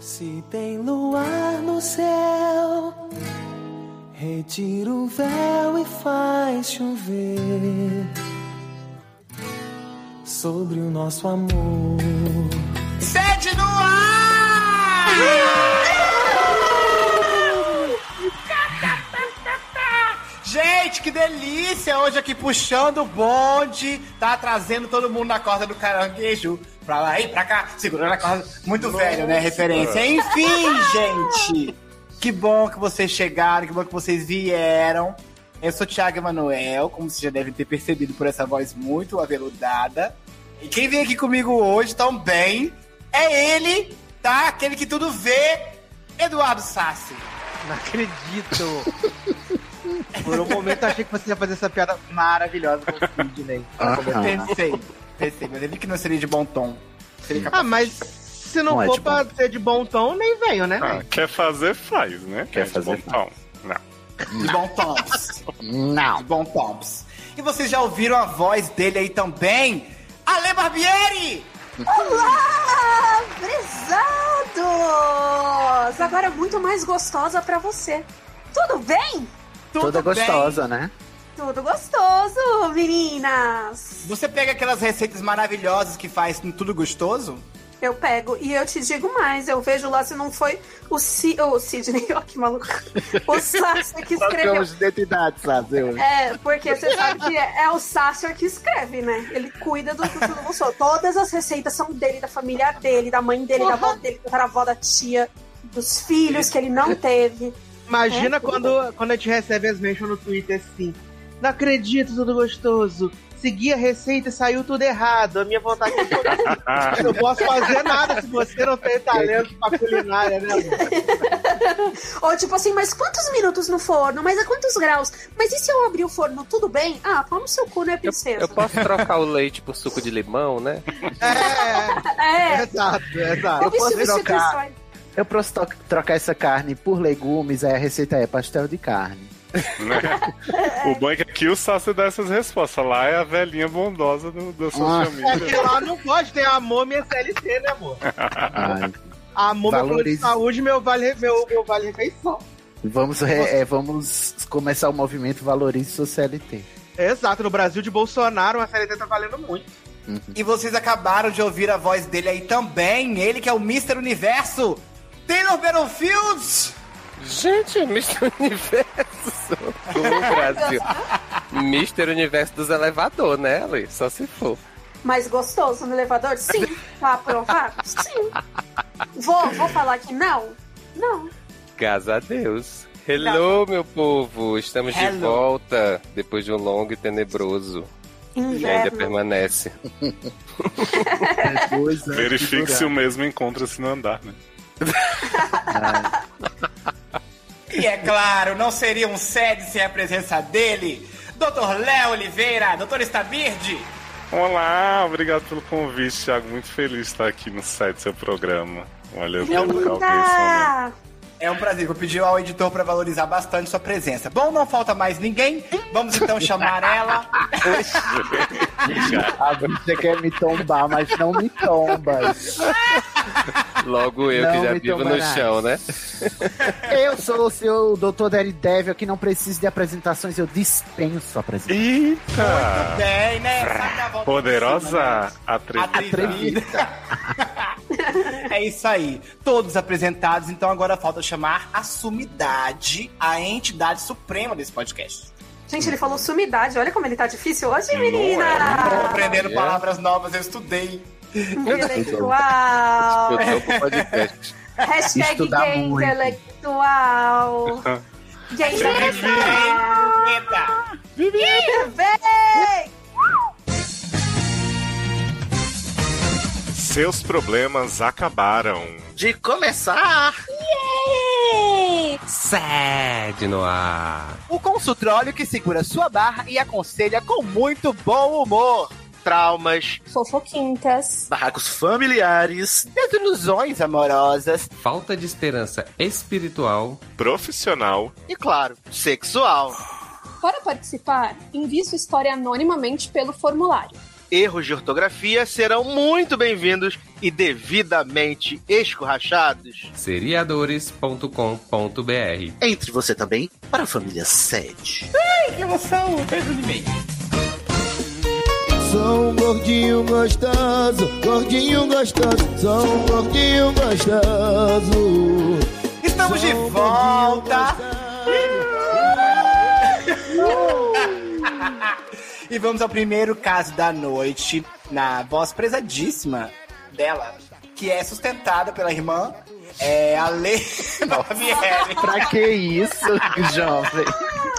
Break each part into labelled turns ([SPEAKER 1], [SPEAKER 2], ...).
[SPEAKER 1] Se tem luar no céu, retira o véu e faz chover sobre o nosso amor.
[SPEAKER 2] Sede no ar! Gente, que delícia! Hoje aqui puxando o bonde, tá trazendo todo mundo na corda do caranguejo. Pra lá e pra cá, segurando a corda. Muito velho, né? Referência. Enfim, gente! Que bom que vocês chegaram, que bom que vocês vieram. Eu sou Thiago Emanuel, como vocês já devem ter percebido por essa voz muito aveludada. E quem vem aqui comigo hoje também é ele, tá? Aquele que tudo vê, Eduardo Sassi.
[SPEAKER 3] Não acredito! Por um momento eu achei que você ia fazer essa piada maravilhosa com o Sidney.
[SPEAKER 4] Ah,
[SPEAKER 2] Pensei, pensei, mas eu vi que não seria de bom tom. Seria
[SPEAKER 3] Ah, mas se não,
[SPEAKER 4] Não é
[SPEAKER 3] for
[SPEAKER 4] de
[SPEAKER 3] pra ser de bom tom, nem venho, né?
[SPEAKER 5] Ah, quer fazer, faz, né?
[SPEAKER 4] Quer
[SPEAKER 5] Gente,
[SPEAKER 4] fazer,
[SPEAKER 5] bom, Não.
[SPEAKER 2] de bom tom.
[SPEAKER 4] Não.
[SPEAKER 2] de Bom Toms. E vocês já ouviram a voz dele aí também? Ale Barbieri!
[SPEAKER 6] Olá, prezados! Agora muito mais gostosa pra você. Tudo bem?
[SPEAKER 2] Tudo
[SPEAKER 4] Toda
[SPEAKER 2] bem?
[SPEAKER 4] gostosa, né?
[SPEAKER 6] Tudo gostoso, meninas!
[SPEAKER 2] Você pega aquelas receitas maravilhosas que faz com tudo gostoso?
[SPEAKER 6] Eu pego e eu te digo mais, eu vejo lá se não foi o, Ci... o Sidney, ó que maluco, o Sasser que escreveu.
[SPEAKER 4] de identidade, sabe?
[SPEAKER 6] É, porque você sabe que é, é o Sasser que escreve, né? Ele cuida do do tudo gostoso. Todas as receitas são dele, da família dele, da mãe dele, da avó dele, da avó da tia, dos filhos que ele não teve.
[SPEAKER 3] Imagina
[SPEAKER 6] É, tudo
[SPEAKER 3] quando, quando a gente recebe as mentions no Twitter assim. Não acredito, tudo gostoso. Segui a receita e saiu tudo errado. A minha vontade é tudo
[SPEAKER 5] Ah,
[SPEAKER 3] Eu não posso fazer nada se você não tem talento pra culinária, né? amor?
[SPEAKER 6] Ou tipo assim, mas quantos minutos no forno? Mas a quantos graus? Mas e se eu abrir o forno, tudo bem? Ah, toma o seu cu, né, princesa?
[SPEAKER 7] Eu posso trocar o leite por suco de limão, né?
[SPEAKER 3] É,
[SPEAKER 6] É,
[SPEAKER 3] exato, exato.
[SPEAKER 6] eu vi
[SPEAKER 4] posso
[SPEAKER 6] substituições.
[SPEAKER 4] Eu posso to- trocar essa carne por legumes, aí a receita é pastel de carne.
[SPEAKER 5] né? O bom é que aqui o Sassi dá essas respostas. Lá é a velhinha bondosa do, da
[SPEAKER 4] Ah.
[SPEAKER 5] social
[SPEAKER 3] É que
[SPEAKER 5] media.
[SPEAKER 3] lá não pode ter a múmia CLT, né, amor?
[SPEAKER 4] Ai,
[SPEAKER 3] A múmia plano de
[SPEAKER 4] Valorize.
[SPEAKER 3] saúde, meu vale, meu, meu vale refeição.
[SPEAKER 4] vamos, re- é, vamos começar o movimento Valorize Sua CLT.
[SPEAKER 3] Exato, no Brasil de Bolsonaro, a CLT tá valendo muito.
[SPEAKER 2] E vocês acabaram de ouvir a voz dele aí também, ele que é o Mr. Universo, Taylor Battlefields!
[SPEAKER 7] Gente, é Mr. Universo do Brasil. Mr. Universo dos elevador, né, Luiz? Só se for.
[SPEAKER 6] Mais gostoso no elevador? Sim. Pra aprovar? Sim. Vou, vou falar que não? Não.
[SPEAKER 7] Graças a Deus. Hello, meu povo! Estamos de
[SPEAKER 2] Hello.
[SPEAKER 7] volta depois de um longo e tenebroso. E ainda
[SPEAKER 6] Inverno.
[SPEAKER 7] permanece.
[SPEAKER 4] Depois, né,
[SPEAKER 5] Verifique se
[SPEAKER 4] figurar.
[SPEAKER 5] o mesmo encontra-se no andar, né?
[SPEAKER 2] E é claro, não seria um sede sem a presença dele, Dr. Léo Oliveira, Dr. Estabirde!
[SPEAKER 5] Olá, obrigado pelo convite, Thiago. Muito feliz de estar aqui no site do seu programa. Olha, eu
[SPEAKER 7] é um
[SPEAKER 5] vou colocar esse momento.
[SPEAKER 6] Linda!
[SPEAKER 2] É um prazer, vou pedir ao editor para valorizar bastante sua presença. Bom, não falta mais ninguém, vamos então chamar ela.
[SPEAKER 4] A bicha Ah, quer me tombar, mas não me tomba.
[SPEAKER 7] Logo eu
[SPEAKER 4] Não
[SPEAKER 7] que já
[SPEAKER 4] me
[SPEAKER 7] vivo no
[SPEAKER 4] tomarás.
[SPEAKER 7] chão, né?
[SPEAKER 4] Eu sou o seu Dr. Daredevil, que não precisa de apresentações, eu dispenso apresentações.
[SPEAKER 5] Eita!
[SPEAKER 2] Bem, né? Sabe da volta
[SPEAKER 5] Poderosa
[SPEAKER 2] por cima,
[SPEAKER 5] atriz.
[SPEAKER 2] né? Atrevida. é isso aí. Todos apresentados, então agora falta chamar a sumidade, a entidade suprema desse podcast.
[SPEAKER 6] Gente, ele falou sumidade. Olha como ele tá difícil hoje,
[SPEAKER 5] Não é.
[SPEAKER 6] menina!
[SPEAKER 2] Tô aprendendo
[SPEAKER 7] é?
[SPEAKER 2] palavras novas, eu estudei.
[SPEAKER 6] Intelectual!
[SPEAKER 7] Eu tô pro podcast.
[SPEAKER 6] Hashtag
[SPEAKER 4] Estudar
[SPEAKER 6] gay
[SPEAKER 4] muito.
[SPEAKER 6] intelectual! Gay intelectual!
[SPEAKER 2] Eita!
[SPEAKER 6] Vem!
[SPEAKER 5] Seus problemas acabaram.
[SPEAKER 3] De começar,
[SPEAKER 7] Sede no ar.
[SPEAKER 3] o consultório que segura sua barra e aconselha com muito bom humor. Traumas,
[SPEAKER 8] Fofoquintas.
[SPEAKER 3] barracos familiares, desilusões amorosas
[SPEAKER 7] Falta de esperança espiritual.
[SPEAKER 5] Profissional.
[SPEAKER 3] e, claro, sexual.
[SPEAKER 8] Para participar, envie sua história anonimamente pelo formulário.
[SPEAKER 3] Erros de ortografia serão muito bem-vindos
[SPEAKER 9] e devidamente escorrachados.
[SPEAKER 10] seriadores.com.br
[SPEAKER 9] Entre você também para a família 7.
[SPEAKER 2] Que emoção, Pedro de mim.
[SPEAKER 1] Sou um gordinho gostoso, gordinho gostoso, sou um gordinho gostoso.
[SPEAKER 2] Estamos de volta. e vamos ao primeiro caso da noite, na voz prezadíssima dela, que é sustentada pela irmã, é a Lê Novieri.
[SPEAKER 4] Pra que isso, jovem?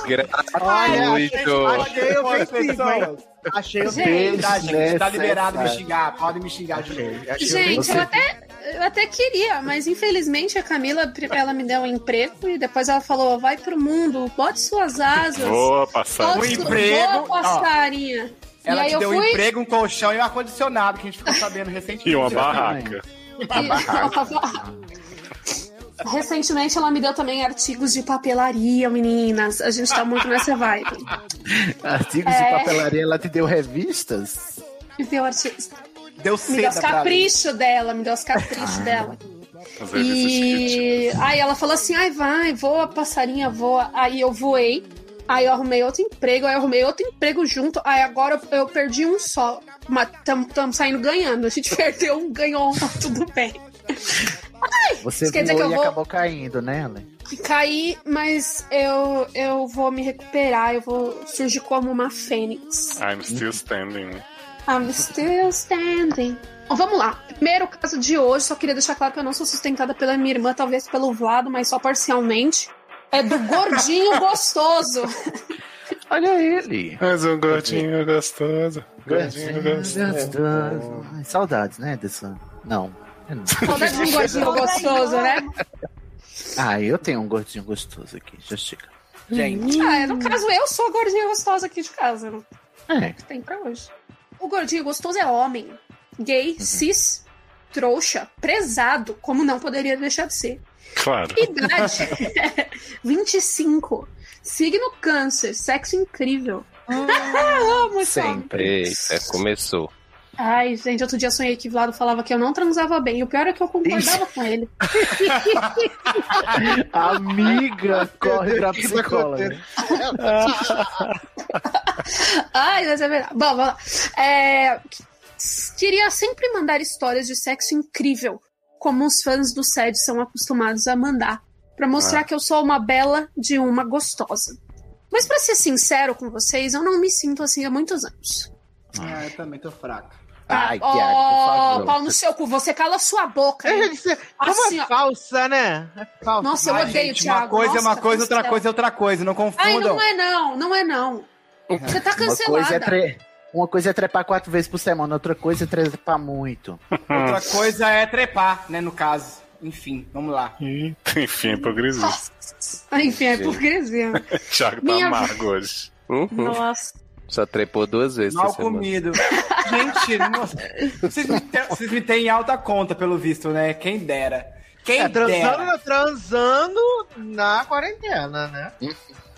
[SPEAKER 10] Gratuito.
[SPEAKER 3] Achei ofensivo, hein?
[SPEAKER 2] Pessoas,
[SPEAKER 3] Achei ofensivo.
[SPEAKER 6] Gente,
[SPEAKER 2] Tá, gente? Tá liberado me
[SPEAKER 4] Desnecessário.
[SPEAKER 2] xingar, podem me xingar de novo.
[SPEAKER 6] gente, eu até, eu até queria, mas infelizmente a Camila, ela me deu um emprego e depois ela falou, vai pro mundo, bote suas asas.
[SPEAKER 5] Boa passagem.
[SPEAKER 2] Um
[SPEAKER 6] Volte-
[SPEAKER 2] emprego, ó.
[SPEAKER 6] Boa, passarinha.
[SPEAKER 2] Ela
[SPEAKER 6] e aí
[SPEAKER 2] te
[SPEAKER 6] eu
[SPEAKER 2] deu um
[SPEAKER 6] fui...
[SPEAKER 2] emprego, um colchão e um ar-condicionado, que a gente ficou sabendo recentemente.
[SPEAKER 5] E uma barraca.
[SPEAKER 6] Recentemente ela me deu também artigos de papelaria, meninas. A gente tá muito nessa vibe.
[SPEAKER 4] Artigos de
[SPEAKER 6] É.
[SPEAKER 4] papelaria, ela te deu revistas?
[SPEAKER 6] Me deu artigos.
[SPEAKER 2] Deu
[SPEAKER 6] Me deu
[SPEAKER 2] seda
[SPEAKER 6] os
[SPEAKER 2] pra Ah. Lê.
[SPEAKER 6] caprichos dela, me deu os caprichos dela.
[SPEAKER 5] As revistas que
[SPEAKER 6] E aí ela falou assim: ai, vai, voa, passarinha, voa. Aí eu voei. Aí eu arrumei outro emprego, aí eu arrumei outro emprego junto. Aí agora eu, eu perdi um só. Mas estamos saindo ganhando. A gente perdeu um, ganhou um, tá tudo bem.
[SPEAKER 4] Você
[SPEAKER 6] Isso quer dizer
[SPEAKER 4] voou
[SPEAKER 6] que eu
[SPEAKER 4] e
[SPEAKER 6] vou-
[SPEAKER 4] acabou caindo, né, Ellen?
[SPEAKER 6] Caí, mas eu, eu vou me recuperar, eu vou surgir como uma fênix.
[SPEAKER 5] I'm still standing. né?
[SPEAKER 6] I'm still standing. Bom, Vamos lá. Primeiro caso de hoje, só queria deixar claro que eu não sou sustentada pela minha irmã, talvez pelo Vlado, mas só parcialmente. É do gordinho gostoso.
[SPEAKER 4] Olha ele.
[SPEAKER 5] Mas um gordinho gostoso. Gordinho gostoso.
[SPEAKER 4] Ai, Saudades, né, dessa... Não. eu não.
[SPEAKER 6] Saudade de um gordinho gostoso, né?
[SPEAKER 4] Ah, eu tenho um gordinho gostoso aqui, já chega.
[SPEAKER 2] Gente,
[SPEAKER 6] Ah, no caso, eu sou a gordinha gostosa aqui de casa. Não
[SPEAKER 4] É,
[SPEAKER 6] tem pra hoje. O gordinho gostoso é homem, gay, cis, trouxa, prezado, como não poderia deixar de ser.
[SPEAKER 5] Claro.
[SPEAKER 6] Idade: 25. Signo câncer, sexo incrível. Ah, Amo esse homem.
[SPEAKER 4] sempre.
[SPEAKER 10] Eita, começou.
[SPEAKER 6] Ai, gente, outro dia eu sonhei que o Vlado falava que eu não transava bem. E o pior é que eu concordava com ele.
[SPEAKER 4] Amiga, corre pra
[SPEAKER 3] que tá
[SPEAKER 4] psicóloga.
[SPEAKER 3] acontecendo?
[SPEAKER 6] Ai, mas é verdade. Bom, vamos lá. É, queria sempre mandar histórias de sexo incrível, como os fãs do SED são acostumados a mandar, Pra mostrar que eu sou uma bela de uma gostosa. Mas pra ser sincero com vocês, eu não me sinto assim há muitos anos.
[SPEAKER 2] ah, eu também tô fraca.
[SPEAKER 4] Ai,
[SPEAKER 6] Ah,
[SPEAKER 4] Thiago, por
[SPEAKER 6] ó, pau
[SPEAKER 4] favor.
[SPEAKER 6] no seu cu, você cala sua boca. hein?
[SPEAKER 3] Como
[SPEAKER 6] Assim,
[SPEAKER 3] é
[SPEAKER 6] ó.
[SPEAKER 3] falsa, né? É falsa.
[SPEAKER 6] Nossa, eu
[SPEAKER 2] Ai,
[SPEAKER 6] odeio,
[SPEAKER 2] gente, Uma
[SPEAKER 6] Thiago.
[SPEAKER 2] coisa é uma
[SPEAKER 6] Nossa,
[SPEAKER 2] coisa, outra
[SPEAKER 6] cancela.
[SPEAKER 2] coisa é outra coisa. Não
[SPEAKER 6] Ai,
[SPEAKER 2] confundam.
[SPEAKER 6] não é não, não é não. Você tá
[SPEAKER 4] Uma
[SPEAKER 6] cancelada.
[SPEAKER 4] coisa, é tre- uma coisa é trepar quatro vezes por semana, outra coisa é trepar muito.
[SPEAKER 2] Outra coisa é trepar, né, no caso. Enfim, vamos lá.
[SPEAKER 5] Enfim, hipocrisia.
[SPEAKER 6] Nossa. Enfim, é hipocrisia.
[SPEAKER 5] Thiago tá
[SPEAKER 6] Minha-
[SPEAKER 5] amargo hoje.
[SPEAKER 10] Uhum.
[SPEAKER 6] Nossa.
[SPEAKER 10] Só trepou duas vezes
[SPEAKER 2] Mal
[SPEAKER 10] essa semana.
[SPEAKER 2] comido. Gente, nossa. Vocês, me têm, vocês me têm em alta conta, pelo visto, né? Quem dera. Quem
[SPEAKER 3] É,
[SPEAKER 2] dera.
[SPEAKER 3] transando, transando na quarentena, né?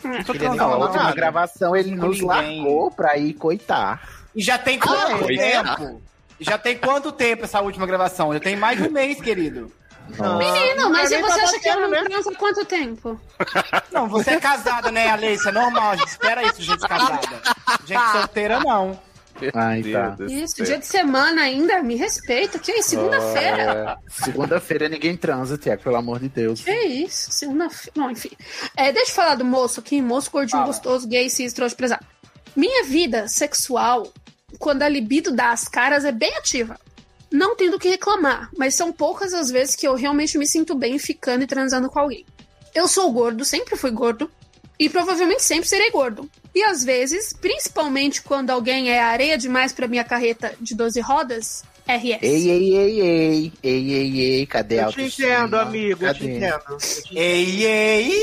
[SPEAKER 2] Não tô
[SPEAKER 4] Ele não,
[SPEAKER 2] transando,
[SPEAKER 4] a última
[SPEAKER 2] nada.
[SPEAKER 4] gravação ele nos
[SPEAKER 2] Ninguém.
[SPEAKER 4] largou pra ir coitar.
[SPEAKER 2] E já tem quanto
[SPEAKER 10] é?
[SPEAKER 2] tempo? Já tem quanto tempo essa última gravação? Já tem mais de um mês, querido.
[SPEAKER 6] Menino, mas
[SPEAKER 3] Não é
[SPEAKER 6] e
[SPEAKER 3] nem
[SPEAKER 6] você
[SPEAKER 3] pra
[SPEAKER 6] acha que
[SPEAKER 3] bater,
[SPEAKER 6] eu não
[SPEAKER 3] né?
[SPEAKER 6] transo há quanto tempo?
[SPEAKER 2] Não, você é casada, né, Ale? Isso é normal. Gente. Espera isso, gente casada. Gente solteira, não.
[SPEAKER 4] Ai,
[SPEAKER 10] Meu
[SPEAKER 4] tá.
[SPEAKER 10] Deus do
[SPEAKER 6] Isso,
[SPEAKER 10] céu.
[SPEAKER 6] dia de semana ainda, me respeita. Que é isso, segunda-feira?
[SPEAKER 4] Segunda-feira ninguém transa, Tiago, pelo amor de Deus.
[SPEAKER 6] Que isso, segunda-feira. Bom, enfim. É, deixa eu falar do moço aqui, moço gordinho
[SPEAKER 2] Fala.
[SPEAKER 6] gostoso, gay, cis, trouxa, prezado. Minha vida sexual, quando a libido dá as caras, é bem ativa. Não tendo o que reclamar, mas são poucas as vezes que eu realmente me sinto bem ficando e transando com alguém. Eu sou gordo, sempre fui gordo, e provavelmente sempre serei gordo. E às vezes, principalmente quando alguém é areia demais pra minha carreta de 12 rodas, RS.
[SPEAKER 4] Ei, ei, ei, ei, ei, ei, ei, cadê a
[SPEAKER 3] Eu te
[SPEAKER 4] autoestima?
[SPEAKER 3] entendo, amigo, eu te
[SPEAKER 4] Cadê?
[SPEAKER 3] entendo. Eu te
[SPEAKER 2] Ei, ei,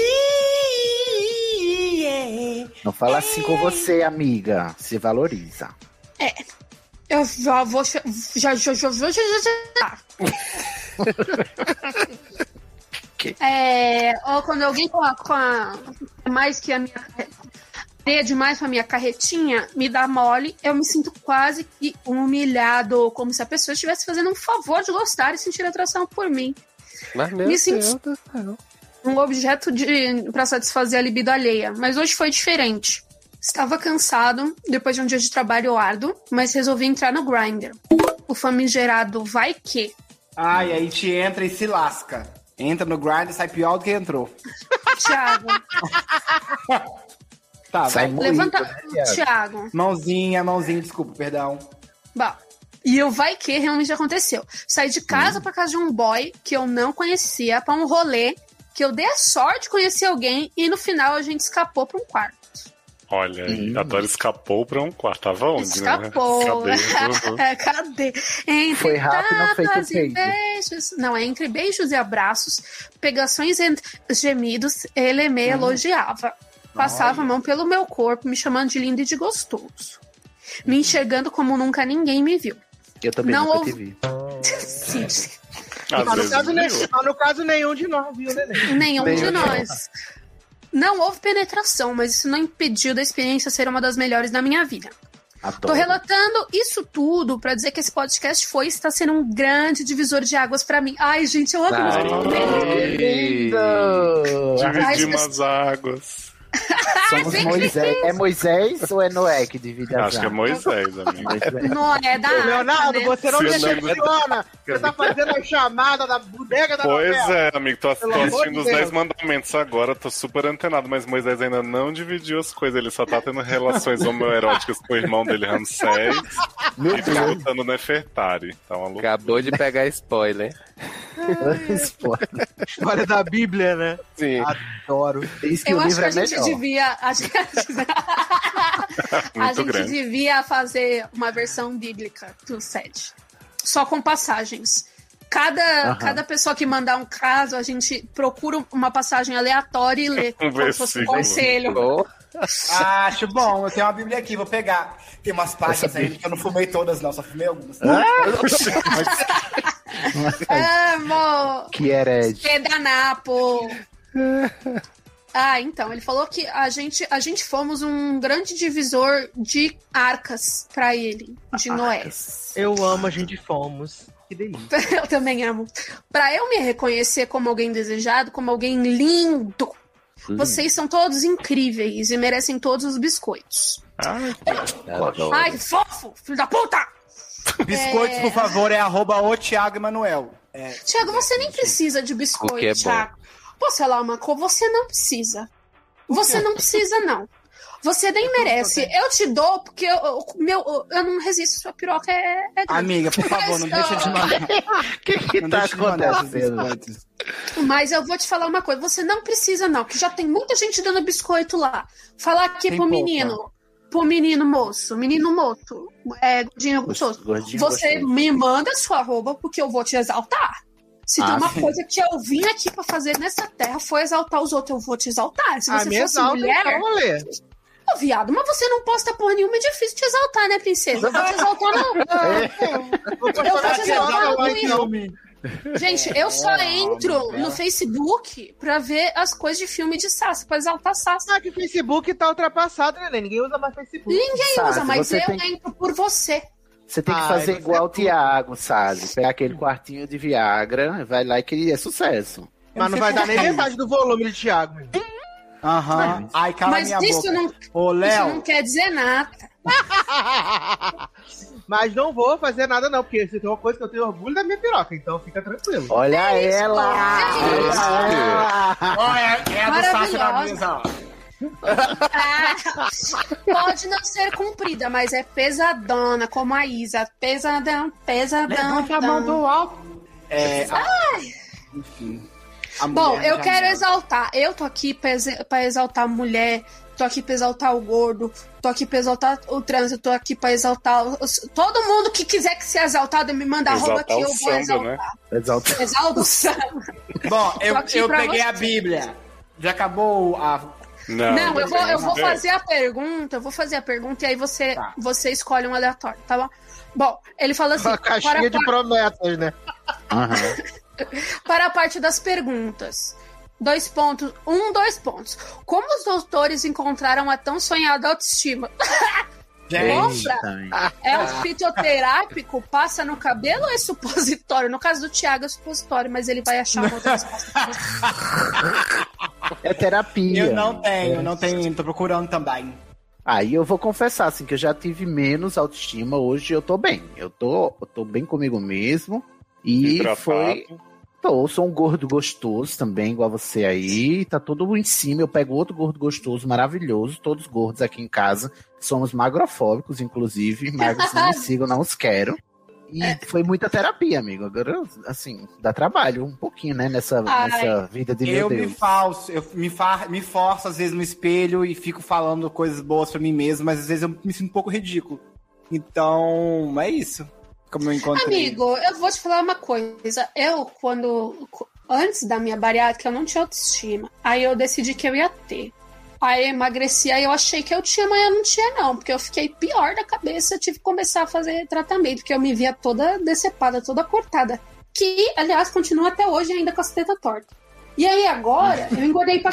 [SPEAKER 2] ei, ei.
[SPEAKER 4] Não fala assim com você, amiga. Se valoriza.
[SPEAKER 6] Eu já vou. che- Já, já, já, já, já, já, já. É, ou quando alguém com a, com a- mais que a minha é demais pra minha carretinha, me dá mole, eu me sinto quase que humilhado, como se a pessoa estivesse fazendo um favor de gostar e sentir atração por mim.
[SPEAKER 10] Mas meu
[SPEAKER 6] Me
[SPEAKER 10] Deus
[SPEAKER 6] sinto-
[SPEAKER 10] do céu.
[SPEAKER 6] um objeto de para satisfazer a libido alheia, mas hoje foi diferente. Estava cansado depois de um dia de trabalho árduo, mas resolvi entrar no Grindr. O famigerado vai que
[SPEAKER 2] Ai, aí te entra e se lasca. Entra no grind e sai pior do que entrou.
[SPEAKER 6] Thiago,
[SPEAKER 2] Tá,
[SPEAKER 9] Sai
[SPEAKER 2] vai.
[SPEAKER 9] muito. né,
[SPEAKER 6] levanta,
[SPEAKER 9] Thiago?
[SPEAKER 6] Thiago.
[SPEAKER 2] Mãozinha, mãozinha, desculpa, perdão.
[SPEAKER 6] Bom, e o vai que realmente aconteceu. Saí de
[SPEAKER 9] Uhum.
[SPEAKER 6] casa pra casa de um boy que eu não conhecia pra um rolê que eu dei a sorte de conhecer alguém e no final a gente escapou pra um quarto.
[SPEAKER 5] Olha, aí, a Dora escapou pra um quarto. Tava onde,
[SPEAKER 6] Escapou.
[SPEAKER 5] né? Escapou.
[SPEAKER 9] Uhum.
[SPEAKER 6] É, cadê? Então, Entre
[SPEAKER 4] Foi rápido, não foi
[SPEAKER 6] tapas e
[SPEAKER 4] feito.
[SPEAKER 6] beijos. Não, é entre beijos e abraços, pegações e gemidos, ele
[SPEAKER 4] Uhum.
[SPEAKER 6] me elogiava. Passava a mão pelo meu corpo, me chamando de lindo e de gostoso. Me
[SPEAKER 4] Uhum.
[SPEAKER 6] enxergando como nunca ninguém me viu.
[SPEAKER 9] Eu também
[SPEAKER 6] Não
[SPEAKER 9] nunca
[SPEAKER 6] ouvi-
[SPEAKER 9] te vi.
[SPEAKER 6] Sim,
[SPEAKER 5] Às
[SPEAKER 3] Mas Tá no, caso, né?
[SPEAKER 5] vezes
[SPEAKER 3] ne-
[SPEAKER 5] viu.
[SPEAKER 3] mas no caso, nenhum de nós viu, né?
[SPEAKER 4] É.
[SPEAKER 3] Neném?
[SPEAKER 6] Nenhum
[SPEAKER 9] Nenhum
[SPEAKER 6] de
[SPEAKER 9] de
[SPEAKER 6] nós. Não houve penetração, mas isso não impediu da experiência ser uma das melhores da minha vida. Tô
[SPEAKER 9] Adoro.
[SPEAKER 6] relatando isso tudo pra dizer que esse podcast foi e está sendo um grande divisor de águas pra mim. Ai, gente, eu amo meus Mas-
[SPEAKER 5] Dividir umas águas.
[SPEAKER 4] Somos
[SPEAKER 6] Ah, gente,
[SPEAKER 4] Moisés. É Moisés ou é Noé que divide as
[SPEAKER 5] Acho que é
[SPEAKER 4] águas?
[SPEAKER 5] Moisés, amigo.
[SPEAKER 4] Moisés.
[SPEAKER 6] Não é
[SPEAKER 3] Ah,
[SPEAKER 6] da
[SPEAKER 3] Leonardo,
[SPEAKER 6] né?
[SPEAKER 3] você não
[SPEAKER 5] Se
[SPEAKER 3] me
[SPEAKER 5] eu não-
[SPEAKER 3] decepciona. Você tá fazendo a chamada da bodega da
[SPEAKER 5] Pois
[SPEAKER 3] novela.
[SPEAKER 5] é, amigo, tô,
[SPEAKER 3] Pelo
[SPEAKER 5] tô
[SPEAKER 3] amor de
[SPEAKER 5] assistindo os
[SPEAKER 3] Deus.
[SPEAKER 5] 10 mandamentos agora, tô super antenado, mas Moisés ainda não dividiu as coisas, ele só tá tendo relações homoeróticas com o irmão dele, Ramsés, e tá lutando Nefertari. Tá uma loucura.
[SPEAKER 10] Acabou de pegar spoiler.
[SPEAKER 4] Spoiler.
[SPEAKER 3] História da Bíblia, né?
[SPEAKER 10] Sim.
[SPEAKER 4] Adoro. Diz que
[SPEAKER 6] Eu
[SPEAKER 4] o
[SPEAKER 6] acho
[SPEAKER 4] livro
[SPEAKER 6] que a
[SPEAKER 4] é
[SPEAKER 6] gente
[SPEAKER 4] melhor.
[SPEAKER 6] devia. A gente, a
[SPEAKER 5] Muito
[SPEAKER 6] gente
[SPEAKER 5] grande.
[SPEAKER 6] devia fazer uma versão bíblica do set. Só com passagens. Cada,
[SPEAKER 4] Aham.
[SPEAKER 6] cada pessoa que mandar um caso, a gente procura uma passagem aleatória e lê.
[SPEAKER 5] Um
[SPEAKER 6] como se fosse um
[SPEAKER 5] versículo.
[SPEAKER 6] conselho.
[SPEAKER 10] Bom,
[SPEAKER 2] Ah, acho bom, eu tenho uma Bíblia aqui, vou pegar. Tem umas páginas aí que eu não fumei todas, não, só fumei algumas.
[SPEAKER 6] Amo!
[SPEAKER 4] Que herege.
[SPEAKER 6] Pedanapo! Ah, então, ele falou que a gente, a gente fomos um grande divisor de arcas pra ele, de Noé.
[SPEAKER 3] Eu amo a gente fomos. Que delícia.
[SPEAKER 6] Eu também amo. Pra eu me reconhecer como alguém desejado, como alguém lindo, vocês são todos incríveis e merecem todos os biscoitos.
[SPEAKER 10] Ah,
[SPEAKER 9] Adoro.
[SPEAKER 6] Ai, que fofo, filho da puta!
[SPEAKER 2] Biscoitos,
[SPEAKER 6] É.
[SPEAKER 2] por favor, é arroba o Thiago Emanuel. É,
[SPEAKER 6] Tiago, você nem precisa de
[SPEAKER 10] O que é
[SPEAKER 6] biscoito,
[SPEAKER 10] bom.
[SPEAKER 6] Tiago. Posso falar uma coisa? Você não precisa. Você não precisa, não. Você nem
[SPEAKER 10] Então tá
[SPEAKER 6] merece. Eu te dou porque eu, eu- meu, eu não resisto. Sua piroca é, é grande.
[SPEAKER 2] amiga, por favor, não deixa de mandar.
[SPEAKER 4] O que que
[SPEAKER 2] Não
[SPEAKER 4] tá
[SPEAKER 2] deixa de mandar esses
[SPEAKER 4] acontecendo?
[SPEAKER 2] biscoitos.
[SPEAKER 6] Mas eu vou te falar uma coisa, você não precisa não, que já tem muita gente dando biscoito lá. Falar aqui
[SPEAKER 2] Tem
[SPEAKER 6] pro
[SPEAKER 2] pouca.
[SPEAKER 6] menino, pro menino moço, menino moço, é, gordinho gostoso.
[SPEAKER 9] Gordinho
[SPEAKER 6] Você
[SPEAKER 9] gostoso.
[SPEAKER 6] me manda sua roupa porque eu vou te exaltar. Se tem
[SPEAKER 4] Ah,
[SPEAKER 6] uma
[SPEAKER 2] sim.
[SPEAKER 6] coisa que eu vim aqui pra fazer nessa terra foi exaltar os outros, eu vou te exaltar. Se
[SPEAKER 3] A
[SPEAKER 6] você
[SPEAKER 3] minha
[SPEAKER 6] fosse
[SPEAKER 3] Ah, exalta,
[SPEAKER 6] mulher,
[SPEAKER 3] então, Lê.
[SPEAKER 6] ô viado, mas você não posta porra nenhuma, é difícil te exaltar, né, princesa? Eu vou te exaltar não.
[SPEAKER 3] É. Vou
[SPEAKER 6] Ah, vou
[SPEAKER 3] postar
[SPEAKER 6] fazer
[SPEAKER 3] a
[SPEAKER 6] uma
[SPEAKER 3] piada lá,
[SPEAKER 6] ruim.
[SPEAKER 3] então.
[SPEAKER 6] Gente, eu só
[SPEAKER 2] É,
[SPEAKER 6] entro no Facebook pra ver as coisas de filme de Sassi, pra exaltar Sassi.
[SPEAKER 3] Ah, que Facebook tá ultrapassado, né? neném? Ninguém usa mais Facebook.
[SPEAKER 6] Ninguém
[SPEAKER 2] Ah,
[SPEAKER 4] Sabe,
[SPEAKER 6] usa, mas
[SPEAKER 4] você
[SPEAKER 6] eu
[SPEAKER 4] tem-
[SPEAKER 6] entro por você.
[SPEAKER 4] Você tem que
[SPEAKER 3] Ai,
[SPEAKER 4] fazer
[SPEAKER 3] você
[SPEAKER 4] igual
[SPEAKER 3] é
[SPEAKER 4] o Tiago, sabe? Pegar aquele quartinho de Viagra, vai lá e que é sucesso.
[SPEAKER 3] Mas não vai dar nem metade do volume de Thiago. meu.
[SPEAKER 2] Aham.
[SPEAKER 4] Né?
[SPEAKER 2] Ai, cala
[SPEAKER 6] mas
[SPEAKER 2] minha
[SPEAKER 6] isso
[SPEAKER 2] boca.
[SPEAKER 6] não,
[SPEAKER 2] Ô,
[SPEAKER 6] isso
[SPEAKER 2] Léo,
[SPEAKER 6] não quer dizer nada.
[SPEAKER 3] Mas não vou fazer nada, não, porque se tem uma coisa que eu tenho orgulho da minha piroca, então fica tranquilo.
[SPEAKER 4] Olha
[SPEAKER 3] é
[SPEAKER 6] cara.
[SPEAKER 4] ela! Olha ela!
[SPEAKER 2] Olha, é a do Sassi na
[SPEAKER 6] Maravilhosa.
[SPEAKER 2] mesa, ó.
[SPEAKER 6] Ah, pode não ser cumprida, mas é pesadona, como a Isa. Pesadão, pesadão.
[SPEAKER 2] Levanta a mão do alto. É, a- Enfim. A
[SPEAKER 6] Bom,
[SPEAKER 2] mulher
[SPEAKER 6] eu
[SPEAKER 2] já
[SPEAKER 6] quero
[SPEAKER 2] manda.
[SPEAKER 6] exaltar. Eu tô aqui pra ex- pra exaltar a mulher, tô aqui pra exaltar o gordo, tô aqui pra exaltar o trânsito, tô aqui pra exaltar os- todo mundo que quiser que seja exaltado, me manda arroba que
[SPEAKER 5] Exaltar
[SPEAKER 6] Tá eu
[SPEAKER 5] o
[SPEAKER 6] vou
[SPEAKER 5] samba,
[SPEAKER 6] exaltar.
[SPEAKER 5] tá né?
[SPEAKER 4] Exalta.
[SPEAKER 6] Exalta o samba.
[SPEAKER 2] Bom, eu,
[SPEAKER 6] Tô aqui
[SPEAKER 2] eu
[SPEAKER 6] pra
[SPEAKER 2] peguei
[SPEAKER 6] você.
[SPEAKER 2] a Bíblia. Já acabou a.
[SPEAKER 5] Não,
[SPEAKER 6] Não, eu vou, eu vou
[SPEAKER 5] É.
[SPEAKER 6] fazer a pergunta, eu vou fazer a pergunta e aí você,
[SPEAKER 2] Tá.
[SPEAKER 6] você escolhe um aleatório, tá bom? Bom, ele fala assim:
[SPEAKER 3] Uma
[SPEAKER 6] para,
[SPEAKER 3] caixinha de
[SPEAKER 6] para-
[SPEAKER 3] promessas, né?
[SPEAKER 4] Aham.
[SPEAKER 6] para a parte das perguntas. Dois pontos. Um, dois pontos. Como os doutores encontraram a tão sonhada autoestima? Compra? É um fitoterápico? Passa no cabelo ou é supositório? No caso do Thiago é supositório, mas ele vai achar uma outra resposta.
[SPEAKER 4] É terapia.
[SPEAKER 2] Eu não tenho, não tenho, tô procurando também.
[SPEAKER 4] Aí eu vou confessar, assim, que eu já tive menos autoestima, hoje eu tô bem. Eu tô, eu tô bem comigo mesmo. E
[SPEAKER 5] Hidratado.
[SPEAKER 4] foi. Tô, eu sou um gordo gostoso também, igual você aí. Tá todo em cima. Eu pego outro gordo gostoso, maravilhoso. Todos gordos aqui em casa. Somos magrofóbicos, inclusive. Magros não me sigam, não os quero. E foi muita terapia, amigo. Agora, assim, dá trabalho um pouquinho, né? Nessa,
[SPEAKER 6] Ai.
[SPEAKER 4] nessa vida de meu
[SPEAKER 2] Eu me
[SPEAKER 4] Deus.
[SPEAKER 2] falso, eu me, fa me forço às vezes no espelho e fico falando coisas boas pra mim mesmo, mas às vezes eu me sinto um pouco ridículo. Então, é isso. Como eu encontrei.
[SPEAKER 6] Amigo, eu vou te falar uma coisa. Eu, quando. Antes da minha bariátrica, eu não tinha autoestima. Aí eu decidi que eu ia ter. Aí eu emagreci, aí eu achei que eu tinha, mas eu não tinha, não. Porque eu fiquei pior da cabeça, eu tive que começar a fazer tratamento, porque eu me via toda decepada, toda cortada. Que, aliás, continua até hoje ainda com as tetas tortas. E aí agora, eu engordei pra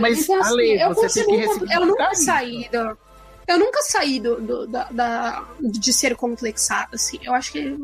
[SPEAKER 4] Mas,
[SPEAKER 6] então, assim,
[SPEAKER 4] Ale,
[SPEAKER 6] eu
[SPEAKER 4] você tem
[SPEAKER 6] continuo.
[SPEAKER 4] que
[SPEAKER 6] com- eu
[SPEAKER 4] ressignificar
[SPEAKER 6] nunca
[SPEAKER 4] isso.
[SPEAKER 6] saí do, eu nunca saí do, do- da, da- de ser complexada, assim. Eu acho que.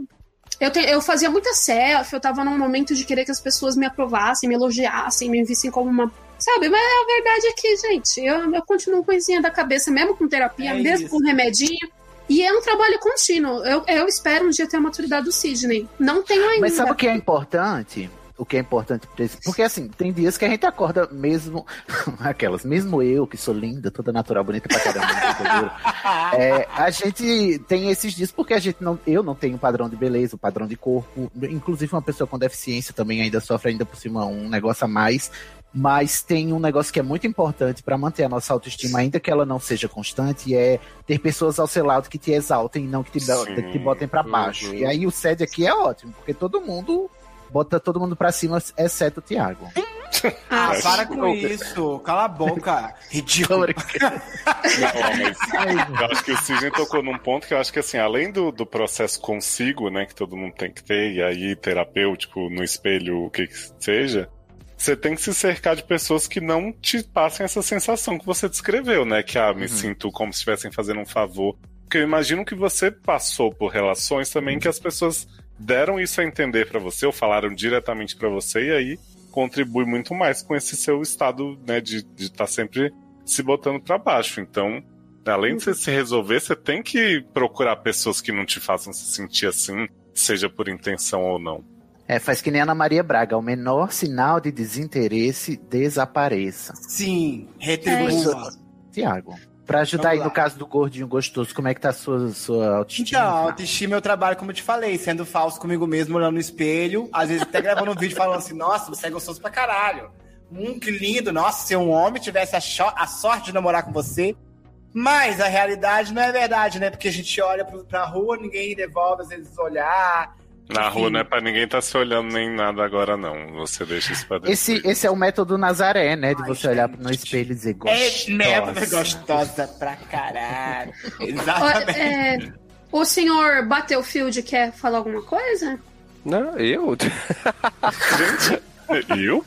[SPEAKER 6] Eu, te- eu fazia muita selfie, eu tava num momento de querer que as pessoas me aprovassem, me elogiassem, me vissem como uma. Sabe? Mas a verdade é que, gente, eu, eu continuo coisinha da cabeça, mesmo com terapia,
[SPEAKER 2] É
[SPEAKER 6] mesmo
[SPEAKER 2] isso.
[SPEAKER 6] com remedinho. E é um trabalho contínuo. Eu, eu espero um dia ter a maturidade do Sidney. Não tenho ainda.
[SPEAKER 4] Mas sabe o que é importante? O que é importante pra esse- Porque assim, tem dias que a gente acorda mesmo. Aquelas, mesmo eu, que sou linda, toda natural, bonita pra caramba. não tem gordura,
[SPEAKER 2] Ah,
[SPEAKER 4] é, a gente tem esses dias porque a gente não. Eu não tenho padrão de beleza, um padrão de corpo. Inclusive, uma pessoa com deficiência também ainda sofre ainda por cima um negócio a mais. Mas tem um negócio que é muito importante pra manter a nossa autoestima, ainda que ela não seja constante, e é ter pessoas ao seu lado que te exaltem e não que te, bo-
[SPEAKER 5] Sim.
[SPEAKER 4] que te botem pra baixo.
[SPEAKER 10] Uhum.
[SPEAKER 4] E aí o SED aqui é ótimo, porque todo mundo bota todo mundo pra cima, exceto o Thiago.
[SPEAKER 2] Ah,
[SPEAKER 6] Ah,
[SPEAKER 2] para com isso. Cala a boca. Ridículo.
[SPEAKER 5] Não, mas eu acho que o Sidney tocou num ponto que eu acho que, assim, além do, do processo consigo, né, que todo mundo tem que ter, e aí terapêutico, no espelho, o que que seja, você tem que se cercar de pessoas que não te passem essa sensação que você descreveu, né, que, ah, me sinto como se estivessem fazendo um favor. Porque eu imagino que você passou por relações também que as pessoas deram isso a entender pra você, ou falaram diretamente pra você, e aí contribui muito mais com esse seu estado, né, de estar de tá sempre se botando pra baixo. Então, Além de você se resolver, você tem que procurar pessoas que não te façam se sentir assim, seja por intenção ou não.
[SPEAKER 4] É, faz que nem Ana Maria Braga, o menor sinal de desinteresse desapareça.
[SPEAKER 2] Sim, retribua.
[SPEAKER 4] Thiago, pra ajudar aí
[SPEAKER 2] Vamos
[SPEAKER 4] no
[SPEAKER 2] lá.
[SPEAKER 4] caso do gordinho gostoso, como é que tá a sua, sua autoestima?
[SPEAKER 2] Então, autoestima é o trabalho, como eu te falei, sendo falso comigo mesmo, olhando no espelho, às vezes até gravando um vídeo falando assim, nossa, você é gostoso pra caralho. Hum, que lindo, nossa, se um homem tivesse a, cho- a sorte de namorar com você. Mas a realidade não é verdade, né? Porque a gente olha pro- pra rua, ninguém devolve, às vezes, olhar.
[SPEAKER 5] Na
[SPEAKER 2] Sim.
[SPEAKER 5] rua não é pra ninguém estar se olhando nem nada agora, não. Você deixa isso pra
[SPEAKER 2] Então,
[SPEAKER 5] dentro.
[SPEAKER 4] Esse, esse é o método Nazaré, né? De
[SPEAKER 2] Ai,
[SPEAKER 4] você olhar
[SPEAKER 2] gente.
[SPEAKER 4] no espelho e dizer
[SPEAKER 2] É
[SPEAKER 4] gostosa.
[SPEAKER 2] merda, gostosa pra caralho.
[SPEAKER 6] Ó,
[SPEAKER 2] Ah, Exatamente.
[SPEAKER 6] é, o senhor Battlefield quer falar alguma coisa?
[SPEAKER 10] Não, eu?
[SPEAKER 5] Eu?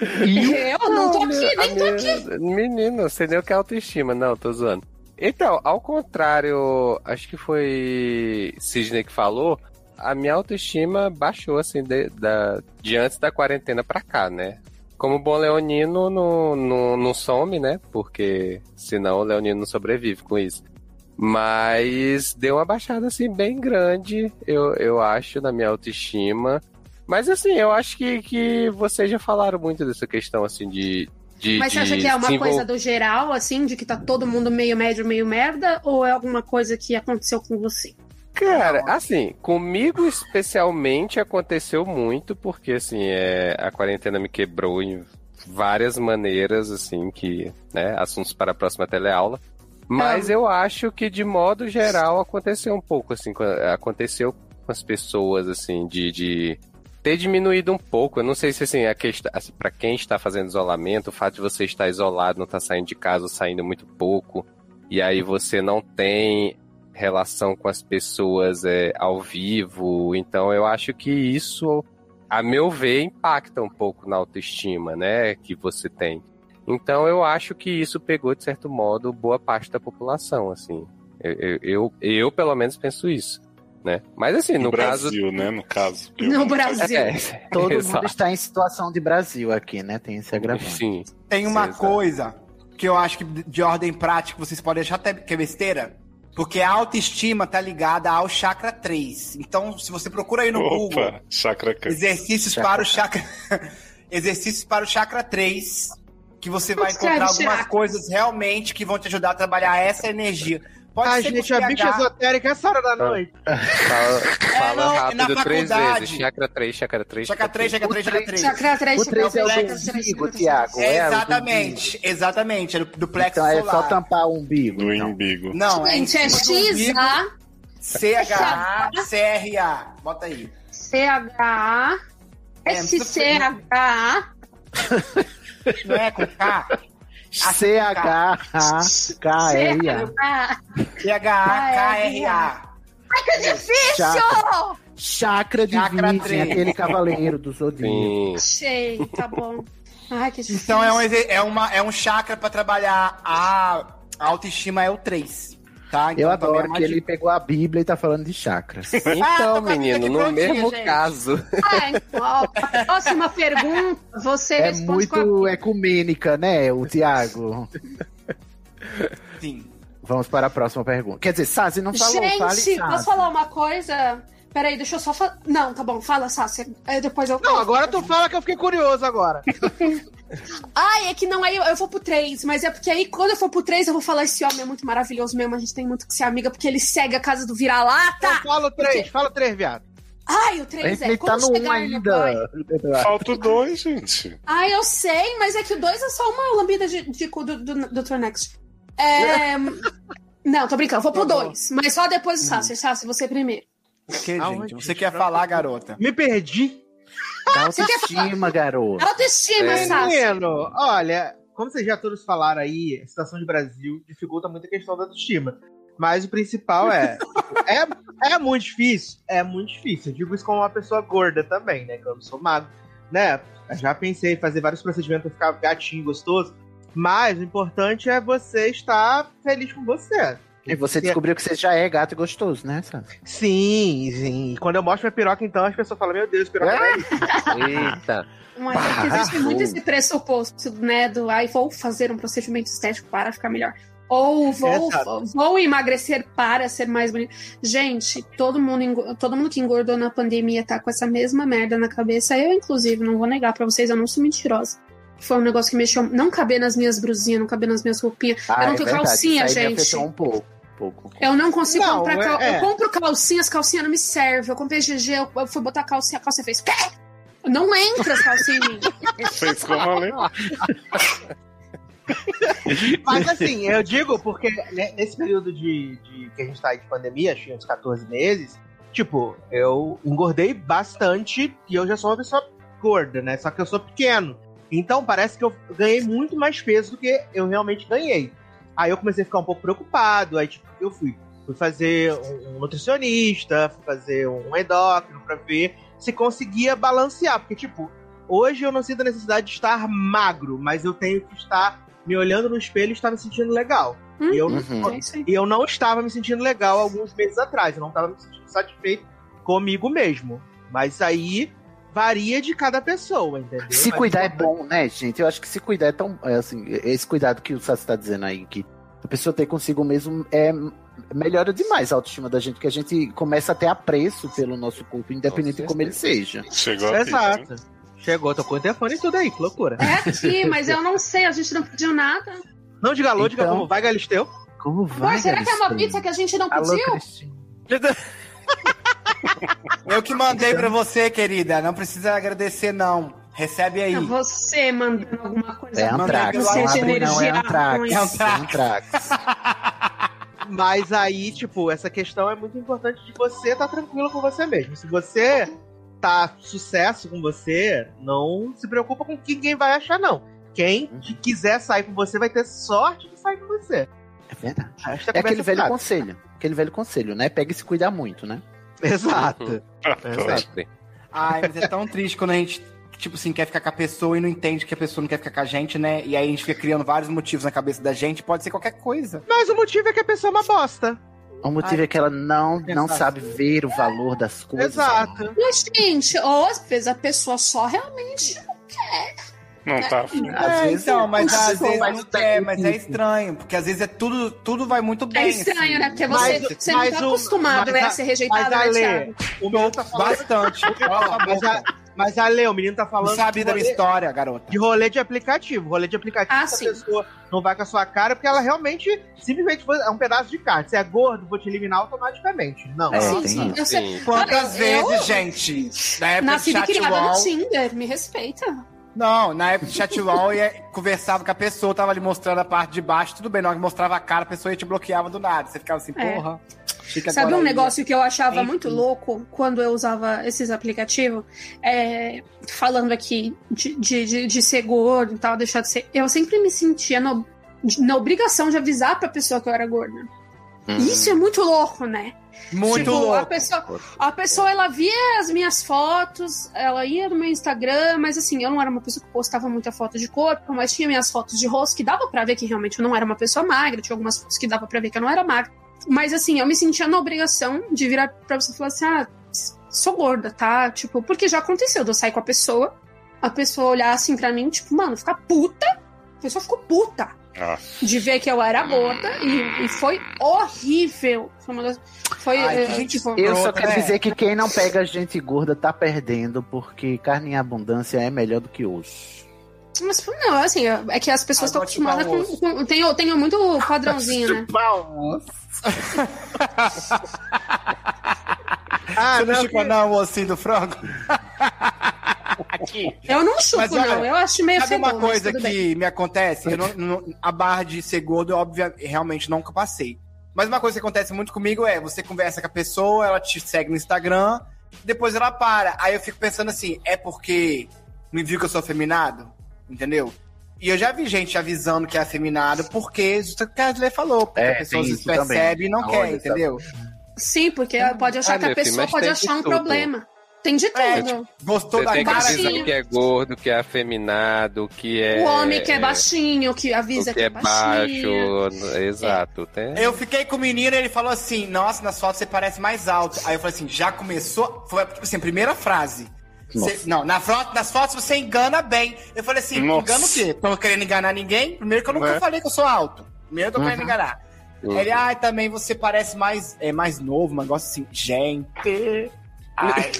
[SPEAKER 6] Eu não tô aqui, nem tô aqui.
[SPEAKER 10] Menino, você nem o que é autoestima. Não, tô zoando. Então, ao contrário, acho que foi Sidney que falou, a minha autoestima baixou, assim, de, da, de antes da quarentena pra cá, né? Como bom leonino, não, não, não some, né? Porque senão o leonino não sobrevive com isso. Mas deu uma baixada, assim, bem grande, eu, eu acho, na minha autoestima. Mas, assim, eu acho que, que vocês já falaram muito dessa questão, assim, de... de
[SPEAKER 6] Mas você acha
[SPEAKER 10] de
[SPEAKER 6] que é uma
[SPEAKER 10] se
[SPEAKER 6] coisa
[SPEAKER 10] envol-
[SPEAKER 6] do geral, assim, de que tá todo mundo meio médio, meio merda, ou é alguma coisa que aconteceu com você?
[SPEAKER 10] Cara, assim, comigo especialmente aconteceu muito, porque assim, é, a quarentena me quebrou em várias maneiras, assim, que, né, assuntos para a próxima teleaula. Mas eu acho que de modo geral aconteceu um pouco, assim, com- aconteceu com as pessoas, assim, de, de ter diminuído um pouco. Eu não sei se, assim, a questão, assim, pra quem está fazendo isolamento, o fato de você estar isolado, não estar saindo de casa, ou saindo muito pouco, e aí você não tem relação com as pessoas é, ao vivo. Então eu acho que isso a meu ver, impacta um pouco na autoestima, né, que você tem. Então eu acho que isso pegou, de certo modo, boa parte da população, assim. Eu, eu, eu, eu, pelo menos penso isso. Né? Mas assim, no,
[SPEAKER 5] no Brasil,
[SPEAKER 10] caso...
[SPEAKER 5] né? No caso.
[SPEAKER 6] No Brasil.
[SPEAKER 10] É,
[SPEAKER 4] Todo mundo
[SPEAKER 10] exato.
[SPEAKER 4] está em situação de Brasil aqui, né? Tem esse agravante.
[SPEAKER 10] Sim.
[SPEAKER 2] Tem uma
[SPEAKER 10] Sim, exato.
[SPEAKER 2] coisa que eu acho que de ordem prática vocês podem achar até que é besteira, porque a autoestima tá ligada ao chakra 3. Então, se você procura aí no Google
[SPEAKER 5] Opa, chakra can-
[SPEAKER 2] exercícios para o chakra exercícios para o chakra 3, que você vai
[SPEAKER 6] Os
[SPEAKER 2] encontrar
[SPEAKER 6] sete
[SPEAKER 2] algumas
[SPEAKER 6] chakras.
[SPEAKER 2] coisas realmente que vão te ajudar a trabalhar essa energia. Pode
[SPEAKER 3] Ai,
[SPEAKER 2] ser
[SPEAKER 3] gente,
[SPEAKER 2] com
[SPEAKER 3] a bicha
[SPEAKER 2] TH.
[SPEAKER 3] esotérica essa hora da noite.
[SPEAKER 6] Tá.
[SPEAKER 10] Fala, fala
[SPEAKER 2] não,
[SPEAKER 10] rápido
[SPEAKER 2] na
[SPEAKER 10] três
[SPEAKER 2] faculdade.
[SPEAKER 10] vezes. Chakra 3, chakra 3.
[SPEAKER 2] chakra 3, chakra 3, chakra 3.
[SPEAKER 6] Chakra atrás,
[SPEAKER 4] O
[SPEAKER 6] chakra
[SPEAKER 4] 3 é o
[SPEAKER 6] atrás,
[SPEAKER 4] do
[SPEAKER 6] chakra atrás,
[SPEAKER 4] umbigo,
[SPEAKER 6] chakra atrás.
[SPEAKER 4] Tiago.
[SPEAKER 2] É
[SPEAKER 4] é o do
[SPEAKER 2] exatamente, exatamente, é do, do
[SPEAKER 4] umbigo.
[SPEAKER 2] plexo
[SPEAKER 4] Então é só
[SPEAKER 2] solar.
[SPEAKER 4] tampar o umbigo.
[SPEAKER 5] do
[SPEAKER 4] então.
[SPEAKER 5] imbigo.
[SPEAKER 2] Não, é em
[SPEAKER 6] Gente, é
[SPEAKER 2] cima do
[SPEAKER 6] X,
[SPEAKER 2] umbigo,
[SPEAKER 6] A,
[SPEAKER 2] CHA, CRA. Bota aí.
[SPEAKER 6] C, H,
[SPEAKER 2] É,
[SPEAKER 6] S, C,
[SPEAKER 2] não
[SPEAKER 6] H,
[SPEAKER 2] Não é com K?
[SPEAKER 4] Ah, é, C-H-K-R-A.
[SPEAKER 6] A.
[SPEAKER 2] C-H-A-K-R-A.
[SPEAKER 6] Ai, que difícil!
[SPEAKER 4] Chakra de
[SPEAKER 2] Chakra
[SPEAKER 4] Virgem,
[SPEAKER 2] três.
[SPEAKER 4] aquele cavaleiro do Zodíaco.
[SPEAKER 10] Sim.
[SPEAKER 6] Achei, tá bom. Ai, que difícil.
[SPEAKER 2] Então é um, exe- é, uma, é um chakra pra trabalhar a a autoestima, é o 3. Tá? Então,
[SPEAKER 4] Eu
[SPEAKER 2] também é
[SPEAKER 4] adoro
[SPEAKER 2] uma
[SPEAKER 4] que ele
[SPEAKER 2] dica.
[SPEAKER 4] pegou a Bíblia e tá falando de chakras.
[SPEAKER 10] Então,
[SPEAKER 2] Ah, tô com a vida
[SPEAKER 10] menino,
[SPEAKER 2] aqui
[SPEAKER 10] no
[SPEAKER 2] prontinha,
[SPEAKER 10] mesmo
[SPEAKER 2] gente.
[SPEAKER 10] caso.
[SPEAKER 6] Ah, então, ó, a próxima pergunta, você
[SPEAKER 4] É
[SPEAKER 6] responde com
[SPEAKER 4] muito ecumênica, né, o Tiago?
[SPEAKER 2] Sim.
[SPEAKER 4] Vamos para a próxima pergunta. Quer dizer, Sazi não falou, fale
[SPEAKER 6] Gente, posso
[SPEAKER 4] Sazi.
[SPEAKER 6] falar uma coisa? Peraí, deixa eu só falar. Não, tá bom, fala, Sácia. Aí depois eu.
[SPEAKER 3] Não, agora tu fala que eu fiquei curioso agora.
[SPEAKER 6] Ai, é que não, aí eu, eu vou pro 3, mas é porque aí quando eu for pro 3 eu vou falar: esse homem é muito maravilhoso mesmo, a gente tem muito que ser amiga, porque ele segue a casa do
[SPEAKER 3] Então
[SPEAKER 6] vira-lata.
[SPEAKER 3] fala o três, fala o três, viado.
[SPEAKER 6] Ai, o
[SPEAKER 4] A
[SPEAKER 6] 3
[SPEAKER 4] gente
[SPEAKER 6] é.
[SPEAKER 4] nem tá
[SPEAKER 6] Como
[SPEAKER 4] no 1
[SPEAKER 6] chegar no boy?
[SPEAKER 4] ainda.
[SPEAKER 5] Falta o 2, gente.
[SPEAKER 6] Ai, eu sei, mas é que o 2 é só uma lambida de, de cu do, do, do Tornex. É. não, tô brincando, vou pro
[SPEAKER 4] Tá
[SPEAKER 6] 2, mas só depois do Sácia. Sácia, você primeiro.
[SPEAKER 2] Que,
[SPEAKER 3] Ah,
[SPEAKER 2] gente,
[SPEAKER 3] gente,
[SPEAKER 2] você quer falar, garota?
[SPEAKER 3] Me perdi.
[SPEAKER 4] Dá autoestima, garoto.
[SPEAKER 6] Autoestima,
[SPEAKER 10] É.
[SPEAKER 6] Sácia.
[SPEAKER 3] Menino, olha, como vocês já todos falaram aí, a situação de Brasil dificulta muito a questão da autoestima. Mas o principal é, é. É muito difícil? É muito difícil. Eu digo isso como uma pessoa gorda também, né? Que eu não sou magro, né? Eu já pensei em fazer vários procedimentos pra ficar gatinho, gostoso. Mas o importante é você estar feliz com você.
[SPEAKER 4] E você descobriu que você já é gato e gostoso, né, Sazi?
[SPEAKER 3] Sim, sim. Quando eu mostro minha piroca, então as pessoas falam: Meu Deus,
[SPEAKER 4] Ah,
[SPEAKER 3] piroca é
[SPEAKER 10] Eita.
[SPEAKER 6] Mas é que existe muito esse pressuposto, né? Do ai, vou fazer um procedimento estético para ficar melhor. Ou vou,
[SPEAKER 3] Exato.
[SPEAKER 6] vou emagrecer para ser mais bonito. Gente, todo mundo, engo- todo mundo que engordou na pandemia tá com essa mesma merda na cabeça. Eu, inclusive, não vou negar pra vocês, eu não sou mentirosa. Foi um negócio que mexeu. Não caber nas minhas brusinhas, não caber nas minhas roupinhas.
[SPEAKER 4] Ah,
[SPEAKER 6] eu não
[SPEAKER 4] é
[SPEAKER 6] tenho
[SPEAKER 4] verdade,
[SPEAKER 6] calcinha,
[SPEAKER 4] isso aí me
[SPEAKER 6] gente.
[SPEAKER 4] afetou um pouco. um pouco.
[SPEAKER 6] Eu não consigo
[SPEAKER 3] Não,
[SPEAKER 6] comprar
[SPEAKER 3] é-
[SPEAKER 6] cal...
[SPEAKER 3] é.
[SPEAKER 6] Eu compro calcinha, as calcinhas não me servem. Eu comprei GG, eu- eu fui botar calcinha, a calcinha fez. "Quê? Não entra as calcinhas em mim.
[SPEAKER 5] Fez como a lei.
[SPEAKER 3] Mas assim, eu digo porque né, nesse período de, de- que a gente tá aí de pandemia, acho que uns 14 meses, tipo, eu engordei bastante e eu já sou uma pessoa gorda, né? Só que eu sou pequeno. Então parece que eu ganhei muito mais peso do que eu realmente ganhei. Aí eu comecei a ficar um pouco preocupado, aí tipo, eu fui, fui fazer um um nutricionista, fui fazer um endócrino pra ver se conseguia balancear, porque tipo, hoje eu não sinto a necessidade de estar magro, mas eu tenho que estar me olhando no espelho e estava me sentindo legal.
[SPEAKER 6] Hum.
[SPEAKER 3] E eu,
[SPEAKER 4] Uhum.
[SPEAKER 6] É isso aí.
[SPEAKER 3] e eu não estava me sentindo legal alguns meses atrás. Eu não estava me sentindo satisfeito comigo mesmo. Mas aí varia de cada pessoa, entendeu?
[SPEAKER 4] Se
[SPEAKER 3] Mas
[SPEAKER 4] cuidar é
[SPEAKER 3] eu-
[SPEAKER 4] bom, né, gente? Eu acho que se cuidar é tão. é, assim, esse cuidado que o Sassi tá dizendo aí, que a pessoa ter consigo mesmo é. Melhora demais a autoestima da gente, porque a gente começa a ter apreço pelo nosso corpo, independente
[SPEAKER 10] Com
[SPEAKER 4] de como ele seja.
[SPEAKER 5] Chegou a pica.
[SPEAKER 3] Exato. Chegou, tocou o telefone e tudo aí, que loucura.
[SPEAKER 6] É aqui, mas eu não sei, a gente não pediu nada.
[SPEAKER 3] Não diga alô, diga
[SPEAKER 4] Então-
[SPEAKER 3] como vai, Galisteu.
[SPEAKER 4] Como
[SPEAKER 6] Amor,
[SPEAKER 4] vai?
[SPEAKER 6] será que é uma
[SPEAKER 4] Galisteu?
[SPEAKER 6] pizza que a gente não
[SPEAKER 4] Alô,
[SPEAKER 6] pediu?
[SPEAKER 4] Cristina.
[SPEAKER 2] Eu que mandei pra você, querida. Não precisa agradecer, não. Recebe aí.
[SPEAKER 6] É você mandando alguma coisa.
[SPEAKER 4] É
[SPEAKER 6] pra
[SPEAKER 4] Antrax.
[SPEAKER 6] mim,
[SPEAKER 2] não
[SPEAKER 6] seja
[SPEAKER 2] abre,
[SPEAKER 4] não, é
[SPEAKER 6] energia
[SPEAKER 4] Antrax.
[SPEAKER 6] ruim.
[SPEAKER 4] É
[SPEAKER 2] Antrax.
[SPEAKER 4] Antrax.
[SPEAKER 3] Mas aí, tipo, essa questão é muito importante de você estar tranquilo com você mesmo. Se você tá sucesso com você, não se preocupa com o que ninguém vai achar, não. Quem que quiser sair com você vai ter sorte de sair com você.
[SPEAKER 4] É verdade.
[SPEAKER 3] Esta
[SPEAKER 4] É aquele
[SPEAKER 3] conversa
[SPEAKER 4] velho
[SPEAKER 3] fiada.
[SPEAKER 4] conselho. Aquele velho conselho, né? Pega e se cuida muito, né?
[SPEAKER 3] Exato.
[SPEAKER 10] Tá
[SPEAKER 5] Adoro.
[SPEAKER 3] Exato.
[SPEAKER 2] Ai, mas é tão triste quando a gente, tipo assim, quer ficar com a pessoa e não entende que a pessoa não quer ficar com a gente, né? E aí a gente fica criando vários motivos na cabeça da gente, pode ser qualquer coisa.
[SPEAKER 3] Mas o motivo é que a pessoa é uma bosta.
[SPEAKER 4] O motivo é que ela não, não sabe ver o valor das coisas.
[SPEAKER 3] Exato.
[SPEAKER 6] Mas, gente, ou às vezes a pessoa só realmente não quer.
[SPEAKER 5] Não tá afim.
[SPEAKER 4] Às
[SPEAKER 2] é,
[SPEAKER 4] vezes
[SPEAKER 2] então, mas
[SPEAKER 4] não
[SPEAKER 2] às
[SPEAKER 4] sou,
[SPEAKER 2] vezes
[SPEAKER 4] mas
[SPEAKER 2] não
[SPEAKER 4] tá
[SPEAKER 2] quer,
[SPEAKER 4] difícil.
[SPEAKER 2] mas é estranho, porque às vezes é tudo, tudo vai muito bem.
[SPEAKER 6] É estranho,
[SPEAKER 2] assim.
[SPEAKER 6] né? Porque você,
[SPEAKER 3] Mas-
[SPEAKER 6] você não
[SPEAKER 3] mas
[SPEAKER 6] tá
[SPEAKER 3] o-
[SPEAKER 6] acostumado
[SPEAKER 3] mas
[SPEAKER 6] né,
[SPEAKER 3] a-
[SPEAKER 6] a ser
[SPEAKER 3] Mas
[SPEAKER 6] rejeitado,
[SPEAKER 3] a
[SPEAKER 6] né,
[SPEAKER 3] Lê,
[SPEAKER 6] Thiago?
[SPEAKER 3] o menino tá falando.
[SPEAKER 2] Bastante. Cala a
[SPEAKER 3] Mas, a,
[SPEAKER 2] boca.
[SPEAKER 3] mas a Lê, o menino tá
[SPEAKER 2] Não
[SPEAKER 3] falando.
[SPEAKER 2] sabe
[SPEAKER 3] de
[SPEAKER 2] da minha
[SPEAKER 3] rolê-
[SPEAKER 2] história, garota.
[SPEAKER 3] De rolê de aplicativo. Rolê de aplicativo
[SPEAKER 6] Ah,
[SPEAKER 3] que
[SPEAKER 6] sim.
[SPEAKER 3] a pessoa não vai com a sua cara, porque ela realmente simplesmente foi- é um pedaço de carne. Você é gordo, vou te eliminar automaticamente. Não. Ah,
[SPEAKER 4] É,
[SPEAKER 6] sim,
[SPEAKER 4] tem
[SPEAKER 6] sim,
[SPEAKER 4] isso.
[SPEAKER 6] eu sei.
[SPEAKER 2] Quantas
[SPEAKER 6] Cara, eu-
[SPEAKER 2] vezes, gente? Na época
[SPEAKER 6] Nascida e
[SPEAKER 2] de
[SPEAKER 6] criada no
[SPEAKER 2] chatwall.
[SPEAKER 6] Tinder, me respeita.
[SPEAKER 2] Não, na época de chatwall eu ia- conversava com a pessoa, tava ali mostrando a parte de baixo, tudo bem. Na hora que mostrava a cara, a pessoa ia te bloqueava do nada. Você ficava assim,
[SPEAKER 6] É.
[SPEAKER 2] porra. Fica
[SPEAKER 6] Sabe
[SPEAKER 2] agora aí.
[SPEAKER 6] um negócio que eu achava
[SPEAKER 2] Enfim.
[SPEAKER 6] muito louco quando eu usava esses aplicativos? É, falando aqui de, de, de, de ser gordo e tal, deixar de ser. Eu sempre me sentia na, de- na obrigação de avisar pra pessoa que eu era gorda.
[SPEAKER 4] Hum.
[SPEAKER 2] Uhum.
[SPEAKER 6] Isso é muito louco, né?
[SPEAKER 2] Muito
[SPEAKER 6] tipo, A
[SPEAKER 2] louco.
[SPEAKER 6] pessoa, a pessoa, ela via as minhas fotos, ela ia no meu Instagram, mas assim, eu não era uma pessoa que postava muita foto de corpo, mas tinha minhas fotos de rosto que dava pra ver que realmente eu não era uma pessoa magra, tinha algumas fotos que dava pra ver que eu não era magra. Mas assim, eu me sentia na obrigação de virar pra você e falar assim: ah, sou gorda, tá? Tipo, porque já aconteceu de eu sair com a pessoa, a pessoa olhar assim pra mim, tipo, mano, ficar puta. A pessoa ficou puta
[SPEAKER 5] Ah,
[SPEAKER 6] de ver que eu era gorda e, e foi horrível. Foi uma das. Foi.
[SPEAKER 2] Ai, que
[SPEAKER 6] eh,
[SPEAKER 2] gente
[SPEAKER 6] tipo,
[SPEAKER 4] Eu só
[SPEAKER 2] Pronto,
[SPEAKER 4] quero
[SPEAKER 2] né?
[SPEAKER 4] dizer que quem não pega gente gorda tá perdendo, porque carne em abundância é melhor do que osso.
[SPEAKER 6] Mas não, assim, é que as pessoas estão
[SPEAKER 2] Agora te dá
[SPEAKER 6] acostumadas
[SPEAKER 2] um
[SPEAKER 6] com. com tem, tem muito padrãozinho, né?
[SPEAKER 3] Ah,
[SPEAKER 6] ah,
[SPEAKER 2] Você não
[SPEAKER 3] não,
[SPEAKER 2] chupou não o ossinho do frango?
[SPEAKER 6] Eu não chupo,
[SPEAKER 2] Mas olha,
[SPEAKER 6] não. Eu acho meio
[SPEAKER 2] Sabe uma
[SPEAKER 6] fedor, mas
[SPEAKER 2] coisa
[SPEAKER 6] tudo
[SPEAKER 2] que
[SPEAKER 6] bem.
[SPEAKER 2] me acontece? Eu não- não- a barra de ser gordo, óbvio, realmente nunca passei. Mas uma coisa que acontece muito comigo é, você conversa com a pessoa, ela te segue no Instagram, depois ela para. Aí eu fico pensando assim, é porque me viu que eu sou afeminado? Entendeu? E eu já vi gente avisando que é afeminado porque justo o que a Lê falou, porque
[SPEAKER 4] É,
[SPEAKER 2] a pessoa
[SPEAKER 4] tem
[SPEAKER 2] se
[SPEAKER 4] isso também.
[SPEAKER 2] percebe e não
[SPEAKER 4] Olha,
[SPEAKER 2] quer,
[SPEAKER 4] sabe?
[SPEAKER 2] entendeu?
[SPEAKER 6] Sim, porque pode achar
[SPEAKER 10] Ah,
[SPEAKER 6] que a
[SPEAKER 10] meu filho,
[SPEAKER 6] pessoa
[SPEAKER 10] mas
[SPEAKER 6] pode
[SPEAKER 10] tem
[SPEAKER 6] achar
[SPEAKER 10] de
[SPEAKER 6] um
[SPEAKER 10] tudo.
[SPEAKER 6] problema. Tem de tudo.
[SPEAKER 2] É, Gostou
[SPEAKER 10] Você
[SPEAKER 2] da
[SPEAKER 10] tem que
[SPEAKER 2] cara?
[SPEAKER 10] avisar
[SPEAKER 6] Baixinho.
[SPEAKER 10] que é gordo, que é afeminado, que é.
[SPEAKER 6] o homem que é baixinho, que
[SPEAKER 10] o
[SPEAKER 6] avisa
[SPEAKER 10] que é baixo.
[SPEAKER 6] baixinho.
[SPEAKER 10] Exato. Tem...
[SPEAKER 2] Eu fiquei com o menino e ele falou assim: Nossa, nas fotos você parece mais alto. Aí eu falei assim: Já começou? Foi tipo assim, primeira frase.
[SPEAKER 4] Nossa.
[SPEAKER 2] Você- não, na foto, nas fotos você engana bem. Eu falei assim:
[SPEAKER 5] Nossa.
[SPEAKER 2] Engana o quê? Tô querendo enganar ninguém? Primeiro que eu nunca
[SPEAKER 5] Né?
[SPEAKER 2] falei que eu sou alto. Primeiro eu tô querendo
[SPEAKER 4] Uhum.
[SPEAKER 2] enganar.
[SPEAKER 10] Uhum.
[SPEAKER 2] Ele, ai, também você parece mais, é, mais novo, um negócio assim, gente. Ai.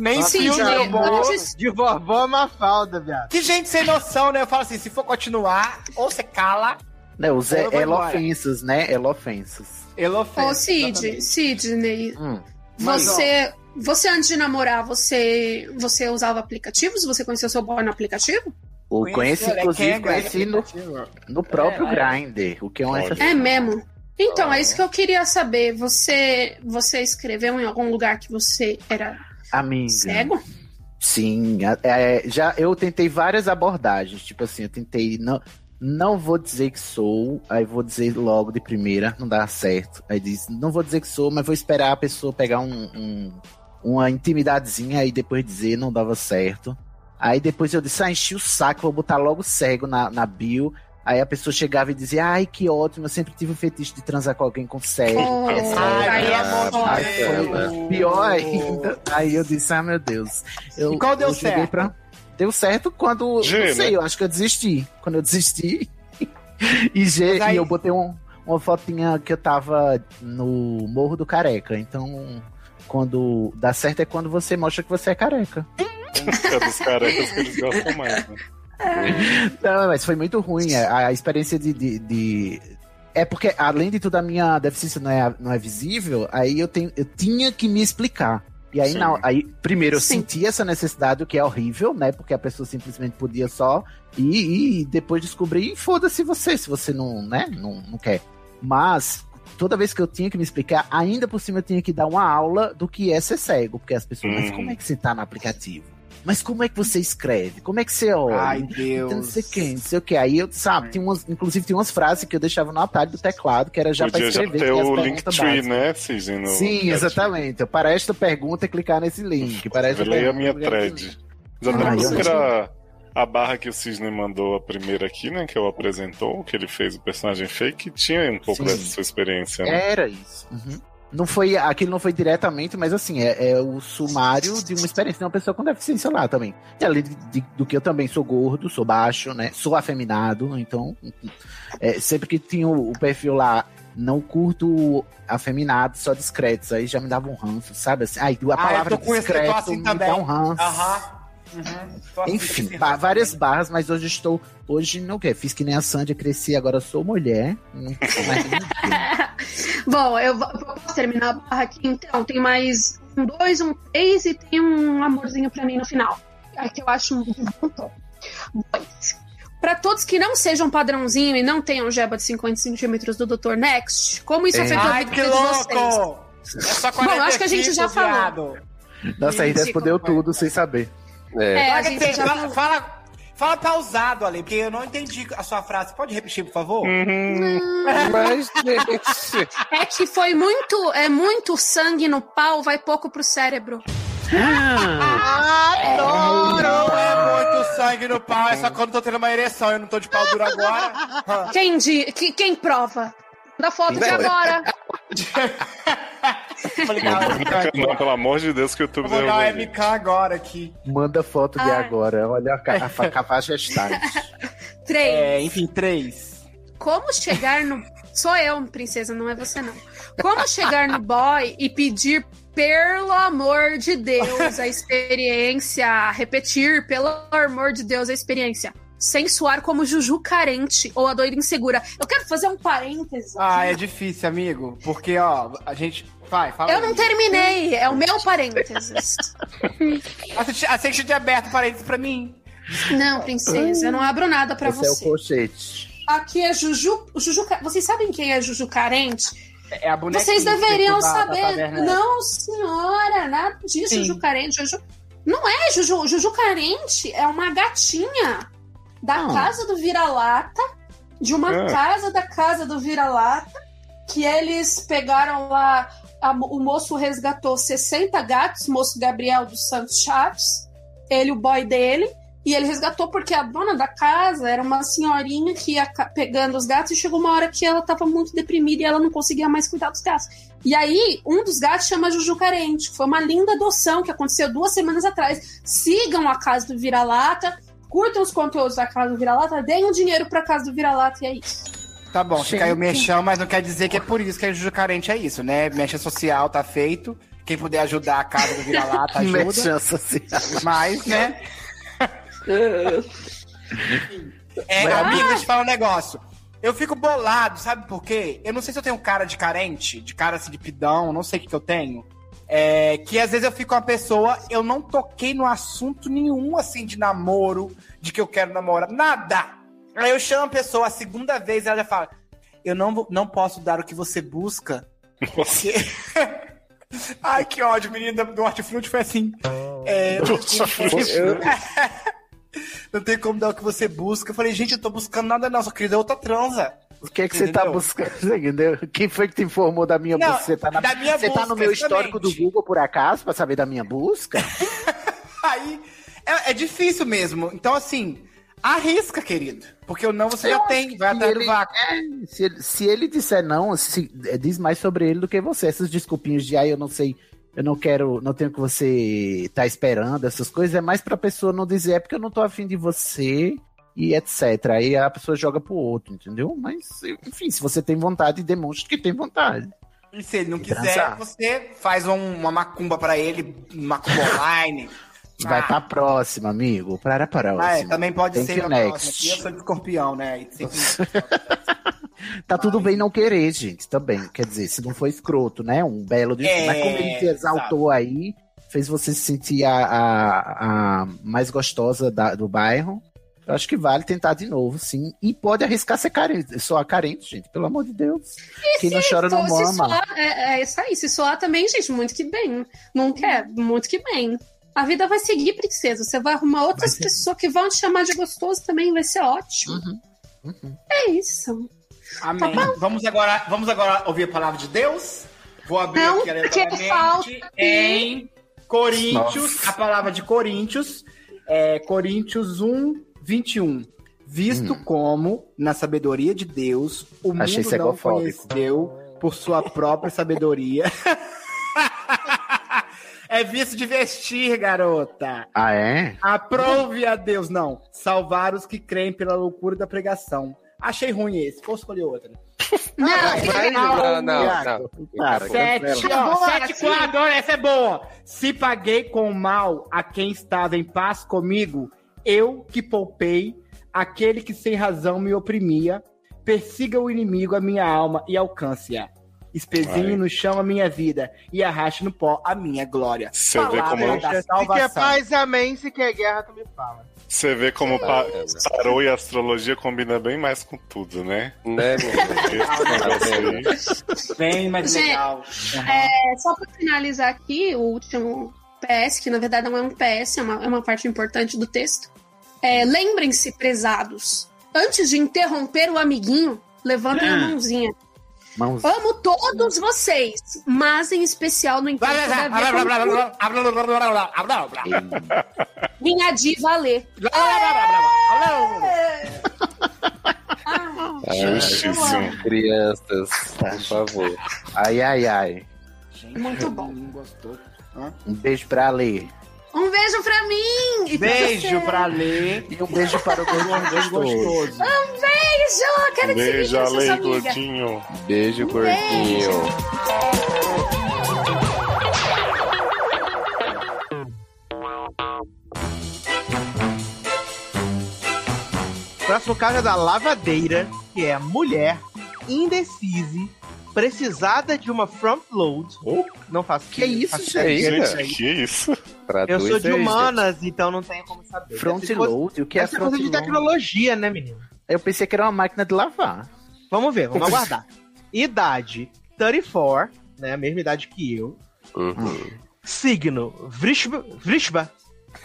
[SPEAKER 2] Nem
[SPEAKER 6] Sim,
[SPEAKER 2] se o
[SPEAKER 6] gente,
[SPEAKER 3] é
[SPEAKER 2] meu bolo.
[SPEAKER 6] antes-
[SPEAKER 3] De vovó Mafalda, viado.
[SPEAKER 2] Que gente sem noção, né? Eu falo assim: se for continuar, ou você cala,
[SPEAKER 4] Né, os
[SPEAKER 2] Eu vou embora.
[SPEAKER 4] elofensas, né? Elofensas.
[SPEAKER 2] ele
[SPEAKER 6] Ô,
[SPEAKER 2] ofende.
[SPEAKER 6] Sid, Sidney,
[SPEAKER 4] Hum.
[SPEAKER 2] Mas,
[SPEAKER 6] você, você antes de namorar, você, você usava aplicativos? Você conheceu seu boy no aplicativo?
[SPEAKER 4] O conheci, inclusive, conheci no, no próprio Grindr, o que é um
[SPEAKER 5] Olha.
[SPEAKER 4] SSD.
[SPEAKER 6] É mesmo? Então, é isso que eu queria saber. Você, você escreveu em algum lugar que você era
[SPEAKER 4] Amiga.
[SPEAKER 6] cego?
[SPEAKER 4] Sim, a- é, já eu tentei várias abordagens, tipo assim, eu tentei não não vou dizer que sou, aí vou dizer logo de primeira, não dá certo. Aí diz, não vou dizer que sou, mas vou esperar a pessoa pegar um, um- uma intimidadezinha e depois dizer não dava certo. Aí depois eu disse, ah, enchi o saco, vou botar logo cego na, na bio. Aí a pessoa chegava e dizia, ai, que ótimo, eu sempre tive o fetiche de transar com alguém com cego.
[SPEAKER 6] Oh,
[SPEAKER 2] Ai,
[SPEAKER 5] Ai,
[SPEAKER 6] aí
[SPEAKER 2] pelo
[SPEAKER 6] é
[SPEAKER 2] amor
[SPEAKER 6] foda.
[SPEAKER 2] de Deus.
[SPEAKER 4] Pior ainda. Aí eu disse, ah, meu Deus. Eu,
[SPEAKER 2] E qual deu
[SPEAKER 4] eu joguei
[SPEAKER 2] certo?
[SPEAKER 4] pra- Deu certo quando.
[SPEAKER 5] G,
[SPEAKER 4] não sei,
[SPEAKER 5] né?
[SPEAKER 4] eu acho que eu desisti. Quando eu desisti. e, G,
[SPEAKER 2] Mas aí-
[SPEAKER 4] e eu botei um- uma fotinha que eu tava no Morro do Careca. Então, quando dá certo é quando você mostra que você é careca.
[SPEAKER 5] é dos carecas que eles gostam mais. Né?
[SPEAKER 4] Não, mas foi muito ruim. é, A, a experiência de, de- de- É porque, além de tudo, a minha deficiência não é, não é visível, aí eu, tenho, eu tinha que me explicar. E aí,
[SPEAKER 5] Sim.
[SPEAKER 4] não, aí primeiro, eu
[SPEAKER 6] Sim.
[SPEAKER 4] senti essa necessidade, o que é horrível, né? Porque a pessoa simplesmente podia só ir e depois descobrir, e foda-se você, se você não, né? Não, não quer. Mas. Toda vez que eu tinha que me explicar, ainda por cima eu tinha que dar uma aula do que é ser cego, porque as pessoas, mas
[SPEAKER 5] Hum.
[SPEAKER 4] como é que você tá no aplicativo? Mas como é que você escreve? Como é que você olha?
[SPEAKER 2] Ai,
[SPEAKER 4] Então, não
[SPEAKER 2] Deus.
[SPEAKER 4] sei quem, não sei o que. Aí eu, sabe, tinha umas, inclusive tinha umas frases que eu deixava no atalho do teclado, que era já pra
[SPEAKER 5] Podia já
[SPEAKER 4] escrever.
[SPEAKER 5] ter
[SPEAKER 4] tinha as
[SPEAKER 5] o
[SPEAKER 4] perguntas
[SPEAKER 5] Linktree,
[SPEAKER 4] básicas.
[SPEAKER 5] né, Cisne? no-
[SPEAKER 4] Sim, exatamente. Para esta pergunta, é clicar nesse link. Para esta
[SPEAKER 5] Leia é a
[SPEAKER 4] pergunta,
[SPEAKER 5] minha
[SPEAKER 4] clicar nesse link.
[SPEAKER 5] thread. Exatamente.
[SPEAKER 4] Ai,
[SPEAKER 5] Isso que era a barra que o Cisne mandou a primeira aqui, né? Que eu apresentou, que ele fez o personagem fake, tinha um pouco
[SPEAKER 4] Sim.
[SPEAKER 5] dessa sua experiência, né?
[SPEAKER 4] Era isso. Uhum. Não foi, aquilo não foi diretamente, mas assim, é, é o sumário de uma experiência de uma pessoa com deficiência lá também. E além de- de- do que eu também sou gordo, sou baixo, né? Sou afeminado, então. é, sempre que tinha o, o perfil lá, não curto afeminado, só discretos. Aí já me dava um ranço, sabe? Assim, aí a
[SPEAKER 2] Ah,
[SPEAKER 4] palavra
[SPEAKER 2] eu tô com esse- eu tô
[SPEAKER 4] discreto
[SPEAKER 2] assim
[SPEAKER 4] me
[SPEAKER 2] também.
[SPEAKER 4] dá um ranço.
[SPEAKER 2] Aham. Uhum. Tô assim,
[SPEAKER 4] Enfim,
[SPEAKER 2] desse
[SPEAKER 4] ba-
[SPEAKER 2] ranço.
[SPEAKER 4] várias barras, mas hoje estou. Hoje não quer. Fiz que nem a Sandy, cresci, agora sou mulher. Não sou mais ninguém.
[SPEAKER 6] Bom, eu vou- posso terminar a barra aqui então. Tem mais um dois, um três e tem um amorzinho pra mim no final. É que eu acho um bom tom. Dois. Pra todos que não sejam padrãozinho e não tenham jeba de 50 centímetros do Dr. Next, como isso
[SPEAKER 4] É.
[SPEAKER 6] afetou a
[SPEAKER 2] Ai,
[SPEAKER 6] vida
[SPEAKER 2] que
[SPEAKER 6] de vocês?
[SPEAKER 2] louco! É só 45,
[SPEAKER 6] Bom, acho que a gente já falou.
[SPEAKER 2] viado.
[SPEAKER 4] Nossa, aí
[SPEAKER 6] Ridículo.
[SPEAKER 4] respondeu tudo sem saber.
[SPEAKER 10] É.
[SPEAKER 6] É, a
[SPEAKER 2] Olha,
[SPEAKER 6] gente já
[SPEAKER 2] fala,
[SPEAKER 6] falou.
[SPEAKER 2] fala, fala pausado ali, porque eu não entendi a sua frase. Pode repetir, por favor?
[SPEAKER 10] Mas, gente,
[SPEAKER 6] É que foi muito, é muito sangue no pau, vai pouco pro cérebro.
[SPEAKER 2] Não é muito sangue no pau, é só quando tô tendo uma ereção. Eu não tô de pau duro agora.
[SPEAKER 6] Quem, di- que- quem prova? Da foto de
[SPEAKER 10] Não.
[SPEAKER 6] agora.
[SPEAKER 4] É,
[SPEAKER 2] Falei,
[SPEAKER 5] Não,
[SPEAKER 2] cara,
[SPEAKER 5] não, pelo amor de Deus, que o YouTube
[SPEAKER 2] eu vou dar o
[SPEAKER 5] derrubou.
[SPEAKER 2] MK agora aqui.
[SPEAKER 4] Manda foto de
[SPEAKER 2] Ah.
[SPEAKER 6] Ai.
[SPEAKER 4] agora. Olha a, ca- a, fa- a faixa está.
[SPEAKER 6] Três.
[SPEAKER 2] É, enfim, três.
[SPEAKER 6] Como chegar no. Sou eu, princesa, não é você não. Como chegar no boy e pedir, pelo amor de Deus, a experiência. Repetir, pelo amor de Deus, a experiência. Sem suar como Juju carente ou a doida insegura. Eu quero fazer um parênteses.
[SPEAKER 2] Ah, é difícil, amigo. Porque, ó, a gente. Vai, fala.
[SPEAKER 6] Eu
[SPEAKER 2] aí.
[SPEAKER 6] não terminei, é o meu parênteses.
[SPEAKER 2] Assiste, assiste de aberto parênteses pra mim.
[SPEAKER 6] Não, princesa, eu não abro nada pra
[SPEAKER 4] Esse é o
[SPEAKER 6] você.
[SPEAKER 4] colchete.
[SPEAKER 6] Aqui é Juju, Juju. Ca- Vocês sabem quem é Juju carente?
[SPEAKER 2] É a bonequinha.
[SPEAKER 6] Vocês deveriam
[SPEAKER 2] da- da
[SPEAKER 6] saber. né?
[SPEAKER 2] taverna. né?
[SPEAKER 6] não, senhora, nada disso,
[SPEAKER 2] Sim.
[SPEAKER 6] Juju Carente. Juju... Não é, Juju. Juju Carente é uma gatinha da
[SPEAKER 4] Ah.
[SPEAKER 6] casa do vira-lata, de uma
[SPEAKER 5] Ah.
[SPEAKER 6] casa da casa do vira-lata, que eles pegaram lá. a mo- o moço resgatou 60 gatos, moço Gabriel dos Santos Chaves, ele, o boy dele. E ele resgatou porque a dona da casa era uma senhorinha que ia ca- pegando os gatos e chegou uma hora que ela tava muito deprimida e ela não conseguia mais cuidar dos gatos. E aí, um dos gatos chama Juju Carente. Foi uma linda adoção que aconteceu duas semanas atrás. Sigam a Casa do Vira-Lata, curtam os conteúdos da Casa do Vira-Lata, deem o dinheiro pra Casa do Vira-Lata e é isso.
[SPEAKER 2] Tá bom,
[SPEAKER 4] Gente.
[SPEAKER 2] fica aí o mexão, mas não quer dizer que é por isso que a Juju Carente é isso, né? Mexa social, tá feito. Quem puder ajudar a casa do Vira-Lata, ajuda.
[SPEAKER 4] Mexança assim.
[SPEAKER 2] mas, né? É,
[SPEAKER 6] Mas-
[SPEAKER 2] amigo, deixa eu te falar um negócio. Eu fico bolado, sabe por quê? Eu não sei se eu tenho cara de carente, de cara assim de pidão, não sei o que, que eu tenho. É, que às vezes eu fico com uma pessoa, eu não toquei no assunto nenhum, assim, de namoro, de que eu quero namorar, nada. Aí eu chamo a pessoa a segunda vez ela já fala: Eu não, vou- não posso dar o que você busca. Porque... Ai, que ódio, o menino do Hortifruti foi assim. É,
[SPEAKER 10] eu-
[SPEAKER 2] não tem como dar o que você busca. Eu falei, gente, eu tô buscando nada não, só queria dar outra transa.
[SPEAKER 4] O que é que você tá
[SPEAKER 2] Entendeu?
[SPEAKER 4] buscando? Entendeu? Quem foi que te informou da minha
[SPEAKER 2] Não,
[SPEAKER 4] busca? Você tá, na-
[SPEAKER 2] da minha
[SPEAKER 4] você tá no
[SPEAKER 2] busca,
[SPEAKER 4] meu histórico do
[SPEAKER 2] exatamente.
[SPEAKER 4] Google, por acaso, pra saber da minha busca?
[SPEAKER 2] Aí, é, é difícil mesmo. Então, assim, arrisca, querido. Porque o não você já tem, vai
[SPEAKER 4] que
[SPEAKER 2] atrás do
[SPEAKER 4] ele-
[SPEAKER 2] vácuo.
[SPEAKER 4] Se ele, se ele disser não, se- eh, diz mais sobre ele do que você. Essas desculpinhas de, ah, eu não sei, eu não quero, não tenho o que você tá esperando, essas coisas, é mais pra pessoa não dizer, é porque eu não tô afim de você e etc. Aí a pessoa joga pro outro, entendeu? Mas, enfim, se você tem vontade, demonstre que tem vontade.
[SPEAKER 2] E se ele não
[SPEAKER 4] E
[SPEAKER 2] quiser,
[SPEAKER 4] é transar.
[SPEAKER 2] você faz um- uma macumba pra ele, macumba online.
[SPEAKER 4] Vai
[SPEAKER 2] Ah,
[SPEAKER 4] pra próxima, amigo. Para a próxima.
[SPEAKER 2] ah, é, também pode
[SPEAKER 4] Thank
[SPEAKER 2] ser
[SPEAKER 4] you,
[SPEAKER 2] a
[SPEAKER 4] next.
[SPEAKER 2] próxima. aqui Eu sou de escorpião, né? E sempre-
[SPEAKER 4] Tá tudo bem não querer, gente, também. Quer dizer, se não for escroto, né? Um belo de.
[SPEAKER 2] É,
[SPEAKER 4] Mas como ele te exaltou aí, fez você se sentir a, a, a mais gostosa da- do bairro. Eu acho que vale tentar de novo, sim. E pode arriscar ser carente. Só a carente, gente, pelo amor de Deus. Quem não chora não
[SPEAKER 6] Então, se
[SPEAKER 4] mama.
[SPEAKER 6] soar, é, é isso aí. Se soar também, gente, muito que bem. Não quer, muito que bem. A vida vai seguir, princesa. Você vai arrumar outras pessoas que vão te chamar de gostoso também, vai ser ótimo. É isso.
[SPEAKER 2] Amém.
[SPEAKER 6] Tá bom.
[SPEAKER 2] Vamos agora, vamos agora ouvir a palavra de Deus. Vou abrir
[SPEAKER 6] Não,
[SPEAKER 2] aqui
[SPEAKER 6] porque falta
[SPEAKER 2] aleatoriamente em Coríntios, a palavra de Coríntios, é Coríntios 1, 21. Visto como, na sabedoria de Deus, o mundo
[SPEAKER 4] Achei
[SPEAKER 2] não
[SPEAKER 4] cegofóbico.
[SPEAKER 2] conheceu por sua própria sabedoria. é visto de vestir, garota.
[SPEAKER 4] Ah, é?
[SPEAKER 2] Aprove a Deus, não. Salvar os que creem pela loucura da pregação. Achei ruim esse, vou escolher outra.
[SPEAKER 3] Ah,
[SPEAKER 6] Não, é
[SPEAKER 10] Vai,
[SPEAKER 3] né?
[SPEAKER 10] não, não, não.
[SPEAKER 4] Cara,
[SPEAKER 2] Sete,
[SPEAKER 11] Tá
[SPEAKER 2] ó,
[SPEAKER 11] boa,
[SPEAKER 2] sete
[SPEAKER 11] sim.
[SPEAKER 2] quatro, olha, essa é boa. Se paguei com mal a quem estava em paz comigo, eu que poupei aquele que sem razão me oprimia, persiga o inimigo a minha alma e alcance-a. Espezinhe
[SPEAKER 5] Ai.
[SPEAKER 2] no chão a minha vida e arraste no pó a minha glória.
[SPEAKER 5] Você vê
[SPEAKER 2] Palavra
[SPEAKER 5] como
[SPEAKER 4] né?
[SPEAKER 5] eu
[SPEAKER 2] da
[SPEAKER 3] Se quer
[SPEAKER 2] salvação.
[SPEAKER 3] paz, amém. Se quer guerra, tu me fala.
[SPEAKER 5] Você vê como pa-
[SPEAKER 4] É.
[SPEAKER 5] tarô e astrologia combina bem mais com tudo, né?
[SPEAKER 10] Né,
[SPEAKER 4] É
[SPEAKER 10] menino?
[SPEAKER 5] Esse
[SPEAKER 4] Ah,
[SPEAKER 5] negócio aí.
[SPEAKER 2] Bem mais
[SPEAKER 6] Gente,
[SPEAKER 2] legal.
[SPEAKER 6] É, só pra finalizar aqui, o último PS, que na verdade não é um PS, é uma, é uma parte importante do texto. É, Lembrem-se, prezados, antes de interromper o amiguinho, levantem a
[SPEAKER 4] Hum.
[SPEAKER 6] mãozinha.
[SPEAKER 4] mãos.
[SPEAKER 6] Amo todos vocês, mas em especial no encontro da vida com tudo. Minha diva Lê. Ah,
[SPEAKER 4] é.
[SPEAKER 5] Justíssimo.
[SPEAKER 10] Crianças, por favor.
[SPEAKER 4] Ai, ai, ai.
[SPEAKER 6] muito bom.
[SPEAKER 4] Um beijo pra Ale.
[SPEAKER 6] Um beijo pra mim! E pra
[SPEAKER 2] Beijo
[SPEAKER 6] você.
[SPEAKER 2] pra ler.
[SPEAKER 4] E um beijo para o Gordinho Gostoso.
[SPEAKER 2] Gostoso.
[SPEAKER 6] Beijo! Quero te seguir
[SPEAKER 5] Beijo,
[SPEAKER 6] com suas
[SPEAKER 5] Ale,
[SPEAKER 6] amigas.
[SPEAKER 5] gordinho.
[SPEAKER 10] Beijo, gordinho.
[SPEAKER 3] O próximo caso é da lavadeira, que é mulher indecise, precisada de uma front load.
[SPEAKER 10] Oh.
[SPEAKER 3] Não faço
[SPEAKER 4] Que isso,
[SPEAKER 3] faço
[SPEAKER 10] gente?
[SPEAKER 3] ideia.
[SPEAKER 5] Gente, que isso?
[SPEAKER 3] Eu
[SPEAKER 10] Traduz
[SPEAKER 3] sou de
[SPEAKER 10] aí,
[SPEAKER 3] humanas, então não tenho como saber.
[SPEAKER 4] Front
[SPEAKER 3] Deve ser coisa-
[SPEAKER 4] load? O que é
[SPEAKER 3] deve ser
[SPEAKER 4] front
[SPEAKER 3] coisa de
[SPEAKER 4] load?
[SPEAKER 3] tecnologia, né, menino?
[SPEAKER 4] Eu pensei que era uma máquina de lavar.
[SPEAKER 3] Vamos ver, vamos aguardar. Idade, 34, né? A mesma idade que eu.
[SPEAKER 10] gente. Uhum.
[SPEAKER 3] Signo, Vrishba. Vrishba.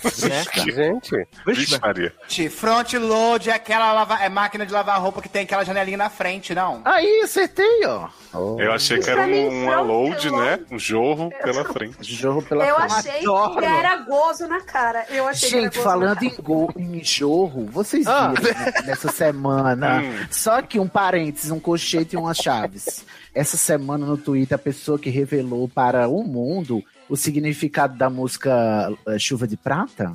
[SPEAKER 3] né?
[SPEAKER 10] Gente,
[SPEAKER 5] Vixe,
[SPEAKER 3] Vrishba.
[SPEAKER 5] Maria.
[SPEAKER 2] Gente, Front load é aquela lava- é máquina de lavar roupa que tem aquela janelinha na frente, não.
[SPEAKER 4] Aí, acertei, ó.
[SPEAKER 10] Oh.
[SPEAKER 5] Eu achei que era
[SPEAKER 11] Pra mim, É.
[SPEAKER 5] um, uma
[SPEAKER 11] front
[SPEAKER 5] load,
[SPEAKER 11] load.
[SPEAKER 5] né? Um jorro pela frente.
[SPEAKER 4] Jorro pela
[SPEAKER 11] Eu
[SPEAKER 5] tá
[SPEAKER 4] frente.
[SPEAKER 11] achei
[SPEAKER 3] Adoro.
[SPEAKER 11] que era gozo na cara. Eu achei
[SPEAKER 4] Gente,
[SPEAKER 11] que era gozo na
[SPEAKER 4] falando
[SPEAKER 11] cara.
[SPEAKER 4] em, gol, em jorro, vocês
[SPEAKER 3] Ah.
[SPEAKER 4] viram né, nessa semana.
[SPEAKER 5] Hum.
[SPEAKER 4] Só que um parênteses, um colchete e uma chaves. Essa semana no Twitter, a pessoa que revelou para o mundo o significado da música eh, Chuva de Prata.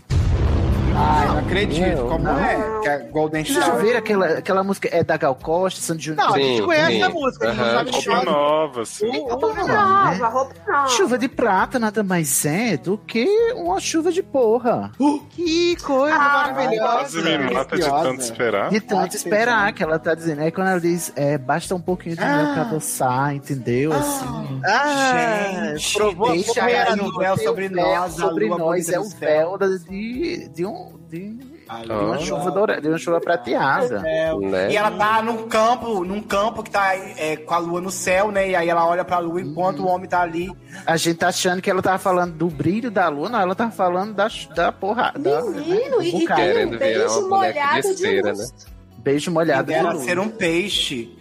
[SPEAKER 2] Ai, não acredito.
[SPEAKER 10] Não,
[SPEAKER 2] Como
[SPEAKER 4] não.
[SPEAKER 2] é? Que é Golden
[SPEAKER 4] Deixa eu
[SPEAKER 2] Shower.
[SPEAKER 4] ver, aquela, aquela música é da Gal Costa, Sandy Júnior.
[SPEAKER 3] Não, a gente
[SPEAKER 10] Sim,
[SPEAKER 3] conhece
[SPEAKER 10] sim.
[SPEAKER 3] a música, a gente
[SPEAKER 10] Aham,
[SPEAKER 3] não sabe é. de
[SPEAKER 5] Roupa
[SPEAKER 3] nada.
[SPEAKER 5] nova, assim.
[SPEAKER 3] O- o-
[SPEAKER 11] Roupa
[SPEAKER 4] Não, né?
[SPEAKER 11] nova, roupa nova.
[SPEAKER 4] Chuva de prata nada mais é do que uma chuva de porra.
[SPEAKER 3] Que coisa
[SPEAKER 11] Ah,
[SPEAKER 5] Quase me
[SPEAKER 3] maravilhosa.
[SPEAKER 5] mata de
[SPEAKER 2] Deliciosa.
[SPEAKER 5] tanto
[SPEAKER 2] Tá
[SPEAKER 5] esperar.
[SPEAKER 4] De tanto esperar que ela tá dizendo. Aí quando ela diz, é, basta um pouquinho de mel
[SPEAKER 2] Ah.
[SPEAKER 4] pra adoçar, entendeu? assim.
[SPEAKER 3] Ah,
[SPEAKER 2] Gente,
[SPEAKER 3] provou
[SPEAKER 2] deixa
[SPEAKER 3] a
[SPEAKER 2] cair
[SPEAKER 3] porra
[SPEAKER 2] no
[SPEAKER 3] do-
[SPEAKER 2] véu
[SPEAKER 4] Tem o
[SPEAKER 2] sobre
[SPEAKER 4] véu
[SPEAKER 2] nós, a
[SPEAKER 4] sobre
[SPEAKER 2] lua
[SPEAKER 4] nós
[SPEAKER 2] bonita
[SPEAKER 4] é o
[SPEAKER 2] do céu.
[SPEAKER 4] véu da- de, de, um, de,
[SPEAKER 2] A
[SPEAKER 4] de uma
[SPEAKER 5] Ah.
[SPEAKER 2] lua
[SPEAKER 4] chuva dourada, de uma chuva prateada.
[SPEAKER 2] céu.
[SPEAKER 10] né?
[SPEAKER 2] E ela tá num campo, num campo que tá é, com a lua no céu, né? E aí ela olha pra lua enquanto o homem tá ali.
[SPEAKER 4] A gente tá achando que ela tava falando do brilho da lua, não, ela tava falando da, da porra. Da, né,
[SPEAKER 11] Menino,
[SPEAKER 4] do
[SPEAKER 11] e, e
[SPEAKER 4] vulcão.
[SPEAKER 11] tem
[SPEAKER 10] Querendo
[SPEAKER 11] um
[SPEAKER 10] virar uma
[SPEAKER 11] beijo
[SPEAKER 10] boneca né? de
[SPEAKER 11] molhado de,
[SPEAKER 10] cera,
[SPEAKER 11] luz.
[SPEAKER 4] Beijo molhado de
[SPEAKER 2] Dela
[SPEAKER 4] lua.
[SPEAKER 2] ser um peixe.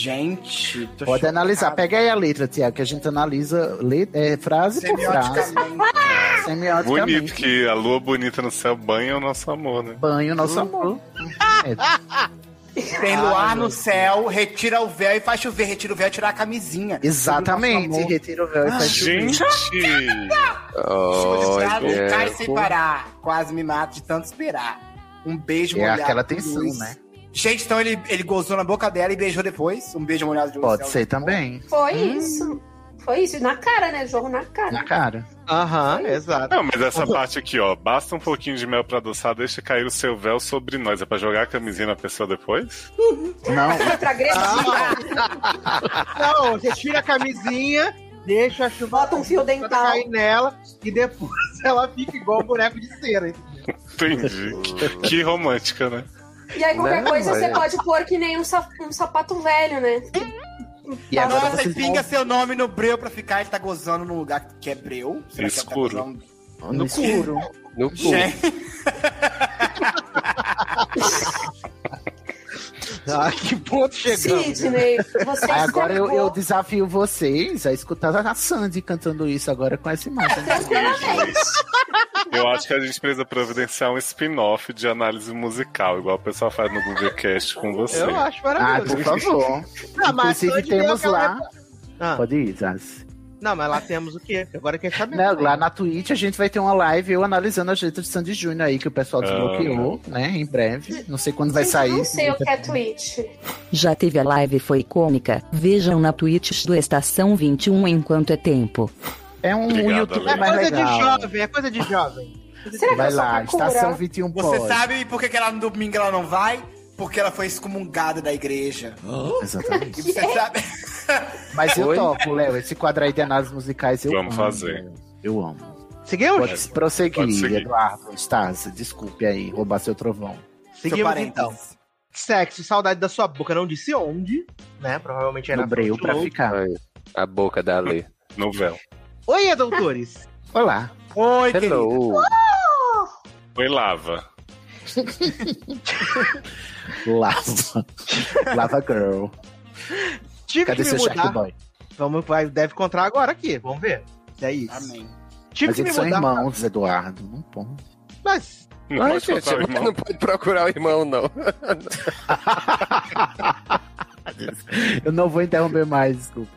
[SPEAKER 2] Gente, tô
[SPEAKER 4] Pode
[SPEAKER 2] chocado.
[SPEAKER 4] analisar. Pega aí a letra, Tiago, que a gente analisa let- é, frase por frase.
[SPEAKER 2] Semioticamente.
[SPEAKER 4] Semioticamente.
[SPEAKER 5] Bonito que a lua bonita no céu banha o nosso amor, né?
[SPEAKER 4] Banho nosso amor.
[SPEAKER 2] Tem luar no céu, retira o véu e faz chover. Retira o véu e tira a camisinha.
[SPEAKER 4] Exatamente. Ah,
[SPEAKER 2] Sobre o nosso amor.
[SPEAKER 4] Retira o véu e faz chover.
[SPEAKER 5] Gente!
[SPEAKER 2] Chuva Tipo, de
[SPEAKER 10] Olha,
[SPEAKER 2] prata, cai sem parar. Quase me mato de tanto esperar. Um beijo
[SPEAKER 4] É
[SPEAKER 2] molhado.
[SPEAKER 4] aquela
[SPEAKER 2] de
[SPEAKER 4] tensão,
[SPEAKER 2] luz.
[SPEAKER 4] né?
[SPEAKER 2] Gente, então ele, ele gozou na boca dela e beijou depois. Um beijo molhado de luz.
[SPEAKER 4] Pode ser também.
[SPEAKER 11] Foi isso. Foi isso. Na cara, né? Jogo na cara.
[SPEAKER 4] Na cara.
[SPEAKER 3] Aham, exato.
[SPEAKER 5] Não, mas essa parte aqui, ó. Basta um pouquinho de mel pra adoçar, deixa cair o seu véu sobre nós. É pra jogar a camisinha na pessoa depois?
[SPEAKER 4] Não, Ah,
[SPEAKER 11] Contra-agressiva.
[SPEAKER 3] Não, você tira a camisinha, deixa a chuva
[SPEAKER 11] Bota um fio
[SPEAKER 3] pra
[SPEAKER 11] dental.
[SPEAKER 3] cair nela e depois ela fica igual um boneco de cera. entendeu?
[SPEAKER 5] Entendi. Que- que romântica, né?
[SPEAKER 11] E aí, qualquer
[SPEAKER 10] Não,
[SPEAKER 11] coisa, você
[SPEAKER 10] olha.
[SPEAKER 11] pode pôr que nem um, sa- um sapato velho, né?
[SPEAKER 4] e agora
[SPEAKER 10] tá
[SPEAKER 2] Nossa, e
[SPEAKER 4] vocês
[SPEAKER 2] pinga
[SPEAKER 4] vão...
[SPEAKER 2] seu nome no breu pra ficar. Ele tá gozando num lugar que é breu. Será que ele tá
[SPEAKER 5] Escuro.
[SPEAKER 2] gozando-
[SPEAKER 4] No escuro.
[SPEAKER 10] No cu.
[SPEAKER 2] Gente,
[SPEAKER 3] Ah, que ponto chegamos?
[SPEAKER 11] Sidney, você é
[SPEAKER 4] Agora eu, eu
[SPEAKER 11] estragou.
[SPEAKER 4] desafio vocês a escutar a Sandy cantando isso agora com essa imagem.
[SPEAKER 5] Eu acho que a gente precisa providenciar um spin-off de análise musical, igual o pessoal faz no Google Cast com você.
[SPEAKER 3] Eu acho
[SPEAKER 4] ah,
[SPEAKER 3] maravilhoso.
[SPEAKER 4] por favor.
[SPEAKER 3] Não, mas
[SPEAKER 4] Inclusive
[SPEAKER 3] onde veio
[SPEAKER 4] temos
[SPEAKER 3] aquela
[SPEAKER 4] lá.
[SPEAKER 3] Ah.
[SPEAKER 4] Pode ir, Zaz.
[SPEAKER 3] Não, mas lá temos o quê? Agora quem sabe.
[SPEAKER 4] Não, lá na Twitch a gente vai ter uma live eu analisando as letras de Sandy Júnior aí que o pessoal
[SPEAKER 2] Ah.
[SPEAKER 4] desbloqueou, né? Em breve. Não sei quando vai
[SPEAKER 11] Gente,
[SPEAKER 4] sair.
[SPEAKER 11] Eu não sei o que é Twitch.
[SPEAKER 12] Já teve a live foi cômica. Vejam na Twitch do Estação 21 enquanto é tempo.
[SPEAKER 4] É um
[SPEAKER 5] Obrigado,
[SPEAKER 4] YouTube
[SPEAKER 5] Ale.
[SPEAKER 3] É
[SPEAKER 4] mais
[SPEAKER 3] coisa de
[SPEAKER 4] legal.
[SPEAKER 3] jovem, é coisa de jovem.
[SPEAKER 11] Será que
[SPEAKER 4] Vai
[SPEAKER 11] eu sou
[SPEAKER 4] lá,
[SPEAKER 11] procura?
[SPEAKER 4] Estação 21
[SPEAKER 2] você
[SPEAKER 4] pode.
[SPEAKER 2] sabe por que, que ela no domingo ela não vai? Porque ela foi excomungada da igreja.
[SPEAKER 4] Exatamente.
[SPEAKER 2] E
[SPEAKER 11] é
[SPEAKER 3] É.
[SPEAKER 2] você sabe.
[SPEAKER 4] Mas eu
[SPEAKER 10] Oi?
[SPEAKER 4] topo, Léo. Esse quadro aí de análises musicais eu
[SPEAKER 5] Vamos
[SPEAKER 4] amo,
[SPEAKER 5] fazer. É,
[SPEAKER 4] Léo. Eu amo.
[SPEAKER 3] Seguimos?
[SPEAKER 4] Pode prosseguir,
[SPEAKER 5] Pode seguir.
[SPEAKER 4] Eduardo. Stasi, desculpe aí, roubar seu trovão.
[SPEAKER 2] Seu
[SPEAKER 3] Seguimos
[SPEAKER 2] parente.
[SPEAKER 3] então. Sexo, saudade da sua boca, não disse onde, né? Provavelmente era
[SPEAKER 4] No breu pra
[SPEAKER 3] Flow.
[SPEAKER 4] ficar.
[SPEAKER 10] Ai, A boca da lei.
[SPEAKER 5] Novel.
[SPEAKER 3] Oi, doutores.
[SPEAKER 4] Olá.
[SPEAKER 2] Oi, querido.
[SPEAKER 10] Hello.
[SPEAKER 5] Foi lava.
[SPEAKER 4] Lava. Lava Girl.
[SPEAKER 3] Tive
[SPEAKER 4] Cadê
[SPEAKER 3] que me
[SPEAKER 4] seu Shark
[SPEAKER 3] mudar.
[SPEAKER 4] Boy?
[SPEAKER 3] Vamos, vai, deve encontrar agora aqui. Vamos ver. É isso.
[SPEAKER 2] Amém.
[SPEAKER 3] Tive
[SPEAKER 4] Mas
[SPEAKER 3] que me
[SPEAKER 4] eles são
[SPEAKER 3] mudar.
[SPEAKER 4] irmãos, Eduardo. Não pode.
[SPEAKER 3] Mas
[SPEAKER 5] Não
[SPEAKER 10] Ai,
[SPEAKER 5] pode
[SPEAKER 10] gente,
[SPEAKER 5] soltar o irmão.
[SPEAKER 10] não pode procurar o irmão, não.
[SPEAKER 4] Eu não vou interromper mais, desculpa.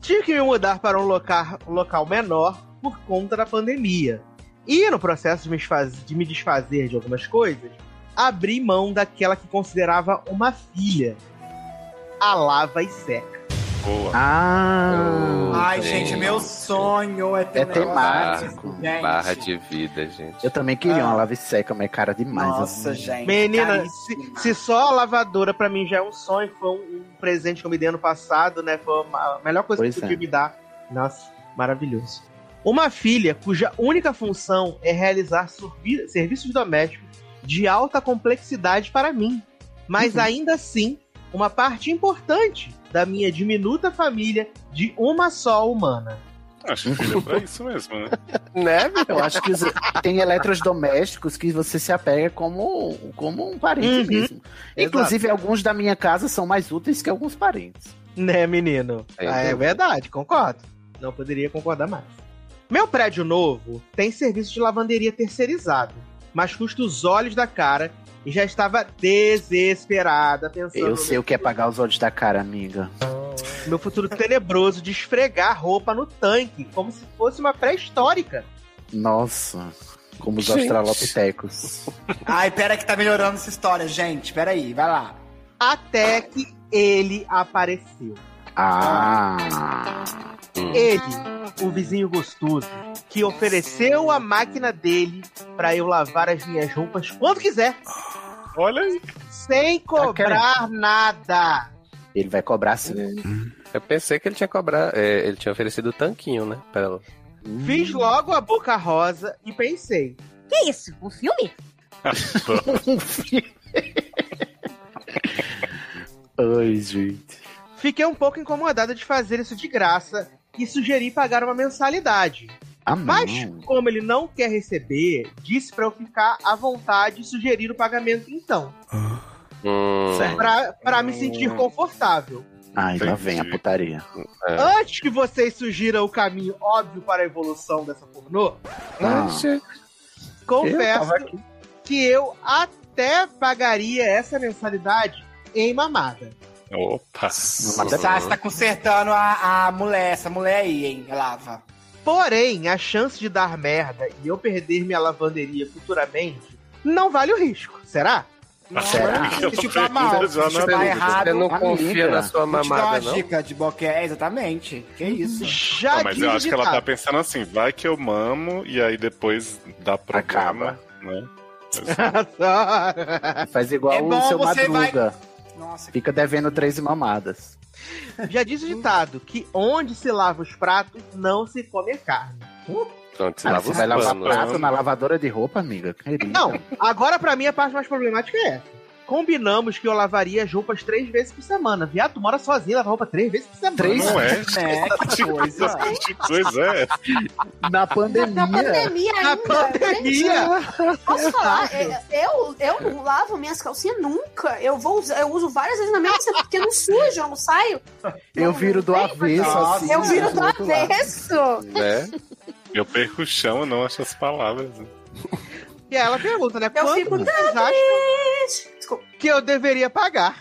[SPEAKER 3] tive que me mudar para um local, um local menor por conta da pandemia. E no processo de me, desfaz- de me desfazer de algumas coisas, abri mão daquela que considerava uma filha. A lava e seca.
[SPEAKER 5] Boa.
[SPEAKER 4] Ah!
[SPEAKER 2] Ai,
[SPEAKER 10] Sim.
[SPEAKER 2] gente, meu sonho é ter
[SPEAKER 4] É
[SPEAKER 2] um negócio
[SPEAKER 4] temático.
[SPEAKER 2] desse, gente.
[SPEAKER 10] Barra de vida, gente.
[SPEAKER 4] Eu também queria
[SPEAKER 2] Ah.
[SPEAKER 4] uma lave seca, mas é cara demais.
[SPEAKER 2] Nossa,
[SPEAKER 4] assim.
[SPEAKER 2] gente.
[SPEAKER 3] Menina, se,
[SPEAKER 2] caríssima.
[SPEAKER 3] se só a lavadora pra mim já é um sonho, foi um, um presente que eu me dei ano passado, né? Foi uma- a melhor coisa
[SPEAKER 4] Pois
[SPEAKER 3] que
[SPEAKER 4] é.
[SPEAKER 3] podia me dar. Nossa, maravilhoso. Uma filha cuja única função é realizar survi- serviços domésticos de alta complexidade para mim. Mas
[SPEAKER 4] Uhum.
[SPEAKER 3] ainda assim, uma parte importante da minha diminuta família de uma só humana.
[SPEAKER 5] Acho que filho é pra isso mesmo, né?
[SPEAKER 10] Né,
[SPEAKER 4] Eu acho que os- tem eletrodomésticos que você se apega como, como um parente
[SPEAKER 3] Uhum.
[SPEAKER 4] mesmo. Inclusive, alguns da minha casa são mais úteis que alguns parentes.
[SPEAKER 3] Né, menino?
[SPEAKER 10] É,
[SPEAKER 3] Ah, é
[SPEAKER 10] então.
[SPEAKER 3] verdade, concordo. Não poderia concordar mais. Meu prédio novo tem serviço de lavanderia terceirizado, mas custa os olhos da cara e já estava desesperada pensando
[SPEAKER 4] Eu sei o que é pagar os olhos da cara, amiga.
[SPEAKER 3] no meu futuro tenebroso de esfregar a roupa no tanque, como se fosse uma pré-histórica.
[SPEAKER 4] Nossa. Como os
[SPEAKER 10] Gente.
[SPEAKER 4] australopitecos.
[SPEAKER 2] Ai, pera que tá melhorando essa história, gente. Pera aí, vai lá.
[SPEAKER 3] Até que ele apareceu.
[SPEAKER 4] Ah!
[SPEAKER 3] Ele, o vizinho gostoso, que ofereceu a máquina dele para eu lavar as minhas roupas quando quiser.
[SPEAKER 5] Olha aí.
[SPEAKER 3] sem cobrar nada.
[SPEAKER 4] Ele vai cobrar sim.
[SPEAKER 10] Eu pensei que ele tinha cobrado. é, ele tinha oferecido o tanquinho, né? Pra ela.
[SPEAKER 3] Fiz logo a boca rosa e pensei:
[SPEAKER 7] Que isso? Um filme?
[SPEAKER 4] Ai, gente.
[SPEAKER 3] fiquei um pouco incomodada de fazer isso de graça e sugeri pagar uma mensalidade.
[SPEAKER 4] Ah,
[SPEAKER 3] Mas,
[SPEAKER 4] não.
[SPEAKER 3] como ele não quer receber, disse pra eu ficar à vontade e sugerir o pagamento então,
[SPEAKER 10] Hum,
[SPEAKER 4] Certo.
[SPEAKER 3] pra pra me sentir confortável.
[SPEAKER 4] Ai, lá
[SPEAKER 5] Entendi.
[SPEAKER 4] vem a putaria.
[SPEAKER 3] Antes que vocês sugiram o caminho óbvio para a evolução dessa pornô,
[SPEAKER 4] Ah.
[SPEAKER 10] gente,
[SPEAKER 3] confesso que eu até pagaria essa mensalidade em mamada.
[SPEAKER 5] Opa.
[SPEAKER 2] Uhum. Sassi tá consertando a, a mulher, essa mulher aí, hein, Lava.
[SPEAKER 5] Tá
[SPEAKER 3] Porém, a chance de dar merda e eu perder minha lavanderia futuramente não vale o risco, será?
[SPEAKER 2] Não,
[SPEAKER 4] Será?
[SPEAKER 2] Se chupar mal,
[SPEAKER 5] Já
[SPEAKER 2] se
[SPEAKER 5] não
[SPEAKER 2] chupar
[SPEAKER 5] é dúvida.
[SPEAKER 2] tá errado,
[SPEAKER 10] você não
[SPEAKER 4] amiga.
[SPEAKER 10] confia na sua
[SPEAKER 2] vou te dar uma
[SPEAKER 10] mamada, não?
[SPEAKER 2] dica de boquete. É, exatamente. Que
[SPEAKER 5] Uhum.
[SPEAKER 2] isso.
[SPEAKER 3] Já
[SPEAKER 5] Não, mas eu
[SPEAKER 3] diz
[SPEAKER 5] acho que ela tá
[SPEAKER 3] ditado,
[SPEAKER 5] pensando assim, vai que eu mamo e aí depois dá problema, né?
[SPEAKER 4] ah, Faz igual
[SPEAKER 2] É bom,
[SPEAKER 4] o seu
[SPEAKER 2] você vai-
[SPEAKER 4] Madruga.
[SPEAKER 2] Nossa, que
[SPEAKER 4] Fica devendo 13 mamadas.
[SPEAKER 3] já diz o ditado que onde se lava os pratos não se come a carne.
[SPEAKER 10] Pronto, tá você
[SPEAKER 4] Ah,
[SPEAKER 10] lava
[SPEAKER 4] você
[SPEAKER 10] os
[SPEAKER 4] vai lavar
[SPEAKER 10] panos.
[SPEAKER 4] prato na lavadora de roupa, amiga? Querida.
[SPEAKER 3] Não, agora pra mim a parte mais problemática é essa. combinamos que eu lavaria as roupas três vezes por semana. Viado, tu mora sozinho, lava roupa três vezes por semana.
[SPEAKER 5] Três? Não é.
[SPEAKER 3] Né? Que coisa.
[SPEAKER 5] Pois é.
[SPEAKER 4] Na pandemia.
[SPEAKER 6] Na pandemia
[SPEAKER 3] Na
[SPEAKER 6] ainda.
[SPEAKER 3] pandemia.
[SPEAKER 6] Gente, posso falar? É, Eu, eu não lavo minhas calcinhas nunca. Eu vou usar- eu uso várias vezes na mesma semana, porque não sujo, eu não saio.
[SPEAKER 4] Eu viro do avesso,
[SPEAKER 2] Nossa,
[SPEAKER 4] assim.
[SPEAKER 6] Eu viro do
[SPEAKER 4] outro lado.
[SPEAKER 6] avesso.
[SPEAKER 10] né?
[SPEAKER 5] Eu perco o chão, eu não acho as palavras.
[SPEAKER 3] E ela pergunta, né?
[SPEAKER 6] Eu
[SPEAKER 3] Quanto
[SPEAKER 6] fico
[SPEAKER 3] vocês acham
[SPEAKER 6] Desculpa.
[SPEAKER 3] que eu deveria pagar?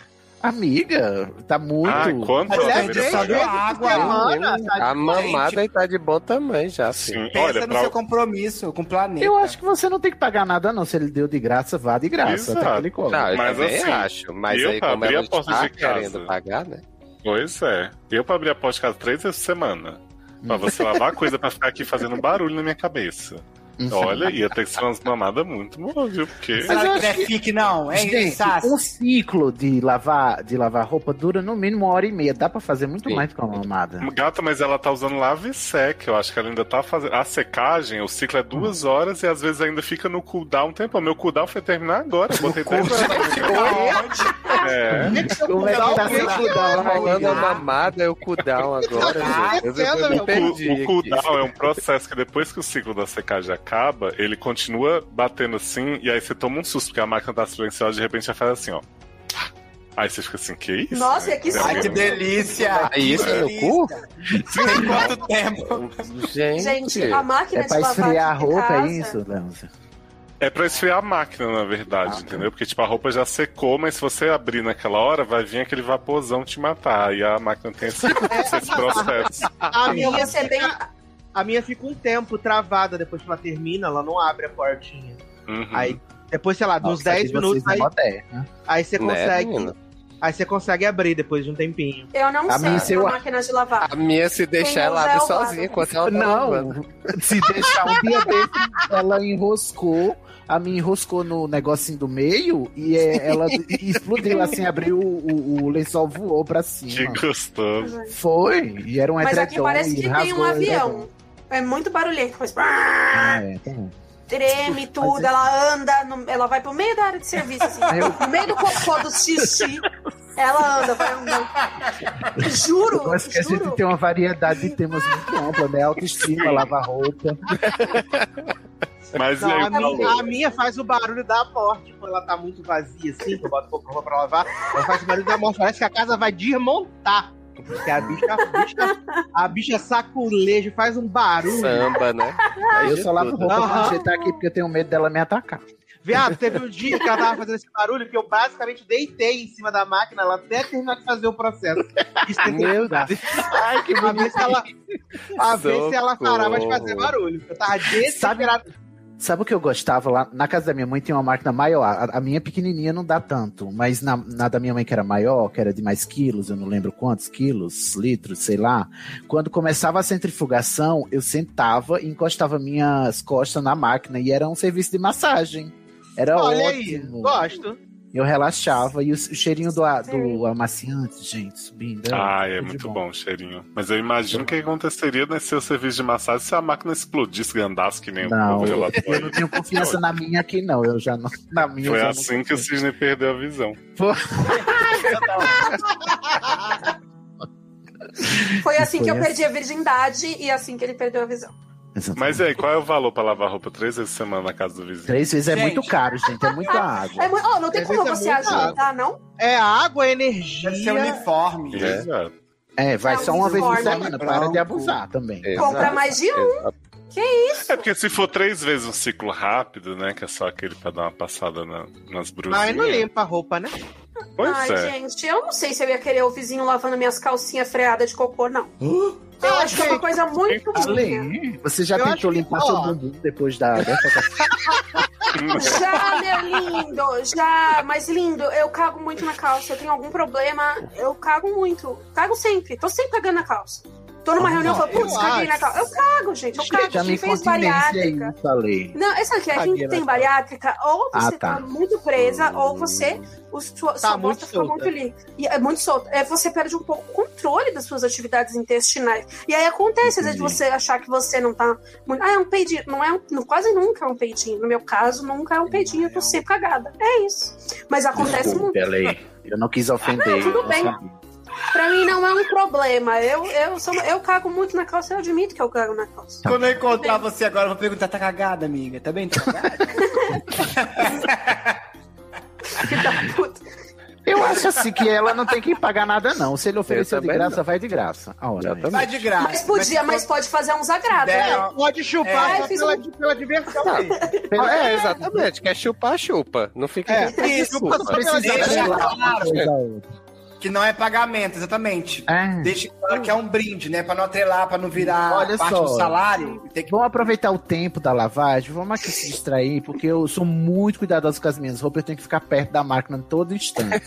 [SPEAKER 4] Amiga, tá muito.
[SPEAKER 5] Ah, quanto? eu
[SPEAKER 3] Aliás,
[SPEAKER 5] deveria
[SPEAKER 3] três
[SPEAKER 5] pagar?
[SPEAKER 3] vezes por
[SPEAKER 2] água,
[SPEAKER 3] semana.
[SPEAKER 10] A mamada aí tá de bom tamanho já, filho.
[SPEAKER 5] Sim,
[SPEAKER 2] Pensa
[SPEAKER 5] assim, olha,
[SPEAKER 2] no
[SPEAKER 5] pra...
[SPEAKER 2] seu compromisso com o planeta.
[SPEAKER 4] Eu acho que você não tem que pagar nada, não. Se ele deu de graça, vá de graça. tá
[SPEAKER 5] Exato.
[SPEAKER 4] Até que ele cobra.
[SPEAKER 10] Não, eu
[SPEAKER 5] Mas
[SPEAKER 10] também
[SPEAKER 5] assim,
[SPEAKER 10] acho. Mas
[SPEAKER 5] eu
[SPEAKER 10] aí,
[SPEAKER 5] pra
[SPEAKER 10] como
[SPEAKER 5] abrir
[SPEAKER 10] ela
[SPEAKER 5] a porta
[SPEAKER 10] está
[SPEAKER 5] de casa.
[SPEAKER 10] querendo pagar, né?
[SPEAKER 5] Pois é. Eu pra abrir a porta de casa três vezes por semana. Pra você lavar coisa pra ficar aqui fazendo barulho na minha cabeça. Olha, ia ter que ser umas mamadas muito boas, viu? Porque.
[SPEAKER 2] Será
[SPEAKER 4] Mas eu
[SPEAKER 2] que não é
[SPEAKER 4] acho que-
[SPEAKER 2] fique, não? É
[SPEAKER 4] Gente,
[SPEAKER 2] Sassi?
[SPEAKER 4] um ciclo de lavar, de lavar roupa dura no mínimo uma hora e meia. Dá pra fazer muito
[SPEAKER 10] Sim.
[SPEAKER 4] mais com uma mamada.
[SPEAKER 5] Gata, mas ela tá usando lave e seca. Eu acho que ela ainda tá fazendo. A secagem, o ciclo é duas horas e às vezes ainda fica no cooldown um tempo. O meu cooldown foi terminar agora. Eu botei tempo. É.
[SPEAKER 4] Como é que tá
[SPEAKER 3] Talvez
[SPEAKER 4] sendo da
[SPEAKER 10] Falando a
[SPEAKER 4] amiga?
[SPEAKER 10] mamada, é o cudão agora.
[SPEAKER 3] Tá
[SPEAKER 10] gente. Eu, eu, eu
[SPEAKER 3] acontecendo,
[SPEAKER 10] me
[SPEAKER 5] O,
[SPEAKER 10] perdi.
[SPEAKER 5] cu- o
[SPEAKER 10] aqui.
[SPEAKER 5] cooldown é um processo que depois que o ciclo da secagem acaba, ele continua batendo assim, e aí você toma um susto, porque a máquina tá silenciosa de repente já faz assim, ó. Aí você fica assim, que isso?
[SPEAKER 6] Nossa,
[SPEAKER 5] né?
[SPEAKER 6] que
[SPEAKER 5] Tem
[SPEAKER 2] Ai,
[SPEAKER 5] alguém-
[SPEAKER 2] que delícia!
[SPEAKER 10] É isso no cu?
[SPEAKER 2] Tem quanto tempo?
[SPEAKER 10] Gente,
[SPEAKER 6] Gente, a máquina
[SPEAKER 4] É
[SPEAKER 6] de
[SPEAKER 4] pra
[SPEAKER 6] lavar
[SPEAKER 4] esfriar a
[SPEAKER 6] aqui em
[SPEAKER 4] roupa,
[SPEAKER 6] casa,
[SPEAKER 4] é isso, Dança?
[SPEAKER 5] É pra esfriar a máquina, na verdade, entendeu? Porque, tipo, a roupa já secou, mas se você abrir naquela hora, vai vir aquele vaporzão te matar. E a máquina tem esse, esse processo.
[SPEAKER 3] A
[SPEAKER 6] Eu
[SPEAKER 3] minha,
[SPEAKER 6] vou ser bem...
[SPEAKER 3] a minha fica um tempo travada depois que ela termina, ela não abre a portinha.
[SPEAKER 5] Uhum.
[SPEAKER 3] Aí, depois, sei lá, de uns
[SPEAKER 4] Nossa,
[SPEAKER 3] 10
[SPEAKER 4] aqui vocês é.
[SPEAKER 3] minutos,
[SPEAKER 4] na
[SPEAKER 3] aí,
[SPEAKER 4] moderna.
[SPEAKER 3] aí você
[SPEAKER 10] Né,
[SPEAKER 3] consegue.
[SPEAKER 10] menina?
[SPEAKER 3] aí você consegue abrir depois de um tempinho.
[SPEAKER 6] Eu não
[SPEAKER 4] A minha, se
[SPEAKER 6] sei
[SPEAKER 4] eu-
[SPEAKER 6] a máquina de lavar.
[SPEAKER 10] A minha se deixar
[SPEAKER 6] Quem
[SPEAKER 10] ela
[SPEAKER 6] usa é
[SPEAKER 10] abre
[SPEAKER 6] o vaso.
[SPEAKER 10] sozinha enquanto ela tá
[SPEAKER 4] Não,
[SPEAKER 10] lavando.
[SPEAKER 4] se deixar um dia desse, ela enroscou. A minha enroscou no negocinho do meio e é, ela explodiu assim, abriu o, o, o lençol voou pra
[SPEAKER 5] Que
[SPEAKER 4] cima.
[SPEAKER 5] gostoso.
[SPEAKER 4] Foi, e era um
[SPEAKER 6] Mas aqui
[SPEAKER 4] edredom
[SPEAKER 6] parece
[SPEAKER 4] e
[SPEAKER 6] que tem
[SPEAKER 4] rasgou né?
[SPEAKER 6] um
[SPEAKER 4] o edredom.
[SPEAKER 6] avião. É muito barulhento, mas
[SPEAKER 4] Ah, é, tá bom.
[SPEAKER 6] treme tudo, ela anda, no- ela vai pro meio da área de serviço, assim, no meio do cocô do xixi, ela anda, vai andando. Juro,
[SPEAKER 4] Eu gosto que a
[SPEAKER 6] juro.
[SPEAKER 4] gente tem uma variedade de temas muito ampla, né? Autoestima, lava-roupa.
[SPEAKER 5] Mas
[SPEAKER 3] Não, é
[SPEAKER 5] e aí,
[SPEAKER 3] a, minha,
[SPEAKER 5] Paulo?
[SPEAKER 3] a minha faz o barulho da morte quando ela tá muito vazia, assim, que eu boto pouca roupa pra lavar. Ela faz o barulho da morte, parece que a casa vai desmontar. Porque a bicha, a bicha, a bicha saculeja, faz um barulho.
[SPEAKER 10] Samba, né?
[SPEAKER 4] Eu só lavo roupa pra
[SPEAKER 3] Aham.
[SPEAKER 4] ajeitar aqui, porque eu tenho medo dela me atacar.
[SPEAKER 3] Viado, teve um dia que ela tava fazendo esse barulho que eu basicamente deitei em cima da máquina, ela até terminar de fazer o processo. Isso tem que
[SPEAKER 4] Meu
[SPEAKER 3] mudar.
[SPEAKER 4] Deus. Ai, que
[SPEAKER 3] A ver se ela, a ver se ela
[SPEAKER 10] Socorro.
[SPEAKER 3] parava de fazer barulho. Eu tava desesperado.
[SPEAKER 4] Sabe o que eu gostava lá? Na casa da minha mãe tinha uma máquina maior. A, a minha pequenininha não dá tanto, mas na, na da minha mãe que era maior, que era de mais quilos, eu não lembro quantos quilos, litros, sei lá. Quando começava a centrifugação, eu sentava e encostava minhas costas na máquina e era um serviço de massagem. Era
[SPEAKER 3] Olha aí,
[SPEAKER 4] é ótimo.
[SPEAKER 3] gosto.
[SPEAKER 4] Eu relaxava e o, o cheirinho do, a- do amaciante, gente, subindo. era
[SPEAKER 5] Ah, é
[SPEAKER 4] tudo de
[SPEAKER 5] muito bom o cheirinho. Mas eu imagino o que aconteceria nesse seu serviço de massagem se a máquina explodisse, gandasse que nem
[SPEAKER 4] Não.
[SPEAKER 5] o povo
[SPEAKER 4] Eu não
[SPEAKER 5] relatório.
[SPEAKER 4] tenho confiança na minha aqui, não. Eu já não. Na minha eu
[SPEAKER 5] Foi
[SPEAKER 4] já
[SPEAKER 5] assim
[SPEAKER 4] não...
[SPEAKER 5] que o Cisne perdeu a visão.
[SPEAKER 4] um
[SPEAKER 6] Foi assim que eu
[SPEAKER 4] Foi
[SPEAKER 6] perdi a virgindade e assim que ele perdeu a visão.
[SPEAKER 5] Mas e aí, qual é o valor pra lavar roupa três vezes por semana na casa do vizinho?
[SPEAKER 4] Três vezes é
[SPEAKER 2] Gente.
[SPEAKER 4] muito caro, gente. É muita
[SPEAKER 6] É
[SPEAKER 4] água.
[SPEAKER 6] muito... oh, não tem
[SPEAKER 3] Às
[SPEAKER 6] como
[SPEAKER 3] vezes é
[SPEAKER 6] você
[SPEAKER 3] muito
[SPEAKER 6] ajudar, não?
[SPEAKER 3] É água, é
[SPEAKER 2] Deve
[SPEAKER 5] um
[SPEAKER 2] ser
[SPEAKER 3] energia.
[SPEAKER 2] uniforme.
[SPEAKER 5] É. Exato.
[SPEAKER 4] É, vai
[SPEAKER 6] Não,
[SPEAKER 4] só uma vez por
[SPEAKER 6] uniforme
[SPEAKER 4] semana.
[SPEAKER 2] branco.
[SPEAKER 4] Para de abusar também.
[SPEAKER 6] Compra mais de um.
[SPEAKER 5] É porque se for três vezes um ciclo rápido, né? Que é só aquele pra dar uma passada na- nas brusinhas.
[SPEAKER 3] Mas não limpa a roupa, né?
[SPEAKER 5] Pois
[SPEAKER 6] Ai,
[SPEAKER 5] é.
[SPEAKER 6] gente, eu não sei se eu ia querer o vizinho lavando minhas calcinhas freadas de cocô, não. Eu
[SPEAKER 3] Ah,
[SPEAKER 6] acho que é uma
[SPEAKER 3] gente,
[SPEAKER 6] coisa muito
[SPEAKER 4] tá
[SPEAKER 6] ruim.
[SPEAKER 4] Além, você já
[SPEAKER 3] Eu acho
[SPEAKER 4] tentou
[SPEAKER 3] que-
[SPEAKER 4] limpar
[SPEAKER 3] ó.
[SPEAKER 4] seu bumbum depois da. dessa-
[SPEAKER 6] Já, meu lindo, já, mas lindo, eu cago muito na calça. Eu tenho algum problema, eu cago muito. Cago sempre, tô sempre cagando na calça.
[SPEAKER 11] Tô numa
[SPEAKER 4] Não,
[SPEAKER 11] reunião e falo,
[SPEAKER 4] eu
[SPEAKER 11] putz, caguei na
[SPEAKER 4] acho-
[SPEAKER 11] calça. Eu cago, gente, eu cago.
[SPEAKER 4] Já
[SPEAKER 11] Quem
[SPEAKER 4] me
[SPEAKER 11] fez
[SPEAKER 4] continência aí,
[SPEAKER 11] bariátrica.
[SPEAKER 4] falei.
[SPEAKER 11] Não, essa aqui é
[SPEAKER 4] Caguei
[SPEAKER 11] quem
[SPEAKER 4] na
[SPEAKER 11] tem
[SPEAKER 4] calça.
[SPEAKER 11] bariátrica, ou
[SPEAKER 4] Ah,
[SPEAKER 11] você tá.
[SPEAKER 4] tá.
[SPEAKER 11] muito presa, ou você. O sua, sua
[SPEAKER 3] muito
[SPEAKER 11] bosta fica
[SPEAKER 3] solta.
[SPEAKER 11] muito li- e É muito solta. É, você perde um pouco o controle das suas atividades intestinais. E aí acontece, às vezes, de
[SPEAKER 4] Entendi.
[SPEAKER 11] você achar que você não tá. muito- Ah, é um peidinho. Não é um, não- quase nunca é um peidinho. No meu caso, nunca é um peidinho, eu tô sempre cagada. É isso. Mas acontece muito.
[SPEAKER 4] Desculpe, Ale. Eu não quis ofender.
[SPEAKER 11] Não, tudo
[SPEAKER 4] eu
[SPEAKER 11] bem.
[SPEAKER 4] sabia.
[SPEAKER 11] Pra mim não é um problema. Eu, eu, sou, eu cago muito na calça, eu admito que eu cago na calça.
[SPEAKER 2] Quando eu encontrar você agora, eu vou perguntar: tá cagada, amiga? Tá bem? Tá cagada?
[SPEAKER 4] Eu acho assim que ela não tem que pagar nada, não. Se ele ofereceu de
[SPEAKER 10] também
[SPEAKER 4] graça, vai de graça. A hora, né?
[SPEAKER 2] Vai de graça.
[SPEAKER 11] Mas podia, mas pode fazer uns agrados,
[SPEAKER 2] É,
[SPEAKER 11] né?
[SPEAKER 2] ó.
[SPEAKER 3] Pode chupar
[SPEAKER 11] É,
[SPEAKER 3] só
[SPEAKER 11] fiz
[SPEAKER 3] pela,
[SPEAKER 11] um-
[SPEAKER 3] pela diversão
[SPEAKER 4] Tá.
[SPEAKER 3] dele.
[SPEAKER 4] Pela-
[SPEAKER 10] É, exatamente. Quer chupar, chupa. Não fica
[SPEAKER 3] É,
[SPEAKER 10] com desculpa.
[SPEAKER 4] Não É. precisa
[SPEAKER 2] Deixa
[SPEAKER 4] revelar uma
[SPEAKER 2] claro.
[SPEAKER 4] coisa a outra.
[SPEAKER 2] Que não é pagamento, exatamente.
[SPEAKER 4] É.
[SPEAKER 2] Deixa claro que é um brinde, né? Pra não atrelar, pra não virar
[SPEAKER 4] Olha
[SPEAKER 2] parte
[SPEAKER 4] só.
[SPEAKER 2] do salário. Tem que...
[SPEAKER 4] Vamos aproveitar o tempo da lavagem, vamos aqui se distrair, porque eu sou muito cuidadoso com as minhas roupas, eu tenho que ficar perto da máquina todo instante.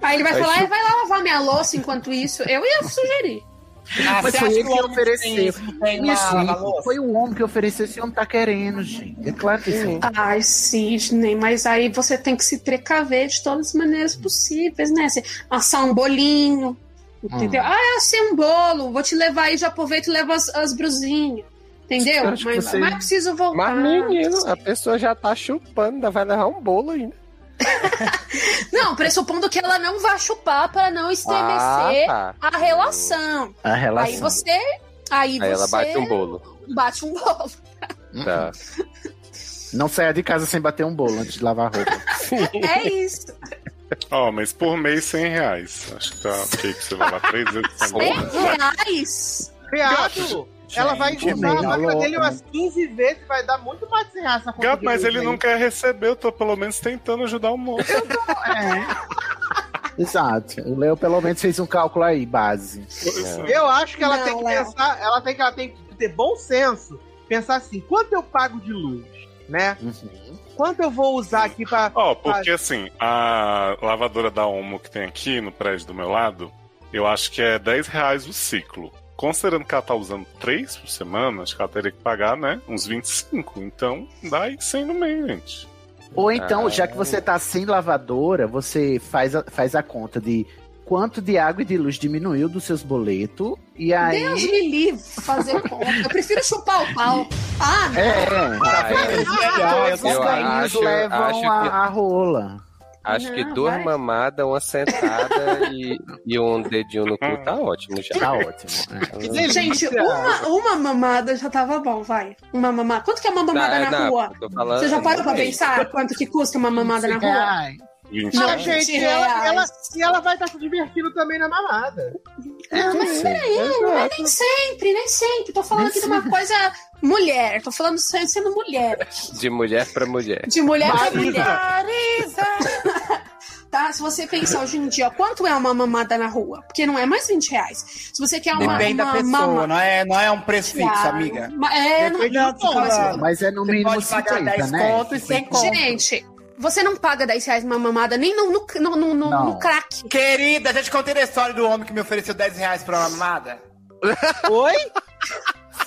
[SPEAKER 6] Aí ele vai
[SPEAKER 4] Aí
[SPEAKER 6] falar,
[SPEAKER 4] chu-
[SPEAKER 6] "Ah, vai lá lavar minha louça enquanto isso. Eu ia sugerir.
[SPEAKER 2] Ah,
[SPEAKER 4] Mas
[SPEAKER 2] você
[SPEAKER 4] foi
[SPEAKER 2] acha
[SPEAKER 4] ele que
[SPEAKER 2] o homem
[SPEAKER 4] ofereceu.
[SPEAKER 2] tem isso, não tem
[SPEAKER 4] Minha
[SPEAKER 2] lá,
[SPEAKER 4] gente,
[SPEAKER 2] valor?
[SPEAKER 4] foi o homem que ofereceu, esse homem tá querendo, gente. É claro que sim.
[SPEAKER 6] Ai, Sidney, mas aí você tem que se precaver de todas as maneiras possíveis, né? Assim, assar um bolinho, entendeu? Ah, eu assei um bolo, vou te levar aí, já aproveito e levo as, as brusinhas, entendeu?
[SPEAKER 4] Eu acho que
[SPEAKER 6] Mas,
[SPEAKER 4] você-
[SPEAKER 6] mas preciso voltar.
[SPEAKER 10] Mas, menino, a pessoa já tá chupando, ainda vai levar um bolo ainda.
[SPEAKER 6] Não, pressupondo que ela não vai chupar para não estremecer
[SPEAKER 10] tá.
[SPEAKER 6] a relação.
[SPEAKER 4] A Hum, relação.
[SPEAKER 6] Aí você... Aí,
[SPEAKER 10] Aí
[SPEAKER 6] você
[SPEAKER 10] ela bate um bolo.
[SPEAKER 6] bate um bolo.
[SPEAKER 10] Tá.
[SPEAKER 4] Não saia de casa sem bater um bolo antes de lavar a roupa.
[SPEAKER 6] É isso.
[SPEAKER 5] Ó, mas por mês, 100 reais. Acho que tá ok pra você levar três vezes. tá bom.
[SPEAKER 6] 100 reais?
[SPEAKER 3] Viado, ela vai
[SPEAKER 2] Gente,
[SPEAKER 3] usar a
[SPEAKER 4] não,
[SPEAKER 3] máquina
[SPEAKER 4] louco,
[SPEAKER 3] dele umas 15 vezes, vai dar muito mais de 100 reais essa conta
[SPEAKER 5] Gato,
[SPEAKER 3] de
[SPEAKER 5] mas
[SPEAKER 3] luz
[SPEAKER 5] ele
[SPEAKER 3] aí.
[SPEAKER 5] não quer receber, eu tô pelo menos tentando ajudar o moço.
[SPEAKER 4] Exato. O Léo pelo menos fez um cálculo aí, base.
[SPEAKER 3] Eu acho que ela
[SPEAKER 11] Não,
[SPEAKER 3] tem que
[SPEAKER 11] Léo.
[SPEAKER 3] pensar, ela tem que ela tem que ter bom senso, pensar assim, quanto eu pago de luz, né? Quanto eu vou usar aqui pra
[SPEAKER 5] Ó,
[SPEAKER 6] Ah.
[SPEAKER 5] porque assim, a lavadora da Omo que tem aqui no prédio do meu lado, eu acho que é 10 reais o ciclo. Considerando que ela tá usando 3 por semana, acho que ela teria que pagar, né? Uns 25. Então, dá aí 100 no meio, gente.
[SPEAKER 4] Ou então, já que você tá sem lavadora, você faz a, faz a conta de quanto de água e de luz diminuiu dos seus boletos. E aí.
[SPEAKER 6] Deus me livre fazer conta. Eu prefiro chupar o pau. Ah, não.
[SPEAKER 4] É,
[SPEAKER 10] Ah, é.
[SPEAKER 4] todos os
[SPEAKER 10] eu
[SPEAKER 4] caminhos
[SPEAKER 10] acho-
[SPEAKER 4] levam
[SPEAKER 10] acho que-
[SPEAKER 4] a, a rola.
[SPEAKER 10] Acho que
[SPEAKER 6] Não,
[SPEAKER 10] duas
[SPEAKER 6] vai.
[SPEAKER 10] mamadas, uma sentada e, e um dedinho no cu tá ótimo já.
[SPEAKER 4] Tá ótimo. É.
[SPEAKER 3] Que delícia.
[SPEAKER 6] Gente, uma, uma mamada já tava bom, vai. Uma mamada. Quanto que é uma mamada na
[SPEAKER 10] Tá, não,
[SPEAKER 6] rua?
[SPEAKER 10] tô falando-
[SPEAKER 6] Você já parou pra
[SPEAKER 10] Não sei.
[SPEAKER 6] pensar quanto que custa uma mamada na
[SPEAKER 3] Ah,
[SPEAKER 6] rua?
[SPEAKER 4] Ai,
[SPEAKER 5] 20
[SPEAKER 3] Não,
[SPEAKER 5] reais.
[SPEAKER 3] gente,
[SPEAKER 6] gente,
[SPEAKER 3] ela,
[SPEAKER 6] reais.
[SPEAKER 3] ela, e ela vai estar se divertindo também na mamada.
[SPEAKER 4] é, mas
[SPEAKER 6] Peraí, não é nem sempre, nem sempre. Tô falando aqui de uma coisa mulher. Tô falando sendo sendo mulher.
[SPEAKER 10] De mulher pra mulher.
[SPEAKER 6] De mulher pra
[SPEAKER 3] Marisa.
[SPEAKER 6] mulher. Tá? Se você pensar hoje em dia, quanto é uma mamada na rua? Porque não é mais 20 reais. Se você quer uma,
[SPEAKER 2] Depende da
[SPEAKER 6] uma
[SPEAKER 2] pessoa,
[SPEAKER 6] mama...
[SPEAKER 2] não é, não é um preço fixo, amiga.
[SPEAKER 6] Ma- É, não,
[SPEAKER 2] Depende do
[SPEAKER 6] não,
[SPEAKER 2] tom,
[SPEAKER 6] mas-
[SPEAKER 2] mano.
[SPEAKER 4] mas é no
[SPEAKER 2] Você
[SPEAKER 4] mínimo
[SPEAKER 2] pode pagar
[SPEAKER 4] 50,
[SPEAKER 2] 10
[SPEAKER 4] né?
[SPEAKER 2] conto e 100 conto.
[SPEAKER 6] Gente, você não paga 10 reais uma mamada nem no, no, no, no- no-
[SPEAKER 4] Não.
[SPEAKER 6] no crack.
[SPEAKER 2] Querida, já te contei a história do homem que me ofereceu 10 reais pra uma mamada?
[SPEAKER 3] Oi?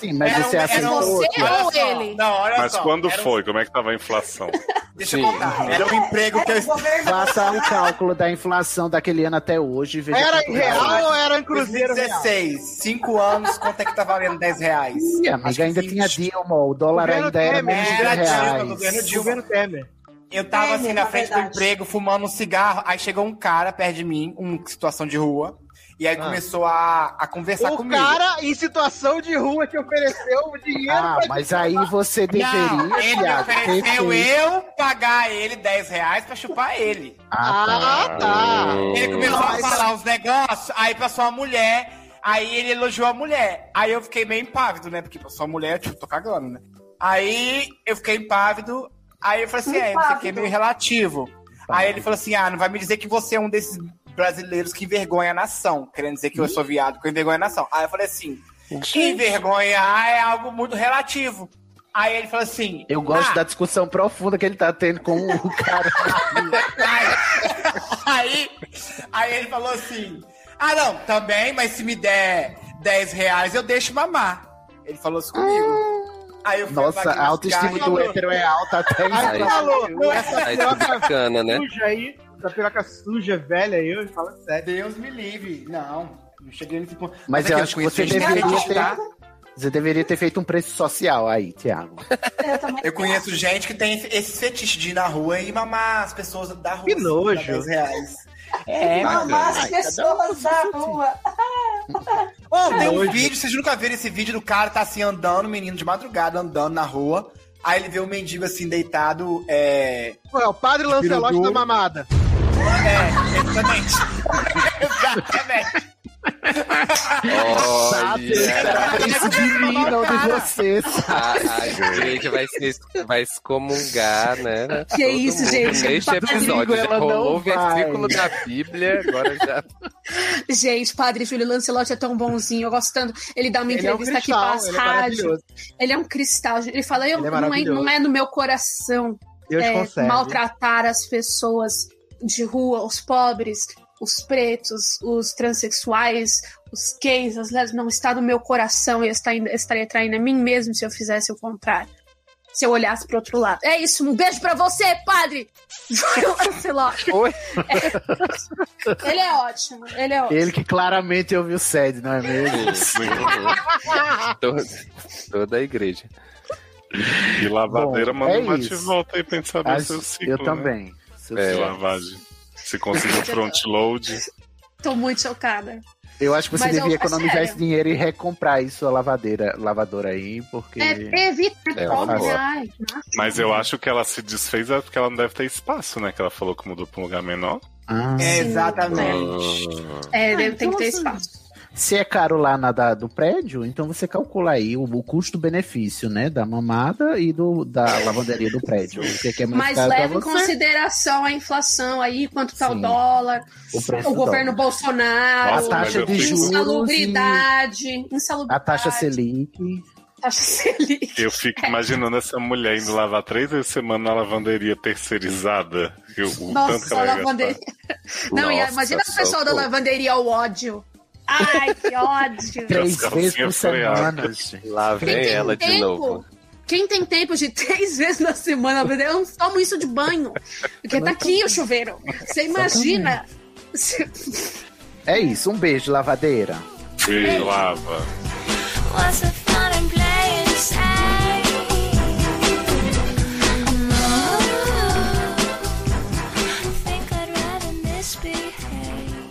[SPEAKER 4] Sim, mas
[SPEAKER 2] Era um-
[SPEAKER 4] você é
[SPEAKER 2] era
[SPEAKER 4] aceitou.
[SPEAKER 6] você?
[SPEAKER 4] outro.
[SPEAKER 2] Olha
[SPEAKER 6] Ou
[SPEAKER 2] só,
[SPEAKER 6] ele?
[SPEAKER 2] Não, olha
[SPEAKER 5] Mas
[SPEAKER 2] só,
[SPEAKER 5] quando
[SPEAKER 2] era um-
[SPEAKER 5] foi? Uhum. Como é que tava a inflação?
[SPEAKER 2] Deixa eu
[SPEAKER 10] Sim.
[SPEAKER 2] contar. Era um emprego que
[SPEAKER 3] É,
[SPEAKER 2] eu
[SPEAKER 4] Faça o cálculo da inflação daquele ano até hoje e veja é
[SPEAKER 3] Era
[SPEAKER 4] quanto
[SPEAKER 3] em real ou era em cruzeiro real?
[SPEAKER 2] 2016, 5 anos, quanto é que tá valendo 10 reais?
[SPEAKER 4] Ih,
[SPEAKER 2] Acho que
[SPEAKER 4] amiga, ainda
[SPEAKER 2] 20.
[SPEAKER 4] tinha Dilma, o dólar
[SPEAKER 3] Governo
[SPEAKER 4] ainda era
[SPEAKER 3] Temer,
[SPEAKER 4] menos de
[SPEAKER 2] era
[SPEAKER 4] 10
[SPEAKER 2] Dilma, governo
[SPEAKER 4] reais.
[SPEAKER 2] Dilma.
[SPEAKER 3] Governo Temer.
[SPEAKER 2] Eu tava
[SPEAKER 11] É,
[SPEAKER 2] assim
[SPEAKER 11] mesmo,
[SPEAKER 2] na
[SPEAKER 11] é
[SPEAKER 2] frente do
[SPEAKER 11] verdade.
[SPEAKER 2] emprego, fumando um cigarro. Aí chegou um cara perto de mim, um situação de rua. E aí
[SPEAKER 3] Ah.
[SPEAKER 2] começou a, a conversar
[SPEAKER 3] O
[SPEAKER 2] Tá comigo.
[SPEAKER 3] cara em situação de rua te ofereceu o dinheiro
[SPEAKER 4] Ah,
[SPEAKER 3] pra
[SPEAKER 4] mas aí você
[SPEAKER 2] Não,
[SPEAKER 4] deveria,
[SPEAKER 2] ele me
[SPEAKER 4] Thiago, ter
[SPEAKER 2] ofereceu
[SPEAKER 4] feito-
[SPEAKER 2] eu pagar ele 10 reais pra chupar ele.
[SPEAKER 4] Ah,
[SPEAKER 3] Ah, tá.
[SPEAKER 2] Ele começou a falar uns negócios, aí passou a mulher, aí ele elogiou a mulher. Aí eu fiquei meio impávido, né? Porque passou a mulher, tipo, tô cagando, né? Aí eu fiquei impávido, aí eu falei assim, é, isso aqui é meio relativo. Aí ele falou assim, ah, não vai me dizer que você é um desses brasileiros que envergonha a nação. Querendo dizer que eu sou viado, que eu envergonho a nação. Aí eu falei assim, envergonhar é algo muito relativo. Aí ele falou assim...
[SPEAKER 4] Eu gosto
[SPEAKER 2] ah,
[SPEAKER 4] da discussão profunda que ele tá tendo com o cara.
[SPEAKER 2] Aí, aí, aí ele falou assim: Ah, não, também, mas se me der 10 reais, eu deixo mamar. Ele falou isso comigo. Aí eu fui
[SPEAKER 4] Ah, Nossa,
[SPEAKER 2] lá
[SPEAKER 4] a autoestima
[SPEAKER 2] buscar,
[SPEAKER 4] do
[SPEAKER 2] falou-
[SPEAKER 4] hétero é alta até
[SPEAKER 3] Aí
[SPEAKER 4] isso.
[SPEAKER 3] falou, não, essa
[SPEAKER 10] Aí tá
[SPEAKER 3] piroca
[SPEAKER 10] bacana, né?
[SPEAKER 3] suja aí, essa piroca suja, velha aí, eu
[SPEAKER 4] é
[SPEAKER 3] falo assim, sério.
[SPEAKER 2] Deus me livre. Não, não cheguei nesse ponto. é
[SPEAKER 4] Mas eu acho que você
[SPEAKER 2] gente
[SPEAKER 4] deveria
[SPEAKER 2] que
[SPEAKER 4] ter-
[SPEAKER 2] tá-
[SPEAKER 4] Você deveria ter feito um preço social aí, Thiago.
[SPEAKER 11] Eu também.
[SPEAKER 2] Eu conheço gente que tem esse- esse fetiche de ir na rua e mamar as pessoas da rua.
[SPEAKER 3] Que nojo.
[SPEAKER 2] dar 10 reais.
[SPEAKER 11] É,
[SPEAKER 2] bacana.
[SPEAKER 11] as pessoas da rua.
[SPEAKER 2] Ô, tem um vídeo, vocês nunca viram esse vídeo do cara tá assim andando, menino de madrugada andando na rua. Aí ele vê um mendigo assim deitado, é.
[SPEAKER 3] Pô, é o padre Lancelote da mamada.
[SPEAKER 2] É, exatamente. exatamente.
[SPEAKER 10] Olha,
[SPEAKER 4] Isso divina onde vocês.
[SPEAKER 10] a, a gente vai se, vai se comungar, né?
[SPEAKER 11] Que isso, gente,
[SPEAKER 10] Neste
[SPEAKER 11] domingo
[SPEAKER 10] episódio já
[SPEAKER 4] ela
[SPEAKER 10] rolou
[SPEAKER 4] não
[SPEAKER 10] o versículo da Bíblia, agora já
[SPEAKER 6] Gente, padre Júlio Lancelotti é tão bonzinho, eu gosto tanto. Ele dá uma
[SPEAKER 3] Ele é um
[SPEAKER 6] entrevista aqui
[SPEAKER 3] cristal,
[SPEAKER 6] para as
[SPEAKER 3] ele é
[SPEAKER 6] rádios.
[SPEAKER 3] maravilhoso.
[SPEAKER 6] Ele é um cristal. gente. Ele fala, eu,
[SPEAKER 3] Ele é
[SPEAKER 6] não, é,
[SPEAKER 3] maravilhoso.
[SPEAKER 6] não é no meu coração
[SPEAKER 3] Deus
[SPEAKER 6] é,
[SPEAKER 3] consegue.
[SPEAKER 6] maltratar as pessoas de rua, os pobres, os pretos, os transexuais, os gays, as lésbicas. Não está no meu coração e eu estaria, estaria traindo a mim mesmo se eu fizesse o contrário. Se eu olhasse pro outro lado. É isso, um beijo pra você, padre! Júlio Lancelotti.
[SPEAKER 10] Oi?
[SPEAKER 6] É. Ele é ótimo, ele é ótimo.
[SPEAKER 4] Ele que claramente ouviu o sede, não é mesmo?
[SPEAKER 10] toda, toda a igreja.
[SPEAKER 5] E lavadeira
[SPEAKER 4] Bom,
[SPEAKER 5] manda
[SPEAKER 4] é
[SPEAKER 5] um bate e
[SPEAKER 4] isso.
[SPEAKER 5] volta aí pra gente saber
[SPEAKER 4] As-
[SPEAKER 5] seu ciclo.
[SPEAKER 4] eu
[SPEAKER 5] né?
[SPEAKER 4] também. Seu
[SPEAKER 10] É,
[SPEAKER 5] De
[SPEAKER 4] ciclo.
[SPEAKER 5] lavagem. Se conseguiu front load.
[SPEAKER 6] Tô muito chocada.
[SPEAKER 4] Eu acho que você
[SPEAKER 6] Mas eu-
[SPEAKER 4] devia
[SPEAKER 6] é
[SPEAKER 4] economizar
[SPEAKER 6] sério.
[SPEAKER 4] esse dinheiro e recomprar aí sua lavadeira, lavadora aí, porque.
[SPEAKER 6] É, evita
[SPEAKER 10] É,
[SPEAKER 6] compra,
[SPEAKER 10] boa.
[SPEAKER 6] ai, nossa.
[SPEAKER 5] Mas eu acho que ela se desfez é porque ela não deve ter espaço, né? Que ela falou que mudou pra um lugar menor.
[SPEAKER 4] Ah.
[SPEAKER 2] Exatamente.
[SPEAKER 6] É, deve-
[SPEAKER 4] Ah,
[SPEAKER 6] tem que ter
[SPEAKER 4] então,
[SPEAKER 6] espaço.
[SPEAKER 4] Se é caro lá na da- do prédio, então você calcula aí o, o custo-benefício, né? Da mamada e do, da lavanderia do prédio. O que, que é mais
[SPEAKER 6] Mas
[SPEAKER 4] caro pra
[SPEAKER 6] leva em
[SPEAKER 4] você?
[SPEAKER 6] consideração a inflação aí, quanto tá
[SPEAKER 4] Sim.
[SPEAKER 6] o dólar,
[SPEAKER 4] O preço
[SPEAKER 6] o
[SPEAKER 4] do
[SPEAKER 6] governo
[SPEAKER 4] dólar.
[SPEAKER 6] Bolsonaro,
[SPEAKER 4] A
[SPEAKER 5] Nossa, mas
[SPEAKER 4] taxa
[SPEAKER 5] eu
[SPEAKER 4] de
[SPEAKER 5] fiz-
[SPEAKER 4] juros. e
[SPEAKER 6] insalubridade,
[SPEAKER 4] A
[SPEAKER 6] insalubridade.
[SPEAKER 4] taxa Selic.
[SPEAKER 6] taxa Selic.
[SPEAKER 5] Eu fico imaginando essa mulher indo lavar três vezes por semana na lavanderia terceirizada. Eu, o tanto que
[SPEAKER 6] Nossa, a
[SPEAKER 5] ela ia
[SPEAKER 6] lavanderia.
[SPEAKER 5] gastar.
[SPEAKER 6] Não, e
[SPEAKER 10] Nossa,
[SPEAKER 6] imagina o pessoal da
[SPEAKER 10] socorro.
[SPEAKER 6] lavanderia ao ódio. Ai, que ódio.
[SPEAKER 4] Três
[SPEAKER 5] calcinhas
[SPEAKER 4] vezes por
[SPEAKER 5] freadas.
[SPEAKER 4] semana, gente.
[SPEAKER 10] Lá
[SPEAKER 6] Quem
[SPEAKER 10] vem
[SPEAKER 6] tem
[SPEAKER 10] ela de
[SPEAKER 6] tempo?
[SPEAKER 10] novo.
[SPEAKER 6] Quem tem tempo de três vezes na semana, meu Deus, eu não tomo isso de banho. Porque tá aqui o chuveiro. Você imagina.
[SPEAKER 4] É isso, um beijo, lavadeira.
[SPEAKER 5] E lava.
[SPEAKER 7] What's the fun in playing safe? Think I'd rather misbehave.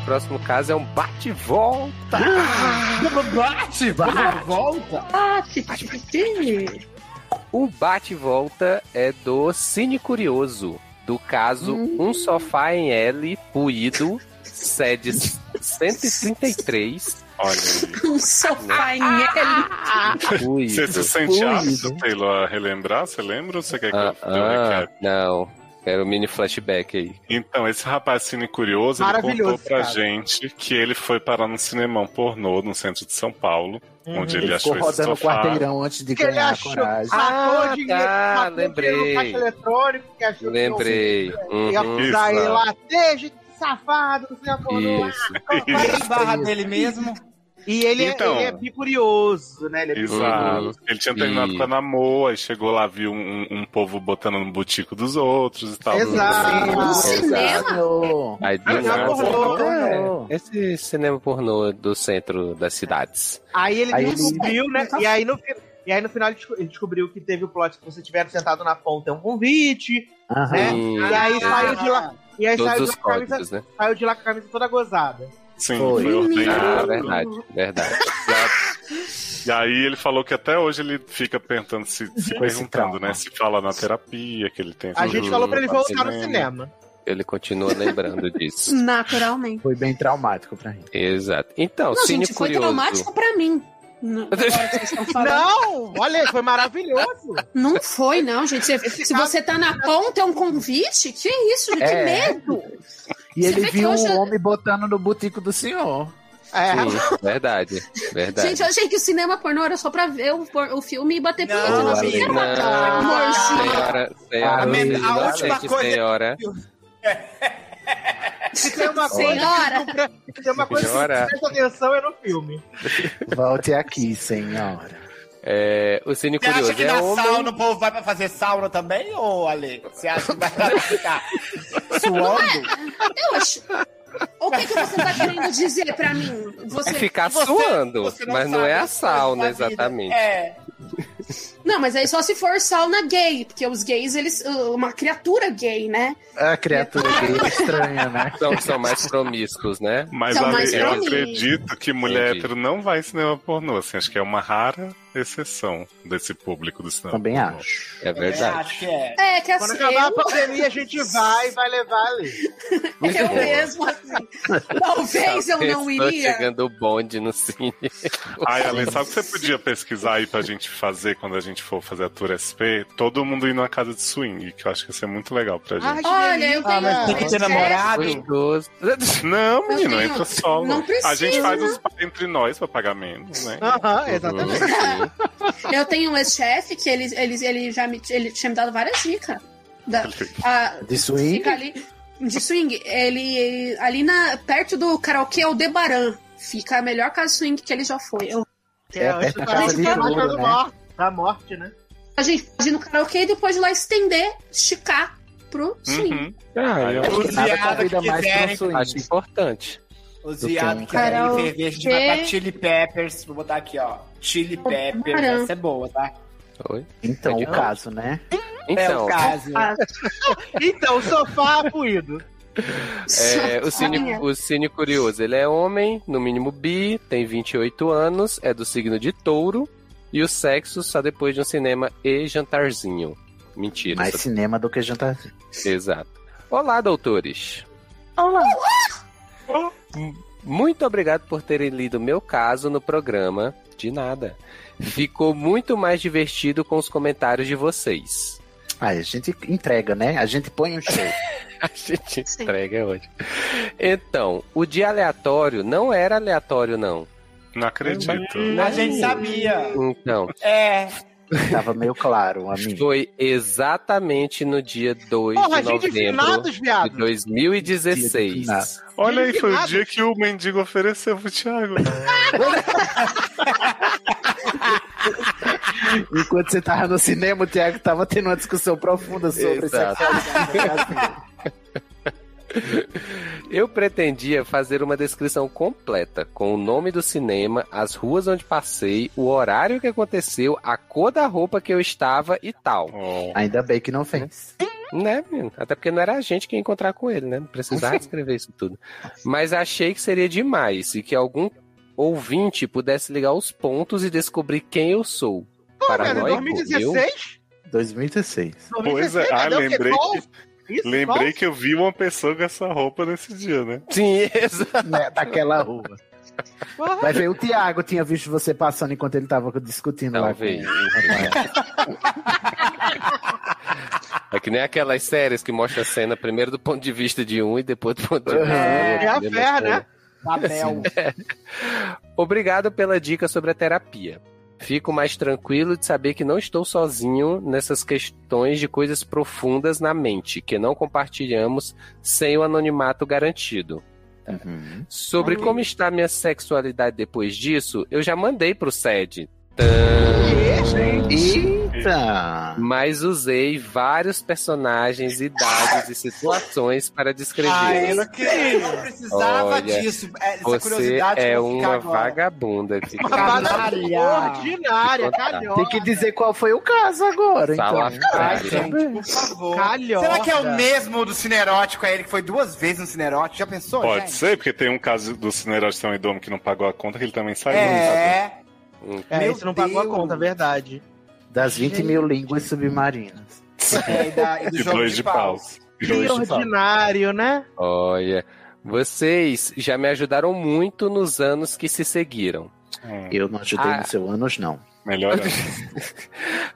[SPEAKER 10] O próximo caso é um bate-volta.
[SPEAKER 4] Bate, bate.
[SPEAKER 6] Ah, que pequenininho.
[SPEAKER 10] O bate-volta é do Cine Curioso, do caso
[SPEAKER 3] Hum.
[SPEAKER 10] Um Sofá em L, Puído, sede 133,
[SPEAKER 5] Olha aí.
[SPEAKER 6] Um sofá em L.
[SPEAKER 10] Puído.
[SPEAKER 5] Você se sente apto, Taylor, a relembrar? Você lembra ou você quer que
[SPEAKER 10] Ah,
[SPEAKER 5] eu dê um
[SPEAKER 10] ah,
[SPEAKER 5] recap?
[SPEAKER 10] não, era um mini flashback aí.
[SPEAKER 5] Então, esse rapazinho curioso, ele
[SPEAKER 3] Maravilhoso,
[SPEAKER 5] contou pra
[SPEAKER 3] cara.
[SPEAKER 5] gente que ele foi parar num cinemão pornô no centro de São Paulo,
[SPEAKER 3] Uhum.
[SPEAKER 5] onde ele,
[SPEAKER 4] Ele
[SPEAKER 5] achou
[SPEAKER 4] ficou
[SPEAKER 5] esse
[SPEAKER 4] rodando o
[SPEAKER 5] sofá.
[SPEAKER 4] quarteirão antes de
[SPEAKER 3] Que ele
[SPEAKER 4] ganhar a
[SPEAKER 3] achou-
[SPEAKER 4] coragem.
[SPEAKER 10] Ah,
[SPEAKER 3] Matou dinheiro,
[SPEAKER 10] tá,
[SPEAKER 3] matou
[SPEAKER 10] lembrei.
[SPEAKER 3] dinheiro no um caixa eletrônico, que achou que
[SPEAKER 10] Lembrei.
[SPEAKER 3] não- Ia
[SPEAKER 10] Uhum,
[SPEAKER 5] Isso,
[SPEAKER 3] usar ele
[SPEAKER 5] né?
[SPEAKER 3] lá, desde safado, que você acordou lá.
[SPEAKER 10] isso.
[SPEAKER 2] Qual é a barra dele mesmo?
[SPEAKER 3] E ele,
[SPEAKER 5] Então.
[SPEAKER 3] é, ele é bicurioso, né? Ele é
[SPEAKER 5] Exato. Ele tinha terminado
[SPEAKER 10] E-
[SPEAKER 5] com a namor, aí chegou lá, viu um, um povo botando no butico dos outros e tal.
[SPEAKER 3] Exato.
[SPEAKER 6] Um
[SPEAKER 10] Exato.
[SPEAKER 6] cinema.
[SPEAKER 4] Senhor.
[SPEAKER 10] Aí do
[SPEAKER 5] Ah,
[SPEAKER 10] nada-
[SPEAKER 3] pornô,
[SPEAKER 10] É, Esse cinema pornô do centro das cidades.
[SPEAKER 3] Aí ele
[SPEAKER 4] Aí
[SPEAKER 3] não
[SPEAKER 4] ele-
[SPEAKER 3] subiu, né? E aí no fi- E aí, no final, ele desco- ele descobriu que teve o plot que você tiver sentado na ponta é um convite,
[SPEAKER 4] Aham.
[SPEAKER 3] né?
[SPEAKER 10] Sim. É,
[SPEAKER 3] E
[SPEAKER 2] Ah,
[SPEAKER 3] aí saiu de lá. E aí saiu de,
[SPEAKER 10] Todos os
[SPEAKER 3] lá com a camisa,
[SPEAKER 10] códigos, né?
[SPEAKER 3] saiu de lá com a camisa toda gozada.
[SPEAKER 5] Sim,
[SPEAKER 4] Foi.
[SPEAKER 5] foi,
[SPEAKER 10] Ah,
[SPEAKER 5] ordenado.
[SPEAKER 10] verdade, verdade.
[SPEAKER 5] E aí ele falou que até hoje ele fica perguntando, se, se
[SPEAKER 4] esse
[SPEAKER 5] perguntando,
[SPEAKER 4] trauma.
[SPEAKER 5] né? Se fala na terapia que ele tem.
[SPEAKER 3] A
[SPEAKER 5] essas
[SPEAKER 3] gente
[SPEAKER 10] Uhum.
[SPEAKER 3] falou pra ele voltar no
[SPEAKER 5] Cinema.
[SPEAKER 3] cinema.
[SPEAKER 10] Ele continua lembrando disso.
[SPEAKER 6] Naturalmente.
[SPEAKER 4] Foi bem traumático pra mim.
[SPEAKER 10] Exato. Então,
[SPEAKER 6] Não,
[SPEAKER 10] Cine
[SPEAKER 6] gente, foi
[SPEAKER 10] Curioso.
[SPEAKER 6] traumático pra mim. Não, agora que vocês estão falando.
[SPEAKER 3] Não! Olha, foi maravilhoso!
[SPEAKER 6] Não foi, não, gente. Se, se
[SPEAKER 3] caso-
[SPEAKER 6] você tá na ponta, é um convite? Que isso, gente?
[SPEAKER 4] É.
[SPEAKER 6] Que medo!
[SPEAKER 4] E
[SPEAKER 6] Você
[SPEAKER 4] ele
[SPEAKER 6] vê que
[SPEAKER 4] viu o
[SPEAKER 6] hoje-
[SPEAKER 4] homem botando no botico do senhor.
[SPEAKER 3] É,
[SPEAKER 10] Sim, verdade, verdade.
[SPEAKER 6] Gente, eu achei que o cinema pornô era só pra ver o, por- o filme e bater punheta.
[SPEAKER 2] Não,
[SPEAKER 6] Eu
[SPEAKER 10] Boa,
[SPEAKER 6] achei que
[SPEAKER 10] Lê.
[SPEAKER 6] era uma
[SPEAKER 10] Não,
[SPEAKER 6] morgia.
[SPEAKER 10] senhora, senhora,
[SPEAKER 4] A
[SPEAKER 2] men- a
[SPEAKER 10] senhora,
[SPEAKER 2] última
[SPEAKER 10] gente,
[SPEAKER 2] coisa-
[SPEAKER 10] senhora.
[SPEAKER 3] Se tem uma coisa
[SPEAKER 6] Senhora!
[SPEAKER 3] que eu compre- se tem uma coisa que
[SPEAKER 10] Senhora.
[SPEAKER 3] presta atenção é no filme.
[SPEAKER 4] Volte aqui, senhora.
[SPEAKER 10] É, o Cine
[SPEAKER 2] Você acha
[SPEAKER 10] Curioso
[SPEAKER 2] que
[SPEAKER 10] é
[SPEAKER 2] na
[SPEAKER 10] homem.
[SPEAKER 2] sauna o povo vai pra fazer sauna também, ô Ale? Você acha que vai lá ficar suando?
[SPEAKER 6] Eu acho. O que, que você tá querendo dizer pra mim? Você...
[SPEAKER 10] É ficar
[SPEAKER 6] você-
[SPEAKER 10] suando,
[SPEAKER 6] você
[SPEAKER 10] mas não
[SPEAKER 6] sabe
[SPEAKER 10] é a
[SPEAKER 6] as coisas
[SPEAKER 10] sauna,
[SPEAKER 6] da vida.
[SPEAKER 10] exatamente.
[SPEAKER 2] É.
[SPEAKER 6] Não, mas aí só se for sauna gay, porque os gays, eles. uh, Uma criatura gay, né?
[SPEAKER 4] A criatura gay é estranha, né?
[SPEAKER 10] São, são mais promíscuos, né?
[SPEAKER 5] Mas
[SPEAKER 6] São
[SPEAKER 5] Ale,
[SPEAKER 6] mais
[SPEAKER 5] eu
[SPEAKER 6] homens.
[SPEAKER 5] acredito que mulher
[SPEAKER 10] Entendi.
[SPEAKER 5] hétero não vai em cinema pornô. Assim, acho que é uma rara exceção desse público do cinema.
[SPEAKER 4] Também
[SPEAKER 5] pornô.
[SPEAKER 4] acho.
[SPEAKER 10] É
[SPEAKER 2] Eu
[SPEAKER 10] verdade.
[SPEAKER 2] acho que é.
[SPEAKER 6] É, que
[SPEAKER 3] Quando
[SPEAKER 6] assim.
[SPEAKER 3] acabar a
[SPEAKER 6] Eu,
[SPEAKER 3] pandemia, a gente vai e vai levar ali.
[SPEAKER 6] eu mesmo, assim. Talvez eu não
[SPEAKER 10] Estou
[SPEAKER 6] iria.
[SPEAKER 10] chegando o bonde no cine.
[SPEAKER 5] Ai, Ale, sabe o que você podia pesquisar aí pra gente fazer quando a gente for fazer a Tour SP? Todo mundo ir numa casa de swing, que eu acho que ia ser muito legal pra gente.
[SPEAKER 6] Olha, eu tenho. um
[SPEAKER 2] Tem que ter
[SPEAKER 6] estresse.
[SPEAKER 2] namorado.
[SPEAKER 10] Gostoso.
[SPEAKER 5] Não,
[SPEAKER 6] Eu
[SPEAKER 5] menino,
[SPEAKER 6] tenho-
[SPEAKER 5] entra solo.
[SPEAKER 6] não
[SPEAKER 5] a gente
[SPEAKER 6] precisa, Ah,
[SPEAKER 5] faz
[SPEAKER 6] né?
[SPEAKER 5] os pa- entre nós pra pagar menos, né?
[SPEAKER 3] Aham,
[SPEAKER 6] É,
[SPEAKER 3] exatamente.
[SPEAKER 10] Uhum.
[SPEAKER 6] Eu tenho um ex-chefe que ele, ele, ele já me, ele tinha me dado várias dicas. Da, a-
[SPEAKER 4] De swing?
[SPEAKER 6] fica ali, de swing, ele ali na, perto do karaokê Aldebaran. Fica a melhor casa swing que ele já foi. Eu-
[SPEAKER 4] É perto da
[SPEAKER 3] a
[SPEAKER 4] casa
[SPEAKER 3] gente
[SPEAKER 4] de
[SPEAKER 3] vai
[SPEAKER 4] ouro,
[SPEAKER 3] matando
[SPEAKER 4] né?
[SPEAKER 3] mor- da morte, né?
[SPEAKER 6] a gente pode ir no karaokê e depois de lá estender, esticar pro swing.
[SPEAKER 5] Uhum.
[SPEAKER 10] Ah, eu
[SPEAKER 2] Os
[SPEAKER 4] Que nada
[SPEAKER 2] viados
[SPEAKER 4] convida
[SPEAKER 2] que
[SPEAKER 4] mais pra um
[SPEAKER 2] quiserem,
[SPEAKER 4] swing.
[SPEAKER 10] acho importante.
[SPEAKER 2] os
[SPEAKER 4] Do
[SPEAKER 2] viados
[SPEAKER 4] quem?
[SPEAKER 10] um
[SPEAKER 2] que quiserem
[SPEAKER 6] Carol,
[SPEAKER 2] ferver, a gente
[SPEAKER 6] quê?
[SPEAKER 2] vai pra Chili Peppers. Vou botar aqui, ó. Chili Peppers,
[SPEAKER 6] Caramba.
[SPEAKER 2] essa é boa, tá?
[SPEAKER 10] Oi?
[SPEAKER 4] Então,
[SPEAKER 10] É de
[SPEAKER 4] o
[SPEAKER 10] novo.
[SPEAKER 4] caso, né?
[SPEAKER 2] É o
[SPEAKER 10] Então,
[SPEAKER 2] caso.
[SPEAKER 6] Ah,
[SPEAKER 3] Então, o sofá apuído.
[SPEAKER 10] é, o, cine,
[SPEAKER 6] Ah, Olha,
[SPEAKER 10] o Cine Curioso, ele é homem, no mínimo bi, tem 28 anos, é do signo de touro, e o sexo só depois de um cinema e jantarzinho. Mentira,
[SPEAKER 4] Mais
[SPEAKER 5] tá-
[SPEAKER 10] isso-
[SPEAKER 4] cinema do que jantar.
[SPEAKER 10] exato. Olá, doutores. Olá. Muito obrigado por terem lido meu caso no programa. De nada. Ficou muito mais divertido com os comentários de vocês.
[SPEAKER 4] Aí a gente entrega, né? A gente põe um show.
[SPEAKER 10] A gente
[SPEAKER 6] Sim.
[SPEAKER 10] entrega é hoje. Então, o dia aleatório não era aleatório, não.
[SPEAKER 5] Não acredito.
[SPEAKER 2] A gente sabia.
[SPEAKER 10] Então,
[SPEAKER 2] É.
[SPEAKER 4] Tava meio claro, amigo.
[SPEAKER 10] foi exatamente no dia 2
[SPEAKER 3] Porra,
[SPEAKER 10] de
[SPEAKER 3] gente,
[SPEAKER 10] novembro
[SPEAKER 3] finados,
[SPEAKER 10] de
[SPEAKER 3] viado.
[SPEAKER 10] 2016.
[SPEAKER 4] Dia dos
[SPEAKER 5] Olha aí, foi o
[SPEAKER 3] Indignado.
[SPEAKER 5] dia que o mendigo ofereceu pro Thiago.
[SPEAKER 4] Enquanto você tava no cinema, o Thiago tava tendo uma discussão profunda sobre
[SPEAKER 10] Exato.
[SPEAKER 4] sexualidade.
[SPEAKER 10] Eu pretendia fazer uma descrição completa, com o nome do cinema, as ruas onde passei, o horário que aconteceu, a cor da roupa que eu estava e tal.
[SPEAKER 5] Oh.
[SPEAKER 4] Ainda bem que não fez.
[SPEAKER 10] Né, menino? Até porque não era a gente que ia encontrar com ele, né? Não precisava escrever isso tudo. Mas achei que seria demais e que algum ouvinte pudesse ligar os pontos e descobrir quem eu sou.
[SPEAKER 3] Mano,
[SPEAKER 10] Paranoico, eu?
[SPEAKER 3] 2016?
[SPEAKER 4] 2016.
[SPEAKER 5] Pois é, ah,
[SPEAKER 3] cadê o quê?
[SPEAKER 5] lembrei
[SPEAKER 3] Golf? Isso,
[SPEAKER 5] Lembrei que eu vi uma pessoa com essa roupa nesse dia, né?
[SPEAKER 10] Sim, exato.
[SPEAKER 4] Né, daquela rua. Vai ver, o Thiago tinha visto você passando enquanto ele tava discutindo lá. com
[SPEAKER 10] Talvez.
[SPEAKER 4] o rapaz.
[SPEAKER 10] É que nem aquelas séries que mostra a cena primeiro do ponto de vista de um e depois do ponto de vista do outro.
[SPEAKER 3] É, é a
[SPEAKER 10] Mesma
[SPEAKER 3] fé,
[SPEAKER 10] coisa.
[SPEAKER 3] né?
[SPEAKER 2] Babel.
[SPEAKER 10] Obrigado pela dica sobre a terapia. Fico mais tranquilo de saber que não estou sozinho nessas questões de coisas profundas na mente, que não compartilhamos sem o anonimato garantido.
[SPEAKER 4] Uhum.
[SPEAKER 10] Sobre como está minha sexualidade depois disso, eu já mandei pro SED,
[SPEAKER 4] Eita!
[SPEAKER 10] mas usei vários personagens, idades e situações para
[SPEAKER 2] Ai,
[SPEAKER 10] descrever.
[SPEAKER 3] Ah,
[SPEAKER 2] eu não queria. Eu não precisava
[SPEAKER 10] Olha,
[SPEAKER 2] disso. É, Essa
[SPEAKER 10] Você
[SPEAKER 2] curiosidade
[SPEAKER 10] é
[SPEAKER 2] eu vou ficar
[SPEAKER 10] uma
[SPEAKER 2] agora.
[SPEAKER 10] vagabunda. que
[SPEAKER 3] Uma
[SPEAKER 10] fica-
[SPEAKER 3] parada
[SPEAKER 2] Caralho.
[SPEAKER 3] ordinária, calhota.
[SPEAKER 4] Tem que dizer qual foi o caso agora, então.
[SPEAKER 2] Ai,
[SPEAKER 10] Salafrária.
[SPEAKER 2] gente, por favor.
[SPEAKER 3] Calhota.
[SPEAKER 2] Será que é o mesmo do Cinerótico? É ele que foi duas vezes no Cinerótico? Já pensou,
[SPEAKER 5] Pode
[SPEAKER 2] gente?
[SPEAKER 5] ser, porque tem um caso do Cinerói de São Idomo que não pagou a conta, que ele também saiu. né? sabe?
[SPEAKER 2] É.
[SPEAKER 3] É,
[SPEAKER 2] Meu
[SPEAKER 3] isso não pagou
[SPEAKER 2] Deus.
[SPEAKER 3] a conta, é verdade.
[SPEAKER 4] Das 20 mil línguas submarinas.
[SPEAKER 2] é e da, e do
[SPEAKER 5] E
[SPEAKER 2] jogo
[SPEAKER 5] dois de paus. E dois
[SPEAKER 3] Que
[SPEAKER 5] de paus.
[SPEAKER 3] ordinário, né?
[SPEAKER 10] Olha, vocês já me ajudaram muito nos anos que se seguiram.
[SPEAKER 5] Hum,
[SPEAKER 4] Eu não ajudei
[SPEAKER 10] Ah.
[SPEAKER 4] no seu anos, não.
[SPEAKER 5] melhor ainda.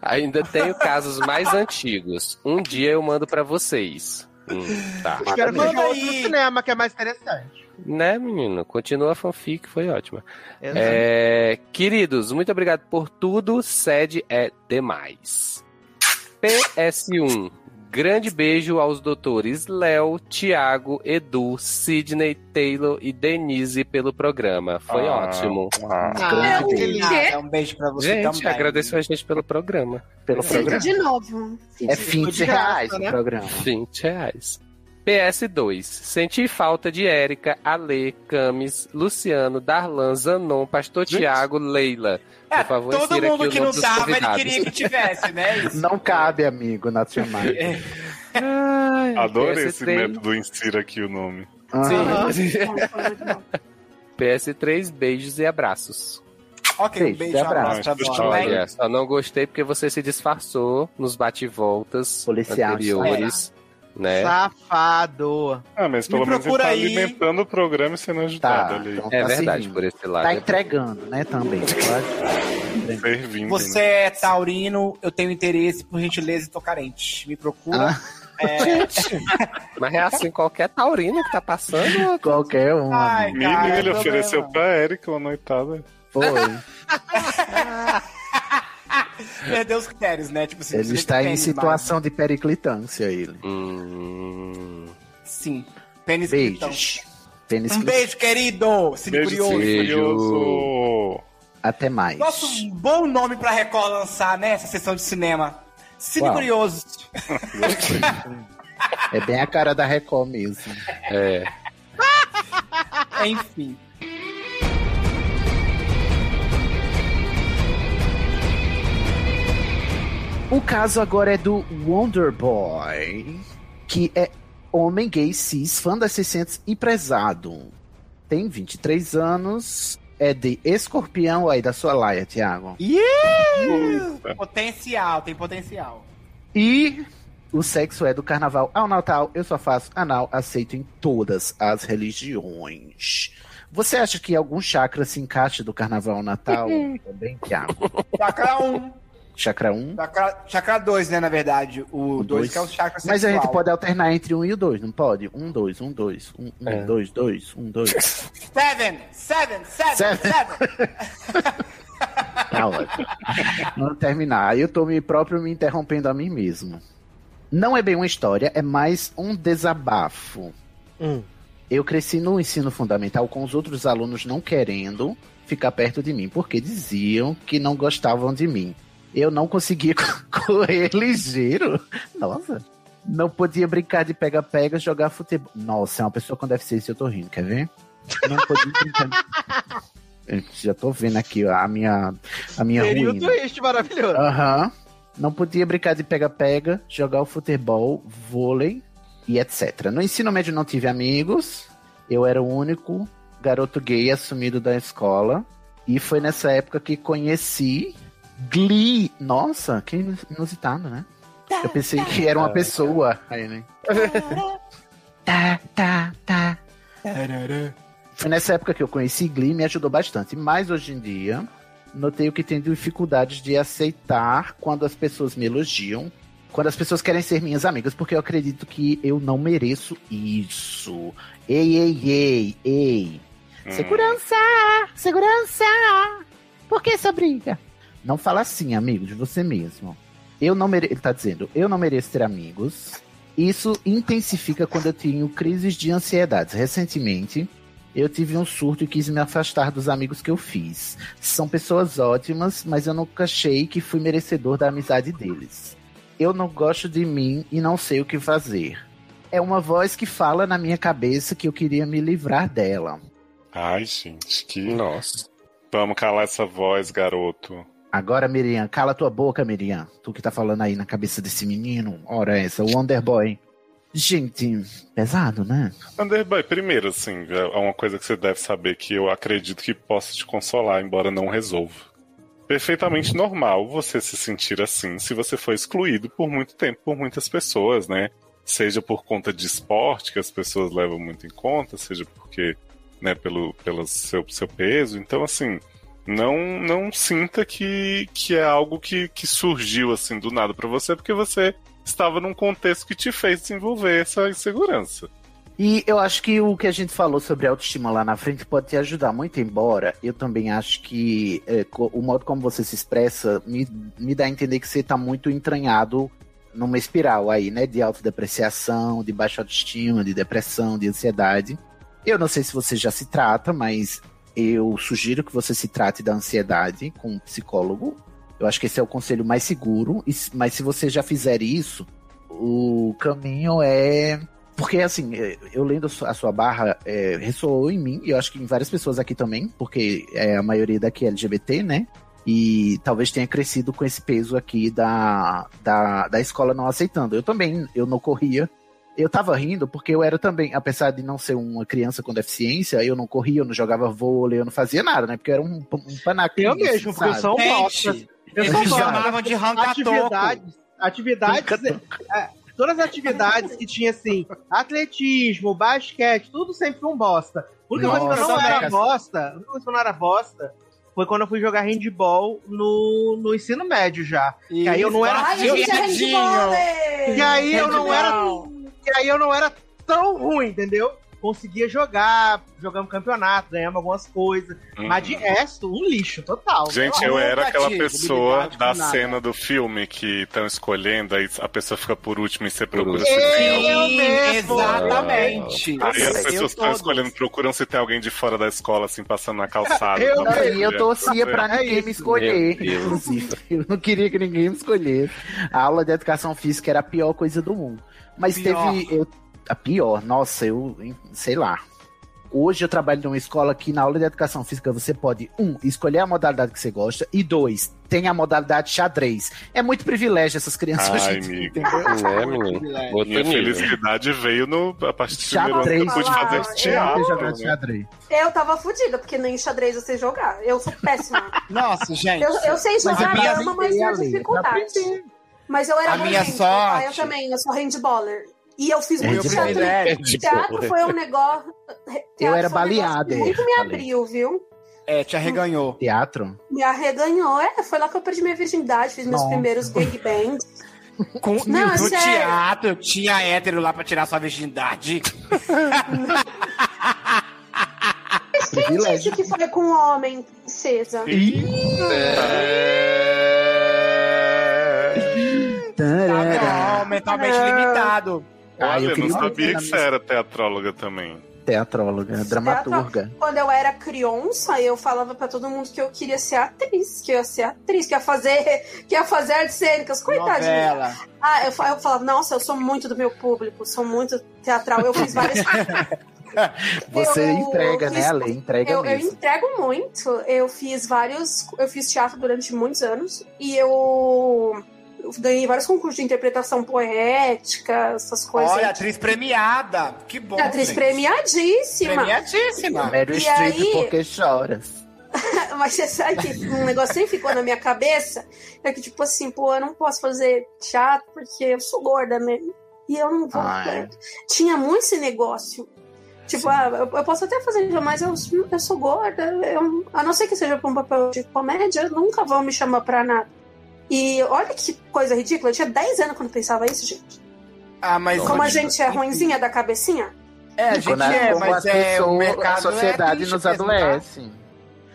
[SPEAKER 10] Ainda tenho casos mais antigos. Um dia eu mando pra vocês. Hum, tá.
[SPEAKER 3] Espero que
[SPEAKER 2] Manda
[SPEAKER 3] seja outro
[SPEAKER 2] aí.
[SPEAKER 3] cinema, que é mais interessante.
[SPEAKER 10] Né, menino? Continua a fanfic, foi ótima.
[SPEAKER 3] Exato.
[SPEAKER 10] É, queridos, muito obrigado por tudo. Sede é demais. PS1. Grande beijo aos doutores Léo, Tiago, Edu, Sidney, Taylor e Denise pelo programa. Foi
[SPEAKER 2] Ah,
[SPEAKER 10] ótimo.
[SPEAKER 2] ah,
[SPEAKER 10] Grande
[SPEAKER 2] que
[SPEAKER 10] beijo.
[SPEAKER 2] lindo. É um beijo pra você né?
[SPEAKER 10] gente,
[SPEAKER 2] também.
[SPEAKER 10] agradeço a gente pelo programa. Pelo
[SPEAKER 6] Senta de novo.
[SPEAKER 10] É
[SPEAKER 4] 20 reais o programa.
[SPEAKER 10] 20 reais. PS2. Senti falta de Érica, Ale, Camis, Luciano, Darlan, Zanon, Pastor Tiago, Leila. Por favor,
[SPEAKER 2] É, Todo
[SPEAKER 10] insira
[SPEAKER 2] mundo
[SPEAKER 10] aqui o
[SPEAKER 2] que
[SPEAKER 10] nome
[SPEAKER 2] não
[SPEAKER 10] dos
[SPEAKER 2] tava, ele
[SPEAKER 10] convidados.
[SPEAKER 2] queria que tivesse, né? Isso.
[SPEAKER 4] Não cabe, amigo, na chamada.
[SPEAKER 5] Adorei esse
[SPEAKER 10] PS3.
[SPEAKER 5] método do insira aqui o nome.
[SPEAKER 10] Hum. PS3, beijos e abraços.
[SPEAKER 2] Ok, um beijo, um abraço pra nós.
[SPEAKER 10] Olha, só não gostei porque você se disfarçou nos bate-voltas
[SPEAKER 3] Policial,
[SPEAKER 10] anteriores. Né?
[SPEAKER 3] Safado.
[SPEAKER 5] Ah, mas
[SPEAKER 10] pelo menos
[SPEAKER 5] Você tá alimentando o programa e sendo ajudado
[SPEAKER 4] Tá,
[SPEAKER 5] ali.
[SPEAKER 4] então tá
[SPEAKER 10] É
[SPEAKER 3] assim.
[SPEAKER 10] verdade,
[SPEAKER 4] servindo.
[SPEAKER 10] por esse lado.
[SPEAKER 4] Tá entregando, né, também. Pode.
[SPEAKER 5] Servindo. né?
[SPEAKER 2] Você é taurino, eu tenho interesse, por gentileza, e tô carente. Me procura.
[SPEAKER 10] Ah. Mas é assim, qualquer taurino que tá passando.
[SPEAKER 4] Qualquer um.
[SPEAKER 2] Ai,
[SPEAKER 5] Menino,
[SPEAKER 2] é cara, então, né,
[SPEAKER 5] ele
[SPEAKER 2] problema.
[SPEAKER 5] ofereceu pra Erika uma noitada.
[SPEAKER 4] Foi.
[SPEAKER 2] Perdeu os critérios, né? Tipo assim,
[SPEAKER 4] Ele
[SPEAKER 2] você
[SPEAKER 4] está em
[SPEAKER 2] depende
[SPEAKER 4] situação de periclitância, ele.
[SPEAKER 10] Hum,
[SPEAKER 2] mais. Sim. Pênis
[SPEAKER 4] Beijos. Pênis
[SPEAKER 2] Um beijo, querido! Se curioso.
[SPEAKER 4] Beijo. Até mais.
[SPEAKER 2] Nossa, um bom nome pra Record lançar, né? Essa sessão de cinema. Cine
[SPEAKER 4] Qual?
[SPEAKER 2] Curioso.
[SPEAKER 4] É bem a cara da Record mesmo.
[SPEAKER 10] É.
[SPEAKER 2] Enfim.
[SPEAKER 4] O caso agora é do Wonder Boy, que é homem gay cis, fã das 600 e prezado. Tem 23 anos, é de escorpião aí da sua laia, Thiago.
[SPEAKER 2] Potencial, tem potencial.
[SPEAKER 4] E o sexo é do carnaval ao Natal, eu só faço anal, aceito em todas as religiões. Você acha que algum chakra se encaixa do carnaval ao Natal também, Thiago?
[SPEAKER 2] Chakra 1,
[SPEAKER 4] Chakra 1?
[SPEAKER 2] chakra- chakra 2, né? Na verdade. O 2 que é o chakra sexual.
[SPEAKER 4] Mas a gente pode alternar entre um e o dois, não pode? Um, dois, um, dois, um, um,
[SPEAKER 2] É.
[SPEAKER 4] dois, dois, um, dois.
[SPEAKER 2] Seven, seven, seven, seven.
[SPEAKER 4] Tá ótimo. Vamos terminar. Aí eu tô me próprio me interrompendo a mim mesmo. Não é bem uma história, é mais um desabafo. Eu cresci no ensino fundamental com os outros alunos não querendo ficar perto de mim, porque diziam que não gostavam de mim. Eu não conseguia co- correr ligeiro. Nossa. Não podia brincar de pega-pega, jogar futebol. Nossa, é uma pessoa com deficiência, eu tô rindo, quer ver? Não podia brincar. Eu já tô vendo aqui ó, a minha, a minha
[SPEAKER 3] Seria
[SPEAKER 4] ruína.
[SPEAKER 3] um twist maravilhoso.
[SPEAKER 4] Aham. Não podia brincar de pega-pega, jogar o futebol, vôlei e etc. No ensino médio não tive amigos. Eu era o único garoto gay assumido da escola. E foi nessa época que conheci Glee. Nossa, que inusitado, né? Eu pensei que era uma pessoa. Aí, né? Tá, tá, tá. Foi nessa época que eu conheci Glee e me ajudou bastante. Mas hoje em dia, notei o que tenho dificuldades de aceitar quando as pessoas me elogiam, quando as pessoas querem ser minhas amigas, porque eu acredito que eu não mereço isso. Ei, ei, ei, ei.
[SPEAKER 5] Hum.
[SPEAKER 4] Segurança! Segurança! Por que essa briga? Não fala assim, amigo, de você mesmo. Eu não mere... Ele tá dizendo, eu não mereço ter amigos. Isso intensifica quando eu tenho crises de ansiedade. Recentemente, eu tive um surto e quis me afastar dos amigos que eu fiz. São pessoas ótimas, mas eu nunca achei que fui merecedor da amizade deles. Eu não gosto de mim e não sei o que fazer. É uma voz que fala na minha cabeça que eu queria me livrar dela.
[SPEAKER 5] Ai, gente, que.
[SPEAKER 10] Nossa.
[SPEAKER 5] Vamos calar essa voz, garoto.
[SPEAKER 4] Agora, Miriam, cala tua boca, Miriam. Tu que tá falando aí na cabeça desse menino. Ora essa, o Wonderboy. Gente, pesado, né?
[SPEAKER 5] Underboy, primeiro, assim, é uma coisa que você deve saber que eu acredito que possa te consolar, embora não resolva. Perfeitamente normal você se sentir assim se você for excluído por muito tempo por muitas pessoas, né? Seja por conta de esporte que as pessoas levam muito em conta, seja porque, né, pelo, pelo seu, seu peso. Então, assim, não não sinta que, que é algo que, que surgiu assim do nada pra você, porque você estava num contexto que te fez desenvolver essa insegurança.
[SPEAKER 4] E eu acho que o que a gente falou sobre autoestima lá na frente pode te ajudar muito, embora eu também acho que é, co- o modo como você se expressa me, me dá a entender que você tá muito entranhado numa espiral aí, né? De autodepreciação, de baixa autoestima, de depressão, de ansiedade. Eu não sei se você já se trata, mas eu sugiro que você se trate da ansiedade com um psicólogo. Eu acho que esse é o conselho mais seguro. E- Mas se você já fizer isso, o caminho é. Porque, assim, eh, eu lendo a sua- a sua barra, eh, ressoou em mim, e eu acho que em várias pessoas aqui também, porque eh, a maioria daqui é LGBT, né? E talvez tenha crescido com esse peso aqui da, da, da escola não aceitando. Eu também, eu não corria. Eu tava rindo porque eu era também, apesar de não ser uma criança com deficiência, eu não corria, eu não jogava vôlei, eu não fazia nada, né? Porque eu era um, pa- um panaquinho.
[SPEAKER 3] Eu mesmo, porque eu sou um
[SPEAKER 4] sabe?
[SPEAKER 3] bosta. Eu
[SPEAKER 4] Eles
[SPEAKER 3] sou
[SPEAKER 4] me
[SPEAKER 3] bosta.
[SPEAKER 4] chamavam de arranca-toco.
[SPEAKER 3] Atividades, atividades é, todas as atividades que tinha assim, atletismo, basquete, tudo sempre foi um bosta. A única coisa que eu não
[SPEAKER 2] Nossa,
[SPEAKER 3] era
[SPEAKER 2] cara.
[SPEAKER 3] bosta, a única coisa que eu não era bosta foi quando eu fui jogar handball no, no ensino médio já. E aí eu não era
[SPEAKER 6] Ai, a gente é handball! né?
[SPEAKER 3] E aí eu não era e aí eu não era tão ruim, entendeu? Conseguia jogar, jogamos campeonato, ganhamos algumas coisas.
[SPEAKER 5] Uhum.
[SPEAKER 3] Mas de resto, um lixo total.
[SPEAKER 5] Gente,
[SPEAKER 3] Sei lá.
[SPEAKER 5] eu era aquela
[SPEAKER 3] Negativo,
[SPEAKER 5] pessoa
[SPEAKER 3] habilidade,
[SPEAKER 5] da
[SPEAKER 3] nada.
[SPEAKER 5] cena do filme que estão escolhendo, aí a pessoa fica por último e você procura.
[SPEAKER 2] último.
[SPEAKER 5] se-
[SPEAKER 2] Eu mesmo.
[SPEAKER 3] Exatamente.
[SPEAKER 5] Aí as
[SPEAKER 2] Eu
[SPEAKER 5] pessoas estão
[SPEAKER 2] todos.
[SPEAKER 5] escolhendo, procuram se tem alguém de fora da escola, assim, passando na calçada.
[SPEAKER 4] Eu,
[SPEAKER 5] Tá
[SPEAKER 4] não,
[SPEAKER 5] vendo?
[SPEAKER 4] eu torcia pra
[SPEAKER 5] É
[SPEAKER 4] ninguém
[SPEAKER 5] isso.
[SPEAKER 4] me escolher.
[SPEAKER 5] Meu Deus.
[SPEAKER 4] Inclusive, eu não queria que ninguém me escolhesse. A aula de educação física era a pior coisa do mundo. Mas
[SPEAKER 2] Pior.
[SPEAKER 4] teve. eu- a pior, nossa, eu. em- Sei lá. Hoje eu trabalho numa escola que na aula de educação física você pode, um, escolher a modalidade que você gosta, e dois, tem a modalidade xadrez. É muito privilégio essas crianças. hoje
[SPEAKER 5] Ai,
[SPEAKER 4] em dia,
[SPEAKER 5] amigo.
[SPEAKER 3] Tá
[SPEAKER 4] entendeu?
[SPEAKER 10] Né, menino? Outro
[SPEAKER 5] Minha
[SPEAKER 10] nível.
[SPEAKER 5] felicidade veio no, a partir do primeiro ano que eu
[SPEAKER 4] Xadrez. é,
[SPEAKER 5] pude fazer esse teatro. né?
[SPEAKER 6] Eu tava fudida, porque nem xadrez eu sei jogar. Eu sou péssima.
[SPEAKER 2] Nossa, gente.
[SPEAKER 6] Eu, eu sei
[SPEAKER 2] Mas
[SPEAKER 6] jogar
[SPEAKER 2] a minha- é
[SPEAKER 6] dama, mas na
[SPEAKER 2] Ale,
[SPEAKER 6] dificuldade. Mas eu era
[SPEAKER 2] A minha
[SPEAKER 6] nojenta, tá?
[SPEAKER 2] sorte- É
[SPEAKER 6] Eu também, eu sou handballer. E eu fiz muito
[SPEAKER 4] Handballer.
[SPEAKER 6] teatro.
[SPEAKER 4] Handballer.
[SPEAKER 6] Teatro foi um negócio. teatro
[SPEAKER 4] Eu era
[SPEAKER 6] foi um negócio
[SPEAKER 4] baleada,
[SPEAKER 6] que Muito me
[SPEAKER 4] Ale.
[SPEAKER 6] abriu, viu?
[SPEAKER 2] É, te arreganhou.
[SPEAKER 4] Teatro?
[SPEAKER 6] Me arreganhou. É, foi lá que eu perdi minha virgindade, fiz meus
[SPEAKER 2] Nossa.
[SPEAKER 6] primeiros gangbangs.
[SPEAKER 2] Com,
[SPEAKER 6] Não,
[SPEAKER 2] no
[SPEAKER 6] sério.
[SPEAKER 2] teatro, eu tinha hétero lá pra tirar sua virgindade.
[SPEAKER 6] Mas quem disse que foi com um homem, princesa?
[SPEAKER 2] Tá bom, mentalmente limitado.
[SPEAKER 5] Olha, eu,
[SPEAKER 4] Ah, queria
[SPEAKER 5] não
[SPEAKER 4] muito
[SPEAKER 5] sabia
[SPEAKER 4] na
[SPEAKER 5] que você era teatróloga também. é
[SPEAKER 4] Teatróloga, dramaturga.
[SPEAKER 6] Quando eu era criança, eu falava pra todo mundo que eu queria ser atriz, que eu ia ser atriz, que ia fazer, que ia fazer artes cênicas. Coitadinha.
[SPEAKER 2] Novela.
[SPEAKER 6] Ah, eu, fa- eu falava, nossa, eu sou muito do meu público, sou muito teatral. Eu fiz várias
[SPEAKER 4] Você
[SPEAKER 6] Eu-
[SPEAKER 4] entrega,
[SPEAKER 6] eu
[SPEAKER 4] né,
[SPEAKER 6] fiz-
[SPEAKER 4] Ale? Entrega
[SPEAKER 6] eu, eu
[SPEAKER 4] mesmo.
[SPEAKER 6] entrego muito. Eu fiz vários. Eu fiz teatro durante muitos anos e eu, eu ganhei vários concursos de interpretação poética, essas coisas.
[SPEAKER 2] Olha, atriz premiada. Que bom.
[SPEAKER 6] Atriz
[SPEAKER 2] gente.
[SPEAKER 6] premiadíssima.
[SPEAKER 2] Premiadíssima.
[SPEAKER 4] Meryl
[SPEAKER 6] E
[SPEAKER 4] Streep,
[SPEAKER 6] aí-
[SPEAKER 4] porque choras.
[SPEAKER 6] Mas você sabe que um negócio sempre ficou na minha cabeça. É que, tipo assim, pô, eu não posso fazer teatro porque eu sou gorda, né? E eu não vou.
[SPEAKER 4] Ai.
[SPEAKER 6] Tinha muito esse negócio. Tipo, ah, eu, eu posso até fazer, mas eu, sou- eu sou gorda. eu- a não ser que seja pra um papel de comédia, nunca vão me chamar pra nada. E olha que coisa ridícula. Eu tinha 10 anos quando pensava isso, gente.
[SPEAKER 2] Ah, mas
[SPEAKER 6] Como a gente é ruinzinha da cabecinha.
[SPEAKER 2] É, a gente
[SPEAKER 4] Quando a,
[SPEAKER 2] é,
[SPEAKER 4] como
[SPEAKER 2] mas
[SPEAKER 4] a
[SPEAKER 2] é
[SPEAKER 4] pessoa-
[SPEAKER 2] o mercado
[SPEAKER 4] a sociedade
[SPEAKER 2] é
[SPEAKER 4] nos
[SPEAKER 2] triste mesmo, tá?
[SPEAKER 4] adoece.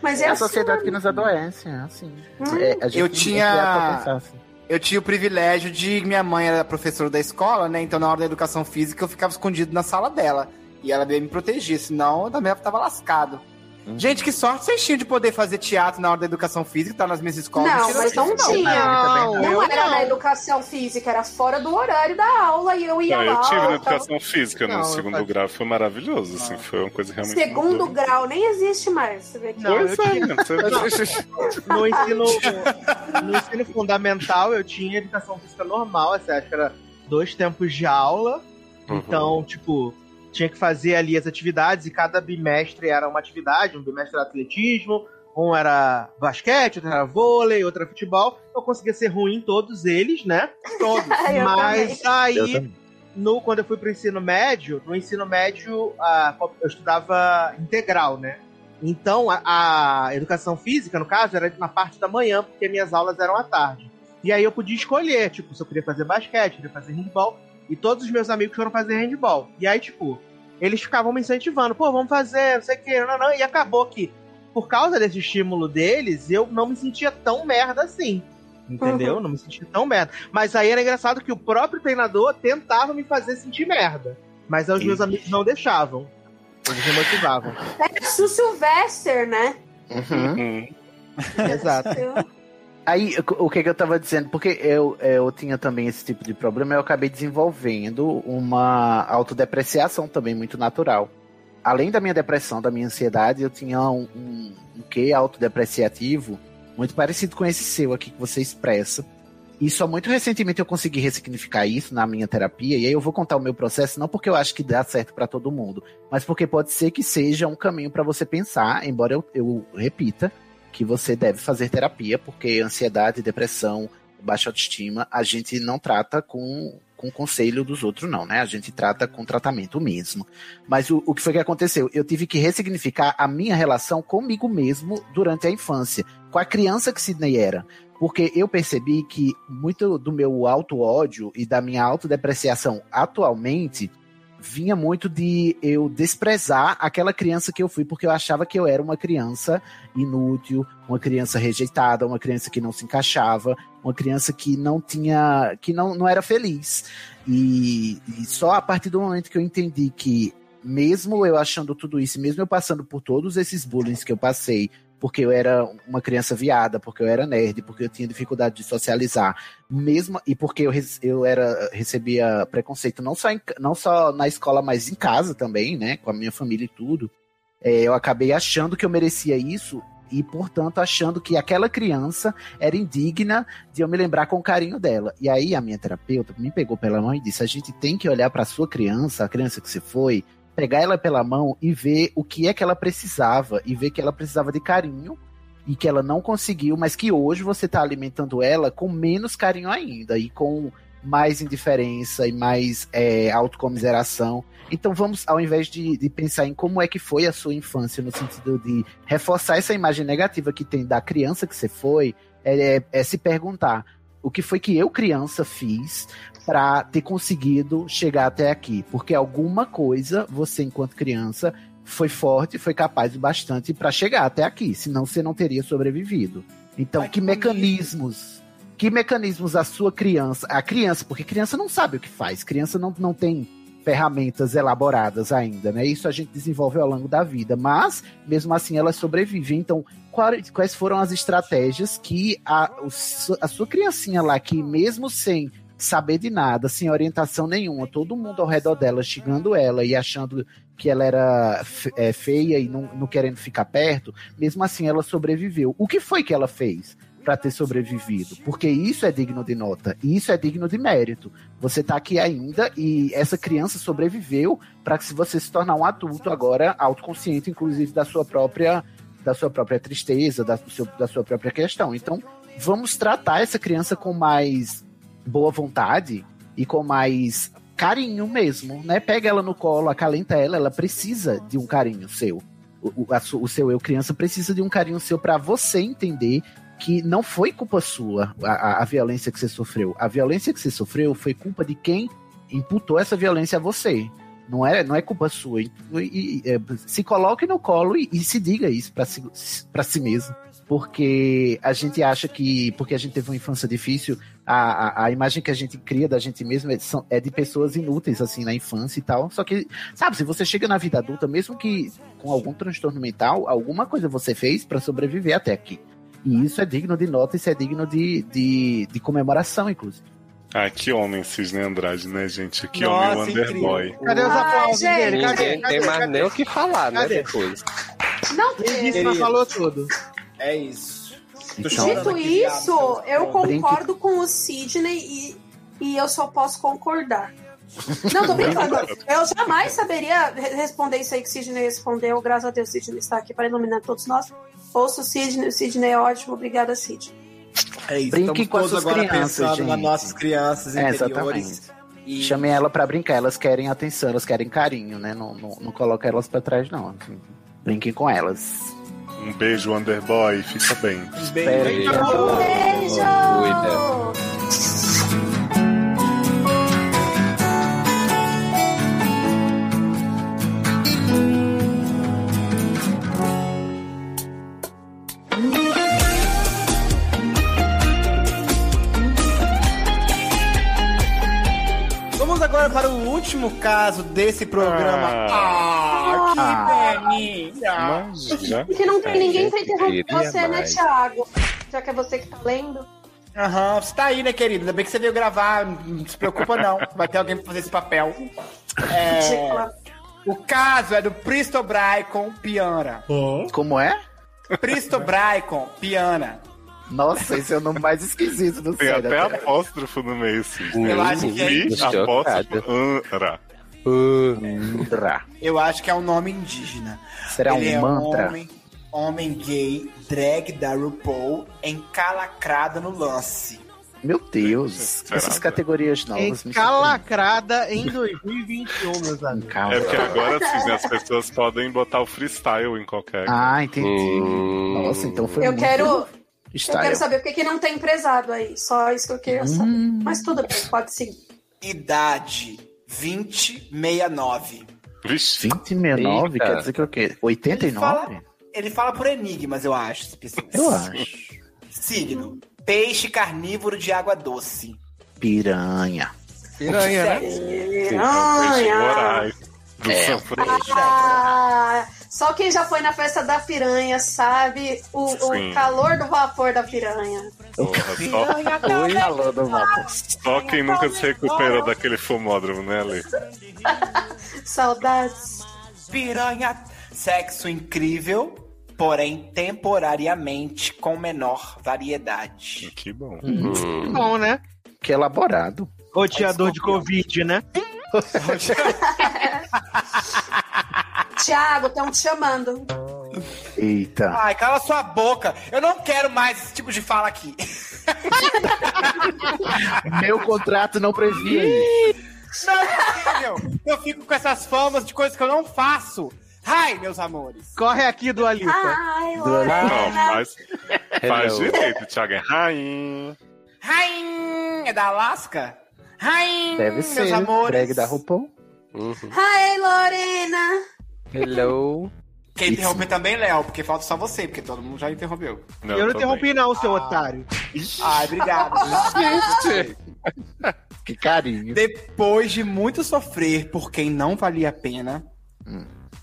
[SPEAKER 6] Mas
[SPEAKER 4] é
[SPEAKER 6] é
[SPEAKER 4] a
[SPEAKER 6] assim,
[SPEAKER 4] sociedade
[SPEAKER 6] né?
[SPEAKER 4] que nos adoece, é assim.
[SPEAKER 6] Hum.
[SPEAKER 4] É, a gente
[SPEAKER 2] Eu
[SPEAKER 4] é criado pra
[SPEAKER 2] tinha.
[SPEAKER 4] pensar assim.
[SPEAKER 2] Eu tinha o privilégio de. Minha mãe era professora da escola, né? Então, na hora da educação física, eu ficava escondido na sala dela. E ela veio me proteger, senão eu também tava lascado. Gente, que sorte vocês tinham de poder fazer teatro na hora da educação física, tá nas minhas escolas.
[SPEAKER 6] Não,
[SPEAKER 2] Mentira,
[SPEAKER 6] mas não tinha.
[SPEAKER 2] Não,
[SPEAKER 6] Não,
[SPEAKER 2] eu
[SPEAKER 6] era
[SPEAKER 2] não.
[SPEAKER 6] na educação física, era fora do horário da aula e eu ia
[SPEAKER 5] Ah,
[SPEAKER 6] lá.
[SPEAKER 5] eu tive na
[SPEAKER 6] eu tava-
[SPEAKER 5] educação física,
[SPEAKER 6] Não,
[SPEAKER 5] no
[SPEAKER 6] eu
[SPEAKER 5] segundo
[SPEAKER 6] fazia-
[SPEAKER 5] grau, foi maravilhoso, assim, foi uma coisa realmente... é,
[SPEAKER 6] Segundo grau nem existe mais. Você vê que
[SPEAKER 3] Não, eu tinha-
[SPEAKER 6] Não.
[SPEAKER 3] no, ensino, no ensino fundamental, eu tinha educação física normal, assim, acho que era dois tempos de aula. Então, tipo, tinha que fazer ali as atividades e cada bimestre era uma atividade. Um bimestre era atletismo, um era basquete, outro era vôlei, outro era futebol. Eu conseguia ser ruim em todos eles, né? Todos.
[SPEAKER 6] Eu
[SPEAKER 3] Mas
[SPEAKER 6] também. Eu
[SPEAKER 3] aí,
[SPEAKER 6] também.
[SPEAKER 3] no, quando eu fui pro ensino médio, no ensino médio ah, eu estudava integral, né? Então, a, a educação física, no caso, era na parte da manhã, porque minhas aulas eram à tarde. E aí eu podia escolher, tipo, se eu queria fazer basquete, queria fazer handball. E todos os meus amigos foram fazer handball. E aí, tipo, eles ficavam me incentivando. Pô, vamos fazer, não sei o que, não, não. E acabou que, por causa desse estímulo deles, eu não me sentia tão merda assim. Entendeu?
[SPEAKER 11] Uhum.
[SPEAKER 3] Não me senti tão merda. Mas aí era engraçado que o próprio treinador tentava me fazer sentir merda. Mas aí os meus amigos não deixavam. Eles me motivavam.
[SPEAKER 11] Versus Sylvester, né?
[SPEAKER 2] Uhum.
[SPEAKER 5] Hum.
[SPEAKER 11] Então,
[SPEAKER 3] Exato.
[SPEAKER 4] Aí, o- o que, que eu tava dizendo? Porque eu, eu tinha também esse tipo de problema, eu acabei desenvolvendo uma autodepreciação também muito natural. Além da minha depressão, da minha ansiedade, eu tinha um, um, um quê autodepreciativo muito parecido com esse seu aqui que você expressa. E só muito recentemente eu consegui ressignificar isso na minha terapia, e aí eu vou contar o meu processo, não porque eu acho que dá certo pra todo mundo, mas porque pode ser que seja um caminho pra você pensar, embora eu, eu repita, que você deve fazer terapia, porque ansiedade, depressão, baixa autoestima, a gente não trata com, com conselho dos outros, não, né? A gente trata com tratamento mesmo. Mas o, o que foi que aconteceu? Eu tive que ressignificar a minha relação comigo mesmo durante a infância, com a criança que Sidney era. Porque eu percebi que muito do meu auto-ódio e da minha autodepreciação atualmente vinha muito de eu desprezar aquela criança que eu fui, porque eu achava que eu era uma criança inútil, uma criança rejeitada, uma criança que não se encaixava, uma criança que não tinha. que não, não era feliz. E, e só a partir do momento que eu entendi que, mesmo eu achando tudo isso, mesmo eu passando por todos esses bullying que eu passei, porque eu era uma criança viada, porque eu era nerd, porque eu tinha dificuldade de socializar, mesmo e porque eu, rece- eu era recebia preconceito não só, em ca- não só na escola, mas em casa também, né, com a minha família e tudo. é, eu acabei achando que eu merecia isso e, portanto, achando que aquela criança era indigna de eu me lembrar com carinho dela. E aí a minha terapeuta me pegou pela mão e disse: "A gente tem que olhar para sua criança, a criança que você foi, pegar ela pela mão e ver o que é que ela precisava e ver que ela precisava de carinho e que ela não conseguiu, mas que hoje você tá alimentando ela com menos carinho ainda e com mais indiferença e mais é, autocomiseração. Então vamos, ao invés de, de pensar em como é que foi a sua infância, no sentido de reforçar essa imagem negativa que tem da criança que você foi, é, é- é se perguntar o que foi que eu, criança, fiz pra ter conseguido chegar até aqui. Porque alguma coisa, você, enquanto criança, foi forte, foi capaz o bastante pra chegar até aqui. Senão você não teria sobrevivido. Então, que mecanismos. Que mecanismos a sua criança. A criança, porque criança não sabe o que faz, criança não, não tem ferramentas elaboradas ainda, né? Isso a gente desenvolve ao longo da vida, mas mesmo assim elas sobrevivem. Então, quais quais foram as estratégias que a, o su- a sua criancinha lá, que mesmo sem saber de nada, sem orientação nenhuma, todo mundo ao redor dela xingando ela e achando que ela era fe- é, feia e não, não querendo ficar perto, mesmo assim ela sobreviveu. O que foi que ela fez? para ter sobrevivido, porque isso é digno de nota, isso é digno de mérito. Você tá aqui ainda e essa criança sobreviveu para que se você se tornar um adulto agora autoconsciente, inclusive da sua própria da sua própria tristeza, da, do seu- da sua própria questão. Então, vamos tratar essa criança com mais boa vontade e com mais carinho mesmo, né? Pega ela no colo, acalenta ela, ela precisa de um carinho seu. O, o- a su- o seu eu criança precisa de um carinho seu para você entender que não foi culpa sua a, a- a violência que você sofreu. A violência que você sofreu foi culpa de quem imputou essa violência a você. Não é, não é culpa sua. E, e- e, é, se coloque no colo e, e se diga isso para si, pra si mesmo. Porque a gente acha que, porque a gente teve uma infância difícil, a, a, a imagem que a gente cria da gente mesmo é, são- é de pessoas inúteis, assim, na infância e tal. Só que, sabe, se você chega na vida adulta, mesmo que com algum transtorno mental, alguma coisa você fez para sobreviver até aqui. E isso é digno de nota, isso é digno de, de, de comemoração, inclusive.
[SPEAKER 5] Ah, que homem Cisne Andrade, né, gente? Que
[SPEAKER 10] Nossa,
[SPEAKER 5] homem
[SPEAKER 10] incrível.
[SPEAKER 5] Wonderboy.
[SPEAKER 3] Cadê os aplausos
[SPEAKER 11] Ai,
[SPEAKER 3] dele?
[SPEAKER 10] Ninguém
[SPEAKER 3] Cadê? Cadê?
[SPEAKER 10] tem mais
[SPEAKER 3] Cadê?
[SPEAKER 10] nem o que falar, né,
[SPEAKER 3] Cadê?
[SPEAKER 10] depois.
[SPEAKER 11] Não é,
[SPEAKER 3] Quem disse
[SPEAKER 11] tem.
[SPEAKER 3] que não falou tudo?
[SPEAKER 2] É isso.
[SPEAKER 4] Então,
[SPEAKER 2] Tô
[SPEAKER 3] é
[SPEAKER 2] chorando
[SPEAKER 11] Dito
[SPEAKER 2] aqui,
[SPEAKER 11] isso,
[SPEAKER 2] viado.
[SPEAKER 11] eu
[SPEAKER 4] Brinque.
[SPEAKER 11] concordo com o Sidney e, e eu só posso concordar. Não, tô brincando. Eu jamais saberia re- responder isso aí que o Sidney respondeu. Graças a Deus, o Sidney está aqui para iluminar todos nós. Ouça o Sidney, o Sidney é ótimo. Obrigada, Sidney.
[SPEAKER 2] É isso.
[SPEAKER 4] Brinquem
[SPEAKER 2] Estamos
[SPEAKER 4] com as
[SPEAKER 2] todos
[SPEAKER 4] suas
[SPEAKER 2] agora
[SPEAKER 4] crianças,
[SPEAKER 2] pensando nas
[SPEAKER 4] gente.
[SPEAKER 2] nossas crianças
[SPEAKER 4] É,
[SPEAKER 2] interiores.
[SPEAKER 4] exatamente.
[SPEAKER 2] E-
[SPEAKER 4] Chamem ela pra brincar, elas querem atenção, elas querem carinho, né? Não, não, não coloca elas pra trás, não. Assim, Brinquem com elas.
[SPEAKER 5] Um beijo, Underboy. Fica bem.
[SPEAKER 2] Um beijo.
[SPEAKER 4] Pera aí.
[SPEAKER 3] tá
[SPEAKER 11] Beijo!
[SPEAKER 10] Cuida.
[SPEAKER 2] agora para o último caso desse programa. Ah, que delícia!
[SPEAKER 5] né?
[SPEAKER 11] E que não tem ninguém pra interromper você, né, Thiago? Já que é você que tá lendo.
[SPEAKER 2] Aham, você tá aí, né, querido? Ainda bem que você veio gravar, não se preocupa não. Vai ter alguém pra fazer esse papel. É, o caso é do Pristo Braicon Piana.
[SPEAKER 5] Hum?
[SPEAKER 4] Como é?
[SPEAKER 2] Pristo Braicon Piana.
[SPEAKER 4] Nossa, esse é o nome mais esquisito do
[SPEAKER 5] Tem
[SPEAKER 4] céu.
[SPEAKER 5] até apóstrofo no meio, sim.
[SPEAKER 2] Eu acho que é isso.
[SPEAKER 5] apóstrofo, anra.
[SPEAKER 3] Hum.
[SPEAKER 2] Eu acho que é um nome indígena.
[SPEAKER 4] Será um
[SPEAKER 2] é
[SPEAKER 4] mantra?
[SPEAKER 2] homem, homem gay, drag da RuPaul, encalacrada no lance.
[SPEAKER 4] Meu Deus, essas categorias novas. me
[SPEAKER 3] Encalacrada em 2021, meus amigos.
[SPEAKER 2] Ah.
[SPEAKER 5] É porque agora sim, as pessoas podem botar o freestyle em qualquer.
[SPEAKER 4] Ah, entendi.
[SPEAKER 5] Hum.
[SPEAKER 4] Nossa, então foi
[SPEAKER 11] Eu
[SPEAKER 4] muito
[SPEAKER 11] quero. Eu
[SPEAKER 4] style.
[SPEAKER 11] quero saber por que que não tem empresado aí. Só isso que eu queria saber.
[SPEAKER 4] Hum.
[SPEAKER 11] Mas tudo bem, pode seguir.
[SPEAKER 2] Idade 2069.
[SPEAKER 5] Vixe.
[SPEAKER 4] 20 69,
[SPEAKER 10] Eita.
[SPEAKER 4] quer dizer que é o quê? 89?
[SPEAKER 2] Fala- ele fala por enigmas, eu acho. esse pessoal.
[SPEAKER 4] Eu acho.
[SPEAKER 2] Signo. Peixe carnívoro de água doce.
[SPEAKER 4] Piranha.
[SPEAKER 10] Piranha, né?
[SPEAKER 5] é um
[SPEAKER 11] Piranha!
[SPEAKER 5] Do
[SPEAKER 2] É.
[SPEAKER 5] São Francisco.
[SPEAKER 11] Ah, só quem já foi na festa da piranha sabe o, o
[SPEAKER 5] Sim.
[SPEAKER 11] calor do vapor da piranha.
[SPEAKER 5] Porra, só,
[SPEAKER 4] Calor do vapor.
[SPEAKER 5] só quem nunca se recuperou daquele fumódromo, né, Ale?
[SPEAKER 11] Saudades.
[SPEAKER 2] Piranha. Sexo incrível, porém temporariamente com menor variedade.
[SPEAKER 5] Que bom.
[SPEAKER 3] Bom, né?
[SPEAKER 4] Que elaborado.
[SPEAKER 3] Roteador de Covid, né?
[SPEAKER 11] Tiago, estão te chamando.
[SPEAKER 4] Eita.
[SPEAKER 2] Ai, cala sua boca. Eu não quero mais esse tipo de fala aqui.
[SPEAKER 4] Meu contrato não previa isso.
[SPEAKER 2] Não é possível. Eu fico com essas famas de coisas que eu não faço. Ai, meus amores.
[SPEAKER 3] Corre aqui do
[SPEAKER 6] Ah.
[SPEAKER 3] Alipa.
[SPEAKER 11] Ai,
[SPEAKER 5] Não,
[SPEAKER 11] Lorena.
[SPEAKER 5] faz, faz
[SPEAKER 10] Hello.
[SPEAKER 5] direito, Thiago. É rainha.
[SPEAKER 2] Rain é da Alaska? Rain,
[SPEAKER 4] Deve
[SPEAKER 2] meus
[SPEAKER 4] ser.
[SPEAKER 2] amores.
[SPEAKER 4] Drag da RuPaul.
[SPEAKER 10] Uhum.
[SPEAKER 11] Ai, Lorena.
[SPEAKER 10] Hello.
[SPEAKER 2] Quem interrompe também, Léo, porque falta só você, porque todo mundo já interrompeu.
[SPEAKER 5] Não,
[SPEAKER 3] Eu não
[SPEAKER 5] tô
[SPEAKER 3] interrompi,
[SPEAKER 5] bem.
[SPEAKER 3] não, seu otário.
[SPEAKER 2] Ai, obrigado.
[SPEAKER 4] Que carinho.
[SPEAKER 2] Depois de muito sofrer por quem não valia a pena.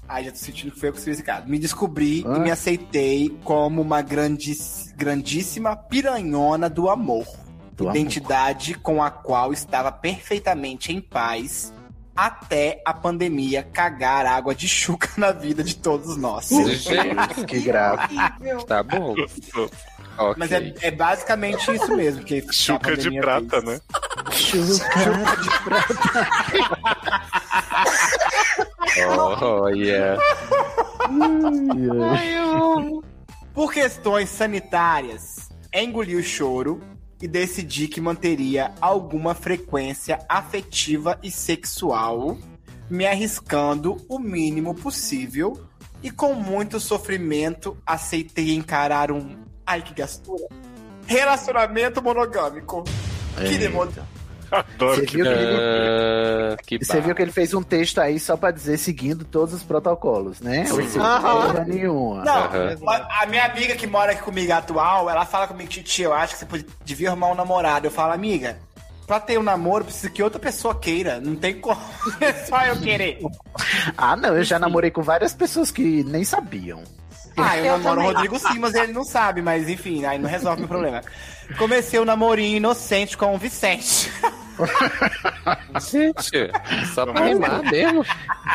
[SPEAKER 2] Ai, já tô sentindo que foi eu que sou esse cara. Me descobri
[SPEAKER 4] Hum. Ah.
[SPEAKER 2] e me aceitei como uma grandis- grandíssima piranhona do amor.
[SPEAKER 4] Do amor.
[SPEAKER 2] identidade com a qual estava perfeitamente em paz até a pandemia cagar água de chuca na vida de todos nós.
[SPEAKER 5] Uhum.
[SPEAKER 4] Gente, que grave.
[SPEAKER 11] Horrível.
[SPEAKER 10] Tá bom.
[SPEAKER 5] Gostoso.
[SPEAKER 10] Ok.
[SPEAKER 2] Mas é, é basicamente isso mesmo. Que a
[SPEAKER 5] Chuca de
[SPEAKER 2] pandemia
[SPEAKER 5] prata,
[SPEAKER 2] fez.
[SPEAKER 5] né?
[SPEAKER 4] Chuca.
[SPEAKER 3] é
[SPEAKER 10] Oh, yeah.
[SPEAKER 2] Por questões sanitárias, engoli o choro e decidi que manteria alguma frequência afetiva e sexual, me arriscando o mínimo possível e com muito sofrimento aceitei encarar um. Ai que gastura! Relacionamento monogâmico. Que demônio.
[SPEAKER 5] Adoro
[SPEAKER 4] Você
[SPEAKER 5] que
[SPEAKER 4] viu que ele...
[SPEAKER 10] Ah, que
[SPEAKER 4] Você viu
[SPEAKER 10] barra.
[SPEAKER 4] que ele fez um texto aí só pra dizer seguindo todos os protocolos, né? Ou seja,
[SPEAKER 3] Aham.
[SPEAKER 4] porra nenhuma.
[SPEAKER 2] Não,
[SPEAKER 10] Aham.
[SPEAKER 2] a a minha amiga que mora aqui comigo atual, ela fala comigo, Titi, eu acho que você pod- devia arrumar um namorado. Eu falo, amiga, pra ter um namoro, precisa que outra pessoa queira. Não tem como. É só eu querer.
[SPEAKER 4] Ah, não, eu já namorei com várias pessoas que nem sabiam.
[SPEAKER 2] Ah, eu,
[SPEAKER 11] Eu
[SPEAKER 2] namoro o
[SPEAKER 11] também.
[SPEAKER 2] Rodrigo Simas e ele não sabe, mas enfim, aí não resolve meu problema. Comecei o namorinho inocente com o Vicente.
[SPEAKER 10] Gente, só pra rimar mesmo.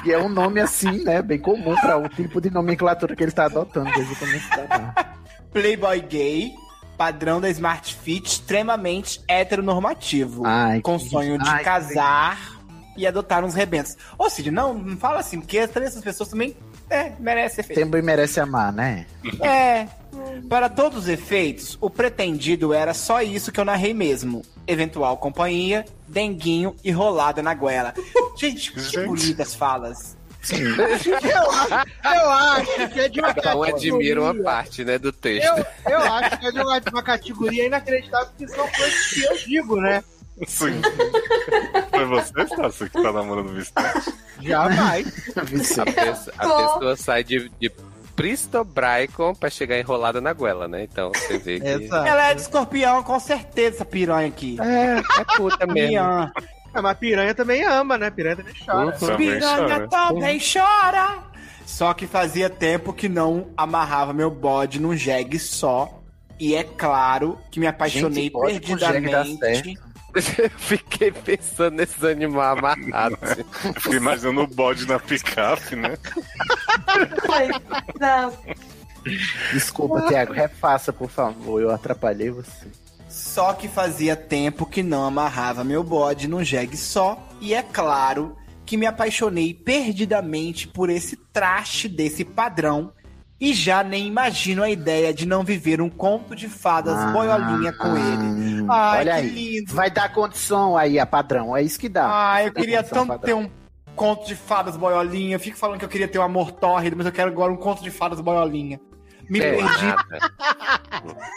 [SPEAKER 4] E é um nome assim, né? Bem comum pra o tipo de nomenclatura que ele tá adotando desde o começo da barra.
[SPEAKER 2] Playboy gay, padrão da Smart Fit, extremamente heteronormativo.
[SPEAKER 4] Ai,
[SPEAKER 2] com
[SPEAKER 4] que-
[SPEAKER 2] sonho de
[SPEAKER 4] ai, que
[SPEAKER 2] casar e adotar uns rebentos. Ô, Cid, não, não fala assim, porque as três pessoas também é, merecem ser feitas.
[SPEAKER 4] Sempre merece amar, né?
[SPEAKER 2] É. Para todos os efeitos, o pretendido era só isso que eu narrei mesmo. Eventual companhia, denguinho e rolada na goela. Gente, que
[SPEAKER 5] Gente.
[SPEAKER 2] bonitas falas.
[SPEAKER 3] Eu acho, eu acho que é de uma
[SPEAKER 10] Então admira uma
[SPEAKER 3] categoria.
[SPEAKER 10] parte, né, do texto.
[SPEAKER 3] Eu, eu acho que é de uma, de uma categoria inacreditável, porque são coisas que eu digo, né?
[SPEAKER 5] Sim. Foi você, Stassi, que tá namorando o Vicente?
[SPEAKER 3] Jamais.
[SPEAKER 10] A, pessoa,
[SPEAKER 2] é
[SPEAKER 10] a
[SPEAKER 11] Tô.
[SPEAKER 10] pessoa sai de, de Pristobraicon pra chegar enrolada na goela, né? Então você vê que
[SPEAKER 3] Essa.
[SPEAKER 4] Ah, é.
[SPEAKER 2] Ela é de escorpião, com certeza, essa piranha aqui.
[SPEAKER 10] é, é puta mesmo.
[SPEAKER 2] Piranha.
[SPEAKER 3] Ah, mas piranha também ama, né? Piranha também chora.
[SPEAKER 2] Uhum. Piranha também chora. Só que fazia tempo que não amarrava meu bode num jegue só. E é claro que me apaixonei
[SPEAKER 10] Gente, bode com jegue dá
[SPEAKER 2] perdidamente.
[SPEAKER 10] Eu fiquei pensando nesses animais amarrados.
[SPEAKER 5] Fiquei imaginando o bode na picape, né?
[SPEAKER 11] Não.
[SPEAKER 4] Desculpa, Tiago, refaça, por favor. Eu atrapalhei você.
[SPEAKER 2] Só que fazia tempo que não amarrava meu bode num jegue só. E é claro que me apaixonei perdidamente por esse traste desse padrão. E já nem imagino a ideia de não viver um conto de fadas
[SPEAKER 10] Ah.
[SPEAKER 2] boiolinha com ele. Ai,
[SPEAKER 4] Ah, Olha
[SPEAKER 2] que
[SPEAKER 4] aí.
[SPEAKER 2] lindo.
[SPEAKER 4] Vai dar condição aí a padrão. É isso que dá.
[SPEAKER 2] Ah, eu
[SPEAKER 4] Dá
[SPEAKER 2] queria
[SPEAKER 4] condição a
[SPEAKER 2] tanto
[SPEAKER 4] é padrão.
[SPEAKER 2] ter um conto de fadas boiolinha. Eu fico falando que eu queria ter um amor tórrido, mas eu quero agora um conto de fadas boiolinha. Me
[SPEAKER 4] É,
[SPEAKER 2] perdi.
[SPEAKER 4] nada.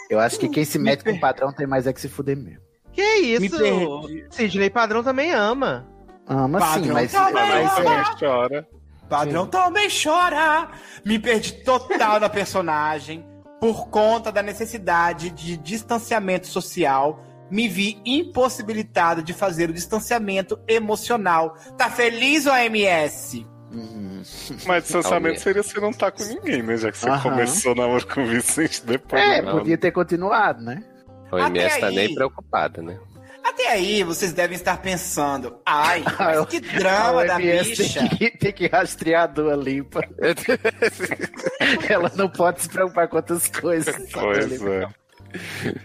[SPEAKER 4] Eu acho que quem se mete com padrão tem mais é que se fuder mesmo.
[SPEAKER 3] Que é isso?
[SPEAKER 4] Me perdi.
[SPEAKER 3] Sidney Padrão também ama.
[SPEAKER 4] Ama sim,
[SPEAKER 3] Padrão
[SPEAKER 4] mas.
[SPEAKER 2] tá
[SPEAKER 3] também
[SPEAKER 4] mas é-
[SPEAKER 2] ama.
[SPEAKER 5] Chora.
[SPEAKER 2] Padrão também chora. Me perdi total na personagem por conta da necessidade de distanciamento social. Me vi impossibilitado de fazer o distanciamento emocional. Tá feliz, OMS?
[SPEAKER 4] é- Uhum.
[SPEAKER 5] Mas distanciamento
[SPEAKER 2] Calminha.
[SPEAKER 5] seria você não tá com ninguém, né? Já que você
[SPEAKER 4] Aham.
[SPEAKER 5] começou o namoro com o Vicente depois.
[SPEAKER 4] É,
[SPEAKER 5] não.
[SPEAKER 4] podia ter continuado, né?
[SPEAKER 10] O MS tá
[SPEAKER 2] aí.
[SPEAKER 10] nem preocupado, né?
[SPEAKER 2] Até aí, vocês devem estar pensando. Ai, mas que drama
[SPEAKER 4] A
[SPEAKER 2] é da
[SPEAKER 4] OMS
[SPEAKER 2] bicha.
[SPEAKER 4] Tem que, tem que rastrear a doa limpa. Ela não pode se preocupar com outras coisas. só então. com a
[SPEAKER 5] Pois
[SPEAKER 4] limpa.
[SPEAKER 5] é.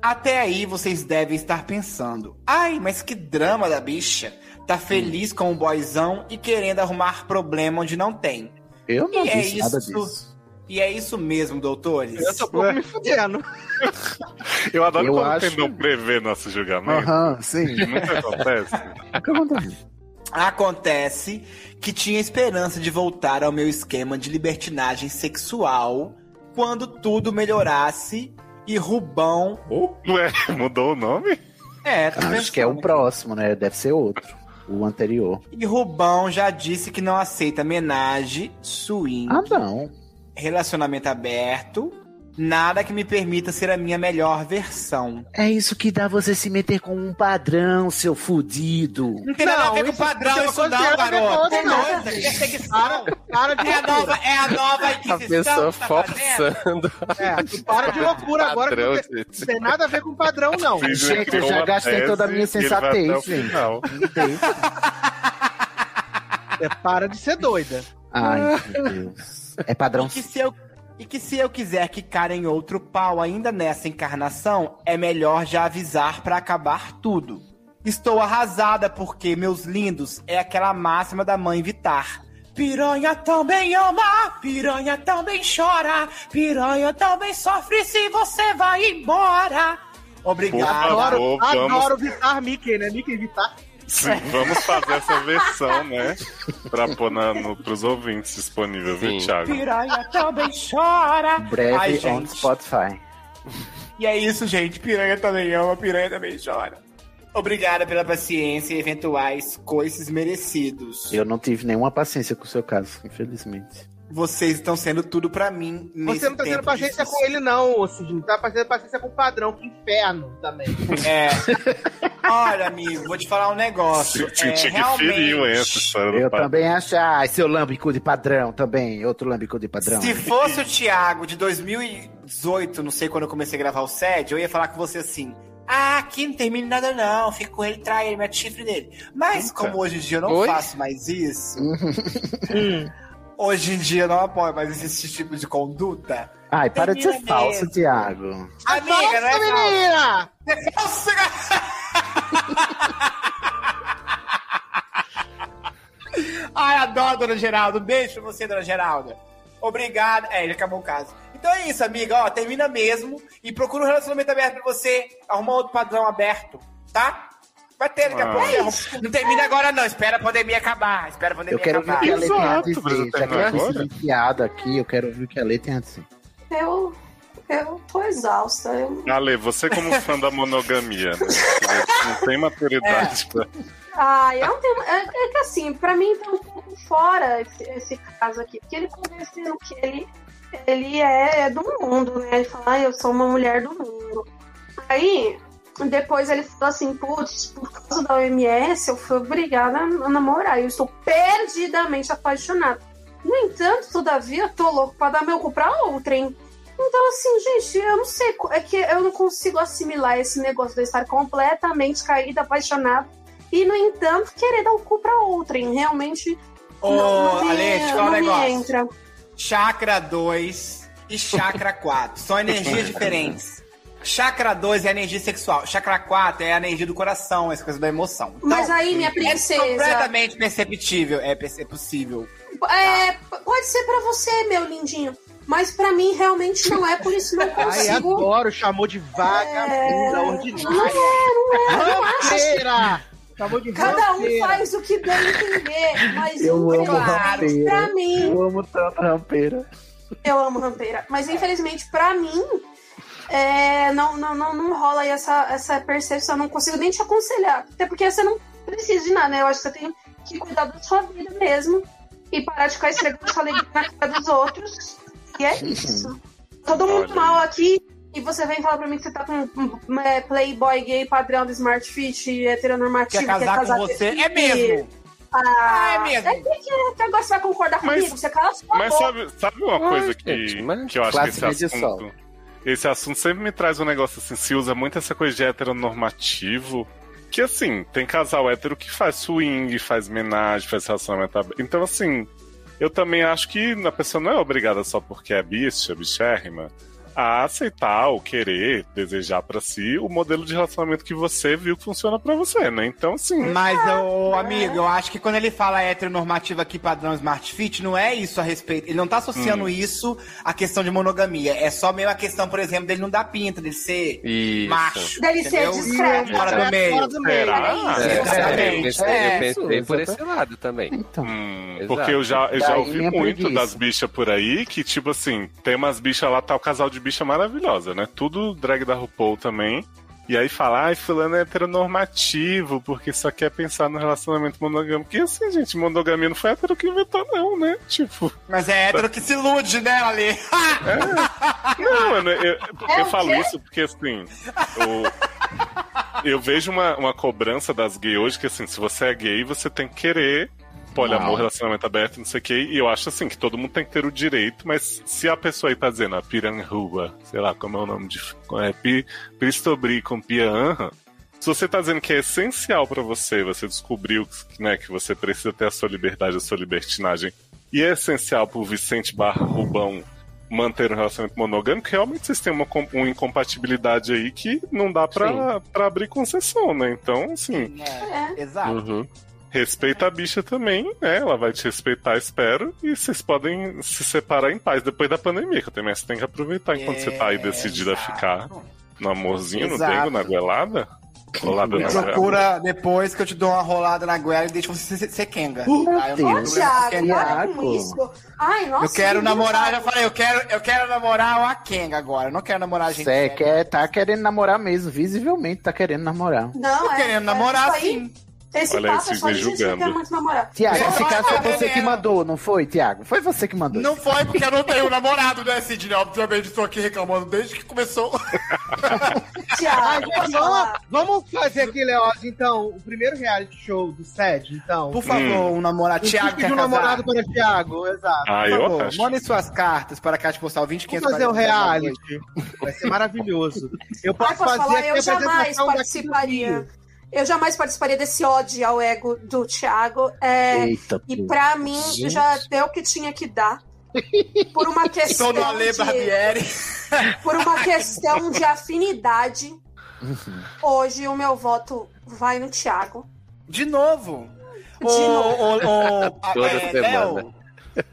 [SPEAKER 2] Até aí vocês devem estar pensando: ai, mas que drama da bicha!
[SPEAKER 4] Hum.
[SPEAKER 2] Tá feliz com o boyzão e querendo arrumar problema onde não tem.
[SPEAKER 4] Eu não
[SPEAKER 2] e é
[SPEAKER 4] disse nada disso.
[SPEAKER 2] E é isso mesmo, doutores.
[SPEAKER 3] Eu tô um pouco me fudendo.
[SPEAKER 5] Eu adoro
[SPEAKER 4] Eu
[SPEAKER 5] quando
[SPEAKER 4] acho-
[SPEAKER 5] quem não prevê nosso julgamento.
[SPEAKER 4] Aham, sim.
[SPEAKER 5] Nunca acontece.
[SPEAKER 4] Nunca acontece.
[SPEAKER 2] Acontece que tinha esperança de voltar ao meu esquema de libertinagem sexual quando tudo melhorasse e Rubão.
[SPEAKER 5] Ué, mudou o nome?
[SPEAKER 2] É, tô
[SPEAKER 4] Acho
[SPEAKER 2] pensando
[SPEAKER 4] que é o próximo, né? Deve ser outro. O anterior.
[SPEAKER 2] E Rubão já disse que não aceita homenagem, swing,
[SPEAKER 4] Ah, não.
[SPEAKER 2] relacionamento aberto, nada que me permita ser a minha melhor versão.
[SPEAKER 4] É isso que dá você se meter com um padrão, seu fudido.
[SPEAKER 2] Não tem nada a ver com o padrão isso é
[SPEAKER 3] é
[SPEAKER 2] não, garoto. Tem nada, perseguição.
[SPEAKER 3] Para de
[SPEAKER 2] É a nova, é a nova
[SPEAKER 10] A
[SPEAKER 2] Inquisição
[SPEAKER 10] pessoa
[SPEAKER 2] que tá fazendo.
[SPEAKER 10] forçando.
[SPEAKER 3] É, tu para de loucura agora que não tem, não tem nada a ver com padrão, não.
[SPEAKER 4] Gente, eu já gastei toda a minha sensatez, gente.
[SPEAKER 3] É, para de ser doida.
[SPEAKER 4] Ai, meu Deus. É padrão.
[SPEAKER 2] E que se eu e que se eu quiser quicar em outro pau ainda nessa encarnação, é melhor já avisar pra acabar tudo. Estou arrasada porque, meus lindos, é aquela máxima da mãe Vitar. Piranha também ama, piranha também chora, piranha também sofre se você vai embora. Obrigado.
[SPEAKER 5] Por
[SPEAKER 3] Adoro,
[SPEAKER 5] favor, vamos-
[SPEAKER 3] adoro Vitar Mickey, né? Mickey Vitar.
[SPEAKER 2] É.
[SPEAKER 5] Sim, vamos fazer essa versão, né? Pra pôr na, no, pros ouvintes disponível, viu, Thiago?
[SPEAKER 2] Piranha também chora.
[SPEAKER 4] Breve
[SPEAKER 2] Ai,
[SPEAKER 4] on
[SPEAKER 2] gente.
[SPEAKER 4] Spotify.
[SPEAKER 2] E é isso, gente. Piranha também ama, piranha também chora. Obrigada pela paciência e eventuais coices merecidos.
[SPEAKER 4] Eu não tive nenhuma paciência com o seu caso, infelizmente.
[SPEAKER 2] Vocês estão sendo tudo pra mim.
[SPEAKER 3] Você não tá tendo paciência com ele, não, ô Sidney. Tá tendo paciência com o padrão, que inferno também.
[SPEAKER 2] ele. É. Olha, amigo, vou te falar um negócio. É,
[SPEAKER 5] Senti que feriu
[SPEAKER 2] realmente,
[SPEAKER 5] essa história
[SPEAKER 4] Eu
[SPEAKER 5] do padrão.
[SPEAKER 4] também acho. Ai, seu lambicu de padrão também. Outro lambicu de padrão.
[SPEAKER 2] se fosse o Thiago de 2018, não sei quando eu comecei a gravar o SED, eu ia falar com você assim. Ah, aqui não termina nada, não. Fico com ele, trai ele, mete chifre nele. Mas como hoje em dia eu não
[SPEAKER 10] Oi?
[SPEAKER 2] faço mais isso, hoje em dia eu não apoio mais esse tipo de conduta.
[SPEAKER 4] Ai, para de ser
[SPEAKER 2] Termina
[SPEAKER 4] falso,
[SPEAKER 2] mesmo.
[SPEAKER 4] Tiago.
[SPEAKER 2] Amiga, não é falso.
[SPEAKER 3] menina!
[SPEAKER 2] É falso, gar- Ai, adoro, dona Geraldo. Um Beijo pra você, dona Geralda. Obrigado. É, ele acabou o caso. Então é isso, amiga. Ó, termina mesmo e procura um relacionamento aberto pra você. Arruma outro padrão aberto, tá? Vai ter daqui a
[SPEAKER 5] Ah.
[SPEAKER 2] pouco.
[SPEAKER 5] É
[SPEAKER 2] Não termina agora, não. Espera a pandemia acabar. Espera a
[SPEAKER 4] Eu
[SPEAKER 2] pandemia
[SPEAKER 4] quero ver o
[SPEAKER 2] acabar.
[SPEAKER 4] que a Lê tem a
[SPEAKER 5] Exato, mas
[SPEAKER 4] dizer.
[SPEAKER 5] eu
[SPEAKER 4] Já que
[SPEAKER 5] terminar
[SPEAKER 4] eu fui
[SPEAKER 5] agora?
[SPEAKER 4] silenciado aqui, eu quero ver o que a Lê tem a dizer.
[SPEAKER 11] Eu, eu tô exausta. Eu...
[SPEAKER 5] Ale, você como fã da monogamia, né? Que Não tem
[SPEAKER 2] É.
[SPEAKER 5] maturidade pra...
[SPEAKER 11] Ah,
[SPEAKER 6] um
[SPEAKER 11] eu não tenho. É, é que assim, pra mim tá um pouco fora esse, esse caso aqui. Porque ele convenceu que ele, ele é do mundo, né? Ele fala, ah, eu sou uma mulher do mundo. Aí, depois ele falou assim, putz, por causa
[SPEAKER 6] causa da OMS, eu fui obrigada a namorar. Eu estou perdidamente apaixonada. No entanto, todavia, eu tô louco pra dar meu cu pra outrem. Então, assim, gente, eu não sei. co- É que eu não consigo assimilar esse negócio de eu estar completamente caída, apaixonada. E, no entanto, querer dar o cu pra outrem. Realmente.
[SPEAKER 2] Ô, Ale, deixa eu falar um
[SPEAKER 6] não me
[SPEAKER 2] negócio.
[SPEAKER 6] entra.
[SPEAKER 2] Chakra 2 e chakra 4. São energias diferentes. Chakra 2 é a energia sexual. Chakra 4 é a energia do coração, essa coisa da emoção.
[SPEAKER 6] Mas aí, minha
[SPEAKER 2] É
[SPEAKER 6] princesa.
[SPEAKER 2] completamente perceptível. É perce- é possível.
[SPEAKER 6] É, p- pode ser pra você, meu lindinho. Mas pra mim realmente não é, por isso não
[SPEAKER 3] Ai,
[SPEAKER 6] consigo.
[SPEAKER 3] adoro, chamou de vagabunda
[SPEAKER 6] Não é,
[SPEAKER 3] ordinária.
[SPEAKER 6] não é, não acho.
[SPEAKER 3] Rampeira! Chamou de
[SPEAKER 6] Cada um
[SPEAKER 3] rampeira.
[SPEAKER 6] faz o que bem entender, mas
[SPEAKER 4] Eu amo
[SPEAKER 6] infelizmente,
[SPEAKER 4] rampeira.
[SPEAKER 6] pra mim,
[SPEAKER 4] Eu amo tanto rampeira.
[SPEAKER 6] eu amo rampeira, mas infelizmente pra mim, é, não, não, não, não rola aí essa, essa percepção, eu não consigo nem te aconselhar, até porque você não precisa de nada, né? Eu acho que você tem que cuidar da sua vida mesmo e parar de ficar esfregando sua alegria na cara dos outros, e é isso. Todo mundo mal aqui, e você vem falar pra mim que você tá com um, é, playboy gay padrão do Smart Fit heteronormativo,
[SPEAKER 2] Quer casar com você? É mesmo.
[SPEAKER 6] Ah,
[SPEAKER 2] é mesmo.
[SPEAKER 6] É que, que, que agora você vai concordar comigo? Você cala a sua
[SPEAKER 5] Mas
[SPEAKER 6] boca.
[SPEAKER 5] sabe, sabe uma coisa que, que eu acho que
[SPEAKER 10] classe
[SPEAKER 5] esse
[SPEAKER 10] média
[SPEAKER 5] assunto. Esse assunto sempre me traz um negócio assim, se usa muito essa coisa de heteronormativo. Que assim, tem casal hétero que faz swing, faz homenagem, faz relacionamento aberto. Então, assim, eu também acho que a pessoa não é obrigada só porque é bicha, bichérrima, a aceitar ou querer, desejar pra si o modelo de relacionamento que você viu que funciona pra você, né? Então, assim.
[SPEAKER 2] Mas, ô, amigo, eu acho que quando ele fala heteronormativo aqui, padrão Smart Fit, não é isso a respeito. Ele não tá associando
[SPEAKER 5] Hum.
[SPEAKER 2] isso à questão de monogamia. É só meio a questão, por exemplo, dele não dar pinta, dele ser
[SPEAKER 10] Isso.
[SPEAKER 2] macho.
[SPEAKER 6] Dele ser
[SPEAKER 2] entendeu?
[SPEAKER 6] discreto.
[SPEAKER 2] Fora do Tá meio.
[SPEAKER 3] Fora do meio.
[SPEAKER 5] Será?
[SPEAKER 10] É,
[SPEAKER 2] exatamente.
[SPEAKER 10] eu pensei,
[SPEAKER 2] É,
[SPEAKER 10] eu pensei
[SPEAKER 4] isso,
[SPEAKER 10] por
[SPEAKER 4] exatamente.
[SPEAKER 10] esse lado também.
[SPEAKER 4] Então.
[SPEAKER 5] Hum,
[SPEAKER 10] Exato.
[SPEAKER 5] porque eu já, eu já
[SPEAKER 4] Daí
[SPEAKER 5] ouvi
[SPEAKER 4] minha
[SPEAKER 5] muito
[SPEAKER 4] preguiça.
[SPEAKER 5] das bichas por aí que, tipo assim, tem umas bichas lá, tá o casal de bicha maravilhosa, né? Tudo drag da RuPaul também. E aí fala, ai, fulano é heteronormativo, porque só quer pensar no relacionamento monogâmico. E assim, gente, monogamia não foi hétero que inventou, não, né? Tipo.
[SPEAKER 2] Mas é hétero que se ilude, né, Ale?
[SPEAKER 5] Não, mano, eu,
[SPEAKER 6] É
[SPEAKER 5] eu
[SPEAKER 6] o
[SPEAKER 5] falo
[SPEAKER 6] quê?
[SPEAKER 5] isso porque, assim, o- eu vejo uma, uma cobrança das gays hoje que, assim, se você é gay, você tem que querer poliamor,
[SPEAKER 4] Uau.
[SPEAKER 5] relacionamento aberto, não sei o quê. E eu acho, assim, que todo mundo tem que ter o direito, mas se a pessoa aí tá dizendo a piranrua, sei lá como é o nome de... É, pi, pristobri com pianha... Se você tá dizendo que é essencial pra você, você descobriu né, que você precisa ter a sua liberdade, a sua libertinagem, e é essencial pro Vicente Barra Rubão manter um relacionamento monogâmico, realmente vocês têm uma, com- uma incompatibilidade aí que não dá pra, pra abrir concessão, né? Então, assim,
[SPEAKER 6] É.
[SPEAKER 2] Exato.
[SPEAKER 10] Uhum.
[SPEAKER 5] respeita a bicha também, né? Ela vai te respeitar, espero, e vocês podem se separar em paz depois da pandemia, que eu também acho que tem que aproveitar enquanto você tá aí decidida a
[SPEAKER 2] É, Exato.
[SPEAKER 5] ficar no amorzinho, no
[SPEAKER 2] Exato.
[SPEAKER 5] dengo, na goelada. Rolada
[SPEAKER 2] Me
[SPEAKER 5] na goela.
[SPEAKER 2] procura depois que eu te dou uma rolada na goela e deixa você ser, ser Kenga. tá? Eu não tenho
[SPEAKER 6] Ô,
[SPEAKER 4] Deus.
[SPEAKER 2] problema com
[SPEAKER 6] Thiago,
[SPEAKER 2] Kenga.
[SPEAKER 6] para com
[SPEAKER 4] Thiago.
[SPEAKER 6] isso. Ai, nossa.
[SPEAKER 2] Eu quero
[SPEAKER 6] menino,
[SPEAKER 2] namorar, já
[SPEAKER 6] Thiago.
[SPEAKER 2] falei, eu quero, eu quero namorar uma Kenga agora. Eu não quero namorar gente.
[SPEAKER 4] Você
[SPEAKER 2] séria.
[SPEAKER 4] quer, tá querendo namorar mesmo, visivelmente tá querendo namorar.
[SPEAKER 6] Não,
[SPEAKER 2] Tô
[SPEAKER 6] é,
[SPEAKER 2] querendo
[SPEAKER 6] é,
[SPEAKER 2] namorar,
[SPEAKER 6] isso aí,
[SPEAKER 2] sim.
[SPEAKER 6] Esse
[SPEAKER 5] Olha
[SPEAKER 6] papo
[SPEAKER 5] aí,
[SPEAKER 6] é só
[SPEAKER 5] se
[SPEAKER 6] de gente que
[SPEAKER 5] julgando.
[SPEAKER 6] quer muito namorar.
[SPEAKER 4] Tiago,
[SPEAKER 2] Eu
[SPEAKER 4] esse
[SPEAKER 2] não
[SPEAKER 4] caso foi
[SPEAKER 2] namoro
[SPEAKER 4] você que
[SPEAKER 2] mesmo.
[SPEAKER 4] mandou, não foi, Tiago? Foi você que mandou.
[SPEAKER 2] Não foi porque eu não tenho namorado, né, Sidney? Obviamente, estou aqui reclamando desde que começou.
[SPEAKER 6] Thiago,
[SPEAKER 3] Gente,
[SPEAKER 6] posso falar?
[SPEAKER 3] vamos, vamos fazer aqui, Leoz, então, o primeiro reality show do SED, então.
[SPEAKER 2] Por favor,
[SPEAKER 5] Hum.
[SPEAKER 2] um namorado.
[SPEAKER 3] Um
[SPEAKER 2] Tiago
[SPEAKER 3] tipo
[SPEAKER 2] quer
[SPEAKER 3] de um
[SPEAKER 2] casar?
[SPEAKER 3] namorado para Thiago, exato.
[SPEAKER 5] Ah,
[SPEAKER 2] Por
[SPEAKER 5] eu
[SPEAKER 2] favor,
[SPEAKER 5] acho.
[SPEAKER 2] mandem suas cartas para a Caixa Postal 20500.
[SPEAKER 3] Vamos fazer um reality. Vai ser maravilhoso. Eu
[SPEAKER 6] Ai,
[SPEAKER 3] posso
[SPEAKER 6] posso
[SPEAKER 3] fazer
[SPEAKER 6] falar?
[SPEAKER 3] aqui
[SPEAKER 6] Eu
[SPEAKER 3] a
[SPEAKER 6] jamais
[SPEAKER 3] apresentação da
[SPEAKER 6] participaria. Eu jamais participaria desse ódio ao ego do Thiago. É,
[SPEAKER 4] Eita,
[SPEAKER 6] e
[SPEAKER 4] pô.
[SPEAKER 6] pra mim,
[SPEAKER 4] Gente.
[SPEAKER 6] já deu o que tinha que dar. Por uma questão.
[SPEAKER 2] Estou no Então, Ale
[SPEAKER 6] de-
[SPEAKER 2] Barbieri.
[SPEAKER 6] por uma questão de afinidade,
[SPEAKER 3] Uhum.
[SPEAKER 6] hoje o meu voto vai no Thiago.
[SPEAKER 2] De novo.
[SPEAKER 6] De
[SPEAKER 2] Ô,
[SPEAKER 6] novo.
[SPEAKER 2] ô, ô, a-
[SPEAKER 10] Toda
[SPEAKER 2] é,
[SPEAKER 10] semana.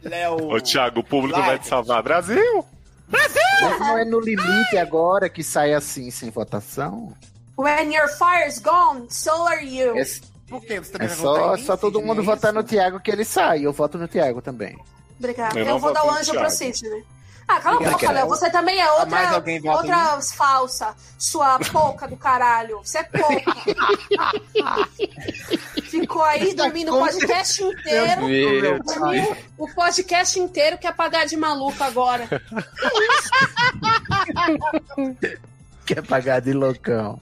[SPEAKER 2] Léo.
[SPEAKER 5] Ô,
[SPEAKER 2] Léo.
[SPEAKER 5] Thiago, o público vai
[SPEAKER 2] Live.
[SPEAKER 5] te salvar. Brasil!
[SPEAKER 4] Mas não é no limite agora que sai assim, sem votação?
[SPEAKER 6] When your fire's gone, so are you.
[SPEAKER 4] É,
[SPEAKER 2] Por quê? Você
[SPEAKER 4] é
[SPEAKER 2] também vai votar
[SPEAKER 4] só,
[SPEAKER 2] em mim,
[SPEAKER 4] só todo
[SPEAKER 2] Sidney,
[SPEAKER 4] mundo
[SPEAKER 2] é
[SPEAKER 4] votar
[SPEAKER 2] isso?
[SPEAKER 4] no Tiago que ele sai. Eu voto no Tiago também.
[SPEAKER 6] Obrigada.
[SPEAKER 5] Eu
[SPEAKER 6] Eu,
[SPEAKER 5] não
[SPEAKER 6] vou dar o
[SPEAKER 5] voto no
[SPEAKER 6] anjo
[SPEAKER 5] Thiago.
[SPEAKER 6] pro Sidney. Ah, cala a boca,
[SPEAKER 4] Obrigado.
[SPEAKER 6] Léo. Você também é
[SPEAKER 2] Mais
[SPEAKER 6] outra,
[SPEAKER 2] alguém vota em
[SPEAKER 6] outra falsa. Sua pouca do caralho. Você é pouca. Ficou aí dormindo o podcast inteiro.
[SPEAKER 10] Meu
[SPEAKER 6] Dormiu o podcast inteiro que é pagar de maluco agora.
[SPEAKER 4] é Quer pagar de loucão.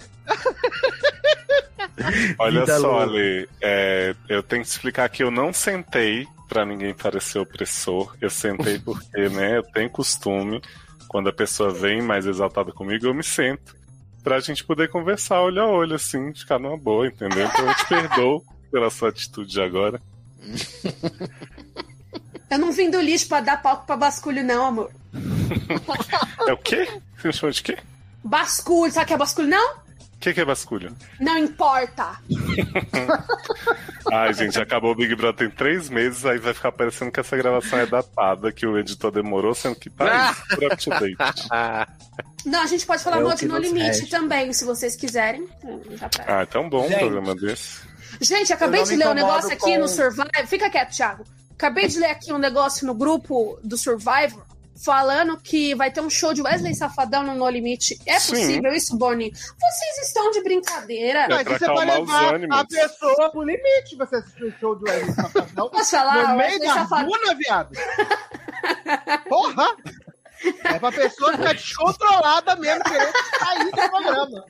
[SPEAKER 5] Olha
[SPEAKER 13] Vida
[SPEAKER 5] só,
[SPEAKER 13] louca.
[SPEAKER 5] Ale, é, eu tenho que explicar que eu não sentei pra ninguém parecer opressor. Eu sentei porque, né, eu tenho costume, quando a pessoa vem mais exaltada comigo, eu me sento. Pra gente poder conversar olho a olho, assim, ficar numa boa, entendeu? Então eu te perdoo pela sua atitude de agora.
[SPEAKER 6] Eu não vim do lixo pra dar palco pra basculho, não, amor.
[SPEAKER 5] É o quê? Você me chama de quê?
[SPEAKER 6] Basculho, sabe o que é basculho? Não?
[SPEAKER 5] O que, que é basculho?
[SPEAKER 6] Não importa.
[SPEAKER 5] Ai, gente, acabou o Big Brother em três meses, aí vai ficar parecendo que essa gravação é datada, que o editor demorou, sendo que
[SPEAKER 4] Ah!
[SPEAKER 5] tá isso, por up-to-date.
[SPEAKER 10] Ah,
[SPEAKER 6] Não, a gente pode falar
[SPEAKER 5] É o
[SPEAKER 6] mal de
[SPEAKER 5] que
[SPEAKER 6] No
[SPEAKER 5] nos
[SPEAKER 6] Limite
[SPEAKER 5] resta.
[SPEAKER 6] também, se vocês quiserem. Hum, tá pra-
[SPEAKER 5] Ah, é tão bom
[SPEAKER 6] Gente.
[SPEAKER 5] um programa desse.
[SPEAKER 6] Gente, acabei
[SPEAKER 5] Eu não
[SPEAKER 6] de
[SPEAKER 5] me
[SPEAKER 6] ler um
[SPEAKER 5] incomodo
[SPEAKER 6] negócio aqui
[SPEAKER 5] com-
[SPEAKER 6] no Survivor. Fica quieto, Thiago. Acabei de ler aqui um negócio no grupo do Survivor falando que vai ter um show de Wesley Safadão no No Limite. É
[SPEAKER 3] Sim.
[SPEAKER 6] possível isso, Boninho? Vocês estão de brincadeira.
[SPEAKER 5] É Mas pra você vai acalmar os levar ânimos.
[SPEAKER 3] A pessoa pro limite, você assistiu o show do Wesley Safadão.
[SPEAKER 6] Posso falar?
[SPEAKER 3] No meio
[SPEAKER 6] Wesley
[SPEAKER 3] da
[SPEAKER 6] Safadão.
[SPEAKER 3] rua, viado. Porra! É pra pessoa ficar descontrolada mesmo, querendo sair do programa.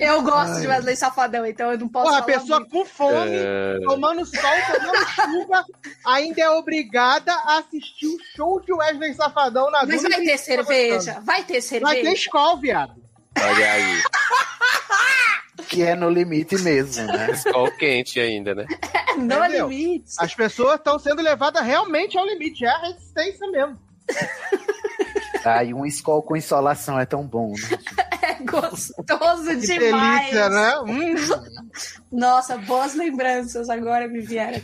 [SPEAKER 6] Eu gosto
[SPEAKER 3] Ai.
[SPEAKER 6] de Wesley Safadão, então eu não posso
[SPEAKER 3] Porra, a
[SPEAKER 6] falar
[SPEAKER 3] pessoa
[SPEAKER 6] muito.
[SPEAKER 3] com fome,
[SPEAKER 5] É.
[SPEAKER 3] tomando sol, tomando chuva, ainda é obrigada a assistir o show de Wesley Safadão na
[SPEAKER 6] Mas
[SPEAKER 3] Globo
[SPEAKER 6] vai
[SPEAKER 3] e
[SPEAKER 6] ter
[SPEAKER 3] fica
[SPEAKER 6] cerveja,
[SPEAKER 3] gostando.
[SPEAKER 6] vai ter cerveja.
[SPEAKER 3] Vai ter escol, viado.
[SPEAKER 10] Olha aí.
[SPEAKER 4] Que é no limite mesmo, né?
[SPEAKER 10] Escol quente ainda, né?
[SPEAKER 6] Não
[SPEAKER 3] é
[SPEAKER 6] limite.
[SPEAKER 3] As pessoas estão sendo levadas realmente ao limite. É a resistência mesmo.
[SPEAKER 4] Aí um escol com insolação é tão bom, né?
[SPEAKER 6] É gostoso
[SPEAKER 4] Que
[SPEAKER 6] demais.
[SPEAKER 4] delícia, né?
[SPEAKER 6] Nossa, boas lembranças agora me vieram.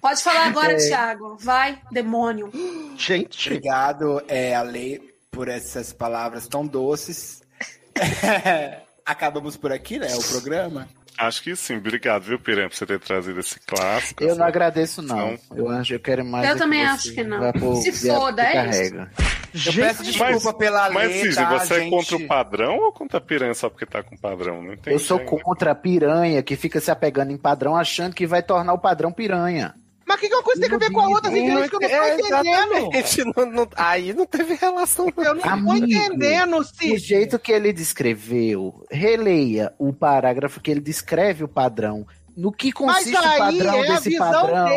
[SPEAKER 6] Pode falar agora,
[SPEAKER 2] É.
[SPEAKER 6] Thiago. Vai, demônio.
[SPEAKER 3] Gente.
[SPEAKER 2] Obrigado, é, Ale, por essas palavras tão doces. Acabamos por aqui, né? O programa.
[SPEAKER 5] Acho que sim, obrigado, viu, Piranha, por você ter trazido esse clássico. assim.
[SPEAKER 4] Eu não agradeço, não. Eu, acho, eu quero mais.
[SPEAKER 6] Eu
[SPEAKER 4] é
[SPEAKER 6] também
[SPEAKER 4] você
[SPEAKER 6] acho que não.
[SPEAKER 4] vá pro-
[SPEAKER 6] Se
[SPEAKER 4] via-
[SPEAKER 6] foda, é
[SPEAKER 4] carrega.
[SPEAKER 5] Eu peço
[SPEAKER 4] desculpa pela
[SPEAKER 5] Mas,
[SPEAKER 4] lei,
[SPEAKER 5] Cid,
[SPEAKER 4] tá,
[SPEAKER 5] você é
[SPEAKER 4] gente?
[SPEAKER 5] contra o padrão ou contra a piranha só porque tá com padrão? Não entendi.
[SPEAKER 4] Eu sou
[SPEAKER 5] ainda.
[SPEAKER 4] contra a piranha que fica se apegando em padrão achando que vai tornar o padrão piranha.
[SPEAKER 3] Mas o que, que uma coisa tem a ver com a outra? Assim, que eu não tô
[SPEAKER 10] É,
[SPEAKER 3] entendendo.
[SPEAKER 10] exatamente. Não- não- aí não teve relação.
[SPEAKER 3] Eu não tô entendendo,
[SPEAKER 4] O
[SPEAKER 3] Cid.
[SPEAKER 4] jeito que ele descreveu, releia o parágrafo que ele descreve o padrão. No que consiste o
[SPEAKER 10] é
[SPEAKER 3] é
[SPEAKER 4] padrão desse padrão?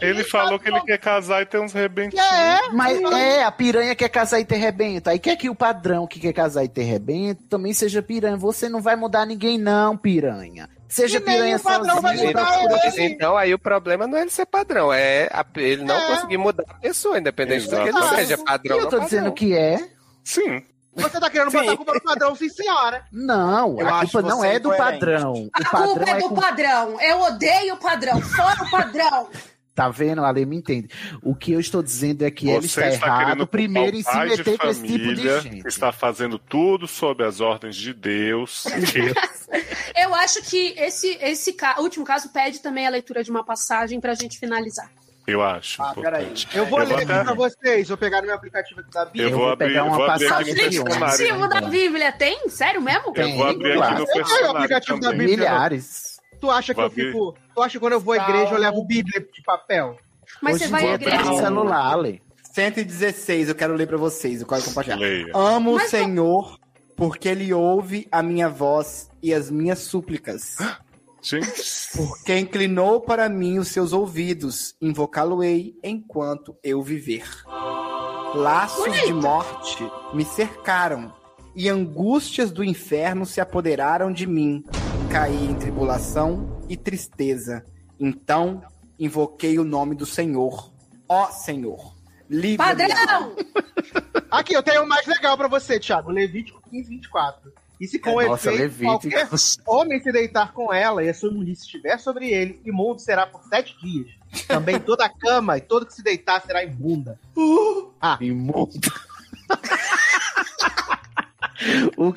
[SPEAKER 5] Ele falou que ele quer casar e tem uns rebentinhos.
[SPEAKER 4] Mas é, a piranha quer casar e ter rebento. Aí quer que o padrão que quer casar e ter rebento também seja piranha. Você não vai mudar ninguém, não, piranha. Seja
[SPEAKER 10] E nem
[SPEAKER 4] piranha
[SPEAKER 10] o padrão
[SPEAKER 4] sozinha.
[SPEAKER 10] vai mudar Mas então aí o problema não é ele ser padrão, é a- ele não conseguir mudar a pessoa, independente do que ele
[SPEAKER 4] Exato.
[SPEAKER 10] seja padrão.
[SPEAKER 4] E eu tô
[SPEAKER 10] não
[SPEAKER 4] dizendo
[SPEAKER 10] padrão.
[SPEAKER 4] que é.
[SPEAKER 5] Sim.
[SPEAKER 3] Você tá querendo botar a culpa no padrão, sim, senhora.
[SPEAKER 4] Não,
[SPEAKER 3] Eu
[SPEAKER 4] a
[SPEAKER 3] acho
[SPEAKER 4] culpa não
[SPEAKER 3] você
[SPEAKER 4] é do
[SPEAKER 3] incoerente.
[SPEAKER 4] padrão.
[SPEAKER 6] A
[SPEAKER 4] O
[SPEAKER 6] culpa
[SPEAKER 4] padrão
[SPEAKER 6] é
[SPEAKER 4] é
[SPEAKER 6] do
[SPEAKER 4] com
[SPEAKER 6] padrão. Eu odeio o padrão. Fora o padrão.
[SPEAKER 4] Tá vendo, Ale? Me entende. O que eu estou dizendo é que ele
[SPEAKER 5] Você
[SPEAKER 4] está, errado
[SPEAKER 5] querendo
[SPEAKER 4] primeiro em se
[SPEAKER 5] culpar o pai de
[SPEAKER 4] meter com esse tipo de
[SPEAKER 5] família,
[SPEAKER 4] gente.
[SPEAKER 5] Está fazendo tudo sob as ordens de Deus.
[SPEAKER 6] Eu acho que esse, esse ca- último caso pede também a leitura de uma passagem pra gente finalizar.
[SPEAKER 5] eu acho. um
[SPEAKER 3] Ah, peraí.
[SPEAKER 5] importante.
[SPEAKER 3] Eu vou
[SPEAKER 5] Eu
[SPEAKER 3] ler
[SPEAKER 5] vou até-
[SPEAKER 3] aqui pra vocês. Vou pegar no meu aplicativo aqui da Bíblia.
[SPEAKER 5] Eu vou abrir- eu vou abrir aqui no personagem.
[SPEAKER 6] Arquivo da Bíblia tem? Sério mesmo?
[SPEAKER 5] Eu vou abrir aqui no
[SPEAKER 3] Eu tenho o aplicativo
[SPEAKER 5] personagem
[SPEAKER 3] da
[SPEAKER 5] também.
[SPEAKER 3] Bíblia. Tu acha que
[SPEAKER 5] Vou
[SPEAKER 3] eu
[SPEAKER 5] abrir.
[SPEAKER 3] fico. Tu acha que quando eu vou à igreja eu levo Bíblia de papel?
[SPEAKER 6] Mas você vai um à
[SPEAKER 5] um
[SPEAKER 6] igreja?
[SPEAKER 4] celular, Ale.
[SPEAKER 2] 116, eu quero ler pra vocês, eu quero compartilhar.
[SPEAKER 5] Leia.
[SPEAKER 2] Amo o
[SPEAKER 6] Mas
[SPEAKER 2] Senhor, porque ele ouve a minha voz e as minhas súplicas. Porque inclinou para mim os seus ouvidos, invocá-lo-ei enquanto eu viver. Laços de morte me cercaram, e angústias do inferno se apoderaram de mim. Caí em tribulação e tristeza. Então invoquei o nome do Senhor. Ó Senhor, livre-me.
[SPEAKER 6] Padrão!
[SPEAKER 3] Aqui, eu tenho o mais legal pra você, Thiago. Levítico 15, 24. E se
[SPEAKER 6] um
[SPEAKER 3] com
[SPEAKER 4] Nossa,
[SPEAKER 3] efeito
[SPEAKER 4] Levítico.
[SPEAKER 3] qualquer homem se deitar com ela e a sua imundice estiver sobre ele, imundo será por sete dias. Também toda a cama e todo que se deitar será imunda. Ah.
[SPEAKER 4] Imunda. O,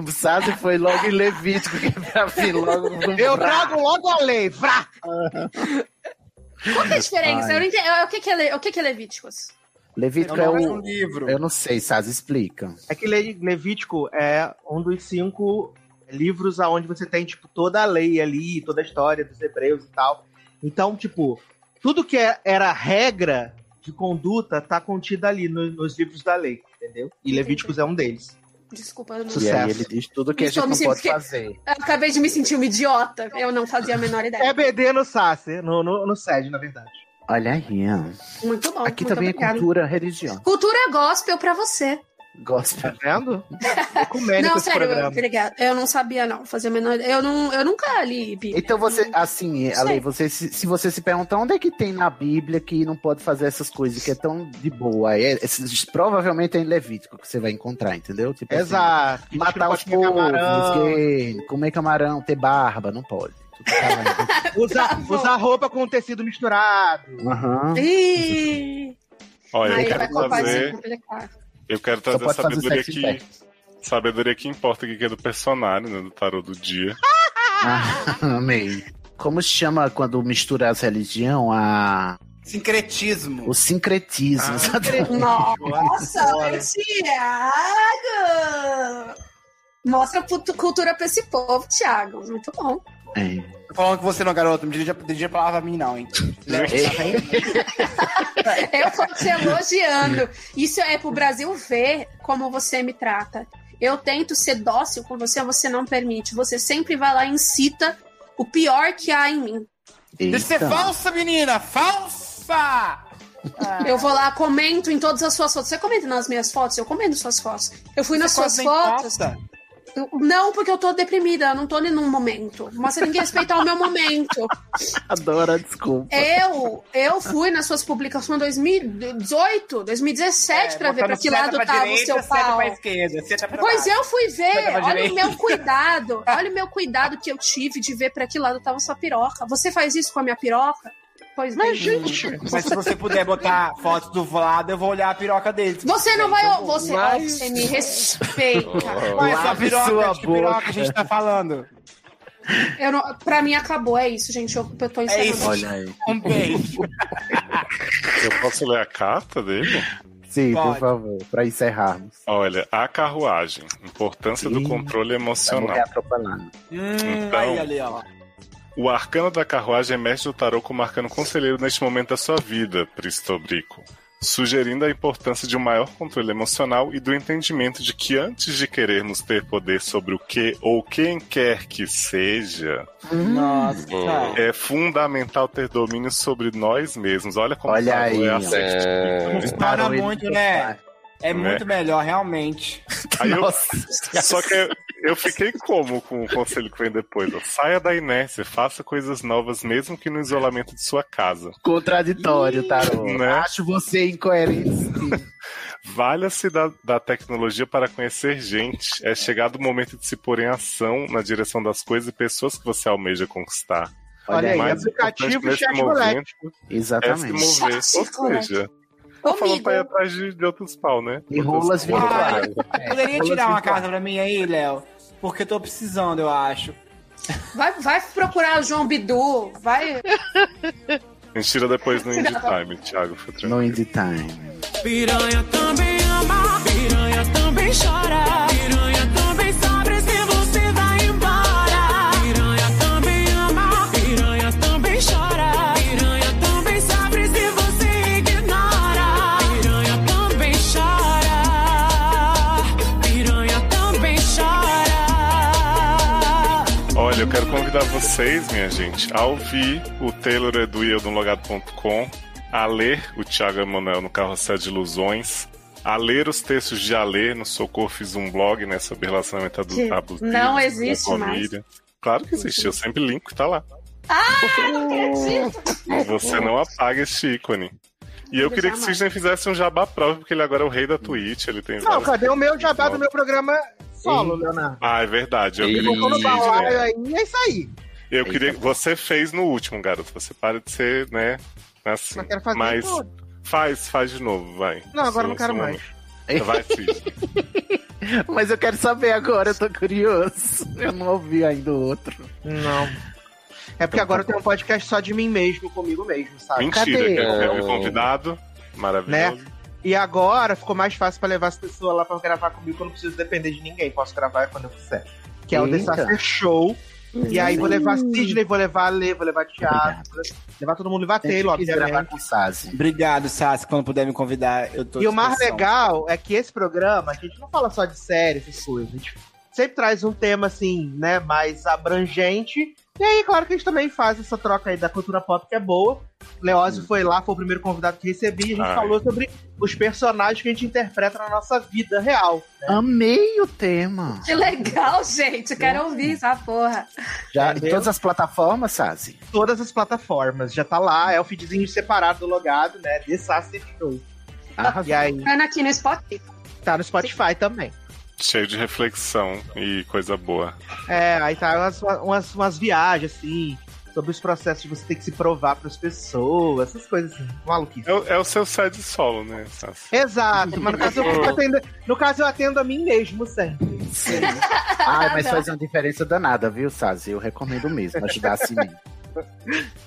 [SPEAKER 4] o Sassi foi logo em Levítico, que é pra vir logo. no-
[SPEAKER 3] Eu trago logo a lei, vrá!
[SPEAKER 6] Qual que é a diferença?
[SPEAKER 4] Ai.
[SPEAKER 6] Eu não entendi. O que que é, le- o que que é Levíticos?
[SPEAKER 4] Levítico
[SPEAKER 3] Eu
[SPEAKER 4] é
[SPEAKER 3] não
[SPEAKER 4] o.
[SPEAKER 3] acho um livro.
[SPEAKER 4] Eu não sei, Sassi, explica.
[SPEAKER 3] É que Le- Levítico é um dos cinco livros aonde você tem, tipo, toda a lei ali, toda a história dos hebreus e tal. Então, tipo, tudo que é- era regra de conduta tá contida ali no- nos livros da lei, entendeu? E Levíticos é um deles.
[SPEAKER 6] Desculpa, eu não
[SPEAKER 4] E aí ele diz tudo que a
[SPEAKER 6] Isso, eu
[SPEAKER 4] gente não
[SPEAKER 6] me sinto
[SPEAKER 4] pode
[SPEAKER 6] que-
[SPEAKER 4] fazer.
[SPEAKER 6] Eu acabei de me sentir uma idiota. Eu não fazia a menor ideia.
[SPEAKER 3] É BD no Sassi, no, no, no SED, na verdade.
[SPEAKER 4] Olha aí.
[SPEAKER 6] Muito bom.
[SPEAKER 4] Aqui
[SPEAKER 6] muito
[SPEAKER 4] também é
[SPEAKER 6] obrigada.
[SPEAKER 4] cultura, religião.
[SPEAKER 6] Cultura gospel pra você.
[SPEAKER 4] Gosto. Tá
[SPEAKER 3] vendo? Ecumênico
[SPEAKER 6] não,
[SPEAKER 3] esse
[SPEAKER 6] sério,
[SPEAKER 3] programa.
[SPEAKER 6] obrigada. Eu não sabia, não. Fazia a menor ideia. Eu, não, eu nunca li Bíblia.
[SPEAKER 4] Então você, assim,
[SPEAKER 6] sei.
[SPEAKER 4] Ale, você, se, se você se perguntar onde é que tem na Bíblia que não pode fazer essas coisas, que é tão de boa, é, esses- provavelmente é em Levítico que você vai encontrar, entendeu? Tipo assim,
[SPEAKER 3] Exato. A gente
[SPEAKER 4] matar
[SPEAKER 3] não
[SPEAKER 4] os
[SPEAKER 3] pode comer camarão.
[SPEAKER 4] povos, gay, comer camarão, ter barba, não pode. Tipo, tá né?
[SPEAKER 6] Tá
[SPEAKER 3] Usar usar roupa com tecido misturado.
[SPEAKER 4] Aham.
[SPEAKER 6] Ih,
[SPEAKER 5] Olha,
[SPEAKER 6] aí
[SPEAKER 5] eu
[SPEAKER 6] vai
[SPEAKER 5] quero trazer,
[SPEAKER 6] complicar.
[SPEAKER 5] eu quero
[SPEAKER 4] Só
[SPEAKER 5] trazer
[SPEAKER 4] pode fazer
[SPEAKER 5] sabedoria
[SPEAKER 4] sexo
[SPEAKER 5] que.
[SPEAKER 4] em pé.
[SPEAKER 5] Sabedoria que importa aqui, que é do personagem, né? Do tarô do dia.
[SPEAKER 4] Ah, amei. Como se chama quando mistura as religiões? A...
[SPEAKER 2] Sincretismo.
[SPEAKER 4] O sincretismo.
[SPEAKER 6] Nossa,
[SPEAKER 2] Olha.
[SPEAKER 6] Tiago! Mostra putu- cultura pra esse povo, Tiago. Muito bom.
[SPEAKER 4] É.
[SPEAKER 2] Falando que você não é garoto, não dirija, dirija a palavra a mim, não, hein?
[SPEAKER 6] Eu tô te elogiando. Isso é pro Brasil ver como você me trata. Eu tento ser dócil com você, você não permite. Você sempre vai lá e incita o pior que há em mim.
[SPEAKER 2] Deixa de ser
[SPEAKER 4] Eita.
[SPEAKER 2] falsa, menina! Falsa! Ah.
[SPEAKER 6] Eu vou lá, comento em todas as suas fotos. Você comenta nas minhas fotos? Eu comento suas fotos. Eu fui nas
[SPEAKER 2] Você quase
[SPEAKER 6] suas
[SPEAKER 2] nem
[SPEAKER 6] fotos.
[SPEAKER 2] posta.
[SPEAKER 6] Eu- não, porque eu tô deprimida, eu não tô num momento. Mas você tem que respeitar o meu momento.
[SPEAKER 4] Adoro, a desculpa.
[SPEAKER 6] É, Eu, eu fui nas suas publicações em 2018, 2017, pra ver pra
[SPEAKER 2] É, Botando
[SPEAKER 6] que
[SPEAKER 2] seta
[SPEAKER 6] lado
[SPEAKER 2] pra
[SPEAKER 6] tava
[SPEAKER 2] direita,
[SPEAKER 6] o seu
[SPEAKER 2] Seta
[SPEAKER 6] pau.
[SPEAKER 2] pra esquerda, seta pra
[SPEAKER 6] Pois é.
[SPEAKER 2] baixo.
[SPEAKER 6] eu fui ver,
[SPEAKER 2] Seta pra
[SPEAKER 6] olha o
[SPEAKER 2] direita.
[SPEAKER 6] meu cuidado, olha o meu cuidado que eu tive de ver pra que lado tava sua piroca. Você faz isso com a minha piroca? Pois bem.
[SPEAKER 3] Mas, gente,
[SPEAKER 2] Mas se você puder botar fotos do Vlado, eu vou olhar a piroca dele.
[SPEAKER 6] Você não vai. Você,
[SPEAKER 2] Mas-
[SPEAKER 6] você me respeita.
[SPEAKER 2] Qual é essa
[SPEAKER 4] Lave
[SPEAKER 2] piroca?
[SPEAKER 4] sua
[SPEAKER 2] De que piroca a gente tá falando?
[SPEAKER 6] Eu não, pra mim acabou, é isso, gente. Eu, eu tô
[SPEAKER 2] É
[SPEAKER 6] encerrando.
[SPEAKER 2] isso.
[SPEAKER 4] Olha aí.
[SPEAKER 2] Um beijo.
[SPEAKER 5] Eu posso ler a carta dele?
[SPEAKER 4] Sim,
[SPEAKER 2] Pode.
[SPEAKER 4] por favor, pra encerrarmos.
[SPEAKER 5] Olha, a carruagem. Importância do
[SPEAKER 4] Ih,
[SPEAKER 5] controle
[SPEAKER 4] Pra não
[SPEAKER 5] emocional.
[SPEAKER 4] morrer atropelando.
[SPEAKER 2] Hum,
[SPEAKER 5] Então-
[SPEAKER 2] aí, ali, ó.
[SPEAKER 5] O arcano da carruagem emerge do tarô como arcano conselheiro neste momento da sua vida, Pristobrico, sugerindo a importância de um maior controle emocional e do entendimento de que antes de querermos ter poder sobre o que ou quem quer que seja,
[SPEAKER 2] Nossa.
[SPEAKER 5] é fundamental ter domínio sobre nós mesmos. Olha como
[SPEAKER 4] Olha
[SPEAKER 5] o tarô
[SPEAKER 4] aí,
[SPEAKER 5] é
[SPEAKER 4] ó.
[SPEAKER 5] assertivo.
[SPEAKER 2] Para
[SPEAKER 4] Parou ele
[SPEAKER 2] muito,
[SPEAKER 4] no
[SPEAKER 2] né?
[SPEAKER 4] sofá.
[SPEAKER 2] É muito melhor, realmente.
[SPEAKER 5] Aí eu-
[SPEAKER 4] Nossa.
[SPEAKER 5] Só que eu, eu fiquei como com o conselho que vem depois? ó? Saia da inércia, faça coisas novas mesmo que no isolamento de sua casa.
[SPEAKER 4] Contraditório, Tarô.
[SPEAKER 5] Né?
[SPEAKER 4] Acho você incoerente. sim.
[SPEAKER 5] Valha-se da, da tecnologia para conhecer gente. É chegado o momento de se pôr em ação na direção das coisas e pessoas que você almeja conquistar.
[SPEAKER 3] Olha aí,
[SPEAKER 5] mais importante
[SPEAKER 3] É, aplicativo e
[SPEAKER 5] nesse
[SPEAKER 3] chat moleque.
[SPEAKER 5] momento é se
[SPEAKER 4] Exatamente.
[SPEAKER 5] mover. Ou
[SPEAKER 6] Chat
[SPEAKER 5] seja,
[SPEAKER 6] Ô,
[SPEAKER 5] tô falando pra ir
[SPEAKER 6] amigo,
[SPEAKER 5] atrás de, de outros pau, né?
[SPEAKER 4] E rolas
[SPEAKER 5] Outros pau.
[SPEAKER 4] virtuais.
[SPEAKER 6] É.
[SPEAKER 2] Poderia tirar
[SPEAKER 6] assim,
[SPEAKER 2] uma carta pra mim aí, Léo? Porque eu tô precisando, eu acho.
[SPEAKER 6] vai, vai procurar o João Bidu. Vai.
[SPEAKER 5] A gente tira depois no Indie Time, Thiago. Fica tranquilo.
[SPEAKER 4] No Indie Time.
[SPEAKER 7] Piranha também ama, piranha também chora. Piranha também sabe se você vai embora. Piranha também ama, piranha também chora. Piranha também sabe se você ignora. Piranha também chora. Piranha também chora.
[SPEAKER 5] Olha, eu quero convidar vocês, minha gente, a ouvir o Taylor Edu e eu no logado.com, a ler o Thiago Emanuel no Carrossel de Ilusões, a ler os textos de Alê no Socorro, fiz um blog né, sobre relacionamento
[SPEAKER 6] Que
[SPEAKER 5] adulto abusivo,
[SPEAKER 6] não
[SPEAKER 5] sobre
[SPEAKER 6] existe
[SPEAKER 5] família. Claro que existe, eu sempre linko, tá lá. Você não apaga esse ícone. E eu
[SPEAKER 6] É, Eu
[SPEAKER 5] queria que o
[SPEAKER 6] jamais.
[SPEAKER 5] Sidney fizesse um jabá próprio, porque ele agora é o rei da Twitch, ele tem
[SPEAKER 3] Não,
[SPEAKER 5] vários-
[SPEAKER 3] cadê o meu jabá do meu programa solo, Leonardo?
[SPEAKER 5] Ah, é verdade. Eu
[SPEAKER 10] Ele
[SPEAKER 5] queria
[SPEAKER 3] Colocou
[SPEAKER 5] que o
[SPEAKER 3] no
[SPEAKER 10] Eita.
[SPEAKER 3] baralho
[SPEAKER 5] Sidney...
[SPEAKER 3] aí, é isso aí.
[SPEAKER 5] Eu queria... Você fez no último, garoto. Você para de ser, né, assim.
[SPEAKER 3] Mas quero fazer
[SPEAKER 5] Mas...
[SPEAKER 3] tudo.
[SPEAKER 5] Faz, faz de novo, vai.
[SPEAKER 3] Não, agora
[SPEAKER 5] Seu-
[SPEAKER 3] não quero
[SPEAKER 5] seu
[SPEAKER 3] mais.
[SPEAKER 5] momento. Vai, Cid.
[SPEAKER 4] Mas eu quero saber agora, eu tô curioso. Eu não ouvi ainda o outro.
[SPEAKER 3] Não. É porque agora eu tenho um podcast só de mim mesmo, comigo mesmo, sabe?
[SPEAKER 5] Mentira,
[SPEAKER 4] Ah, Cadê? Né?
[SPEAKER 5] que é
[SPEAKER 10] Oh.
[SPEAKER 5] o convidado. Maravilhoso.
[SPEAKER 3] E agora ficou mais fácil pra levar as pessoas lá pra gravar comigo, que eu não preciso depender de ninguém. Posso gravar quando eu quiser. Que é o The
[SPEAKER 4] Eita.
[SPEAKER 3] Sasser Show, E aí vou levar Sidney, vou levar Lê, vou levar Thiago, vou levar todo mundo, levar Taylor, obviamente.
[SPEAKER 2] Obrigado, Sassi. Quando puder me convidar, eu tô à
[SPEAKER 3] E o mais
[SPEAKER 2] disposição.
[SPEAKER 3] legal é que esse programa, a gente não fala só de séries, essas coisas. A gente sempre traz um tema, assim, né, mais abrangente. E aí, claro que a gente também faz essa troca aí da cultura pop, que é boa.
[SPEAKER 2] Hum.
[SPEAKER 3] Leózio foi lá, foi o primeiro convidado que recebi, e a gente
[SPEAKER 4] Ai.
[SPEAKER 3] falou sobre os personagens que a gente interpreta na nossa vida real.
[SPEAKER 4] Amei o tema.
[SPEAKER 6] Que legal, gente. Eu Quero ouvir essa porra.
[SPEAKER 4] Já em todas as plataformas, Sazi?
[SPEAKER 3] Todas as plataformas, já tá lá, é o feedzinho separado do logado, né, de Sassy Show. E aí,
[SPEAKER 6] Tá aqui no Spotify.
[SPEAKER 3] tá no Spotify também.
[SPEAKER 5] Cheio de reflexão e coisa boa.
[SPEAKER 3] É, aí tá umas, umas, umas viagens, assim, sobre os processos de você ter que se provar pras pessoas, essas coisas assim, maluquice.
[SPEAKER 5] É, o- é o seu side solo, né, Sassi?
[SPEAKER 3] Exato, mas no caso, eu
[SPEAKER 5] Pô.
[SPEAKER 3] atendo, no caso eu atendo a mim mesmo sempre.
[SPEAKER 4] Ai, mas
[SPEAKER 3] Não.
[SPEAKER 4] faz uma diferença danada, viu, Sazi? Eu recomendo mesmo, ajudar assim mesmo.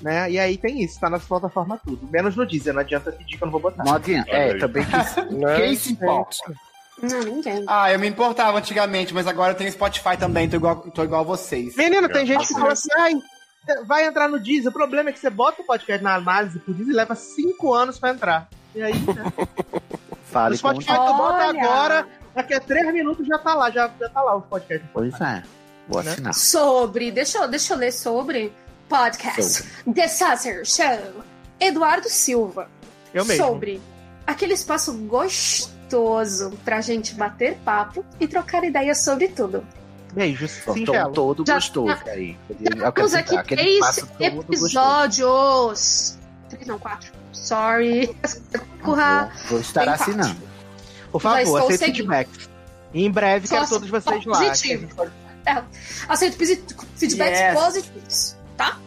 [SPEAKER 3] Né? E aí tem isso, tá nas plataformas tudo. Menos no Deezer, não adianta pedir que eu não vou botar.
[SPEAKER 4] Não adianta,
[SPEAKER 2] é, também
[SPEAKER 10] Né?
[SPEAKER 4] que- quem se importa?
[SPEAKER 6] Não, ninguém.
[SPEAKER 2] Ah, eu me importava antigamente, mas agora eu tenho Spotify também, tô igual, tô igual vocês.
[SPEAKER 3] é. Menino, tem gente que fala assim, ai, vai entrar no Deezer. O problema é que você bota o podcast na análise pro Deezer e leva cinco anos pra entrar. E aí, né? o
[SPEAKER 4] Fale com
[SPEAKER 3] Spotify tu bota
[SPEAKER 6] Olha!
[SPEAKER 3] agora, daqui a três minutos já tá lá, já, já tá lá o podcast.
[SPEAKER 4] Pois é, vou
[SPEAKER 3] Né?
[SPEAKER 4] assinar.
[SPEAKER 6] Sobre. Deixa eu, deixa eu ler sobre. Podcast. The Sasser Show. Eduardo Silva.
[SPEAKER 7] Eu mesmo.
[SPEAKER 6] Sobre. Aquele espaço gostoso pra gente bater papo e trocar ideias sobre tudo.
[SPEAKER 3] Beijo,
[SPEAKER 4] Tom todo gostoso aí. É Eu quero
[SPEAKER 6] Temos tá. aqui
[SPEAKER 4] citar, aquele
[SPEAKER 6] três
[SPEAKER 4] passo todo
[SPEAKER 6] episódios. Três, não, quatro. Sorry. Curra.
[SPEAKER 4] né? Vou estar
[SPEAKER 6] Tem
[SPEAKER 4] assinando.
[SPEAKER 3] Por
[SPEAKER 6] Já estou
[SPEAKER 3] favor, aceito
[SPEAKER 6] seguindo.
[SPEAKER 3] feedbacks. E em breve
[SPEAKER 6] Só
[SPEAKER 3] quero
[SPEAKER 6] assim,
[SPEAKER 3] todos vocês
[SPEAKER 6] só
[SPEAKER 3] lá.
[SPEAKER 6] positivo. É, aceito pisi- feedbacks
[SPEAKER 3] Yes.
[SPEAKER 6] positivos, tá?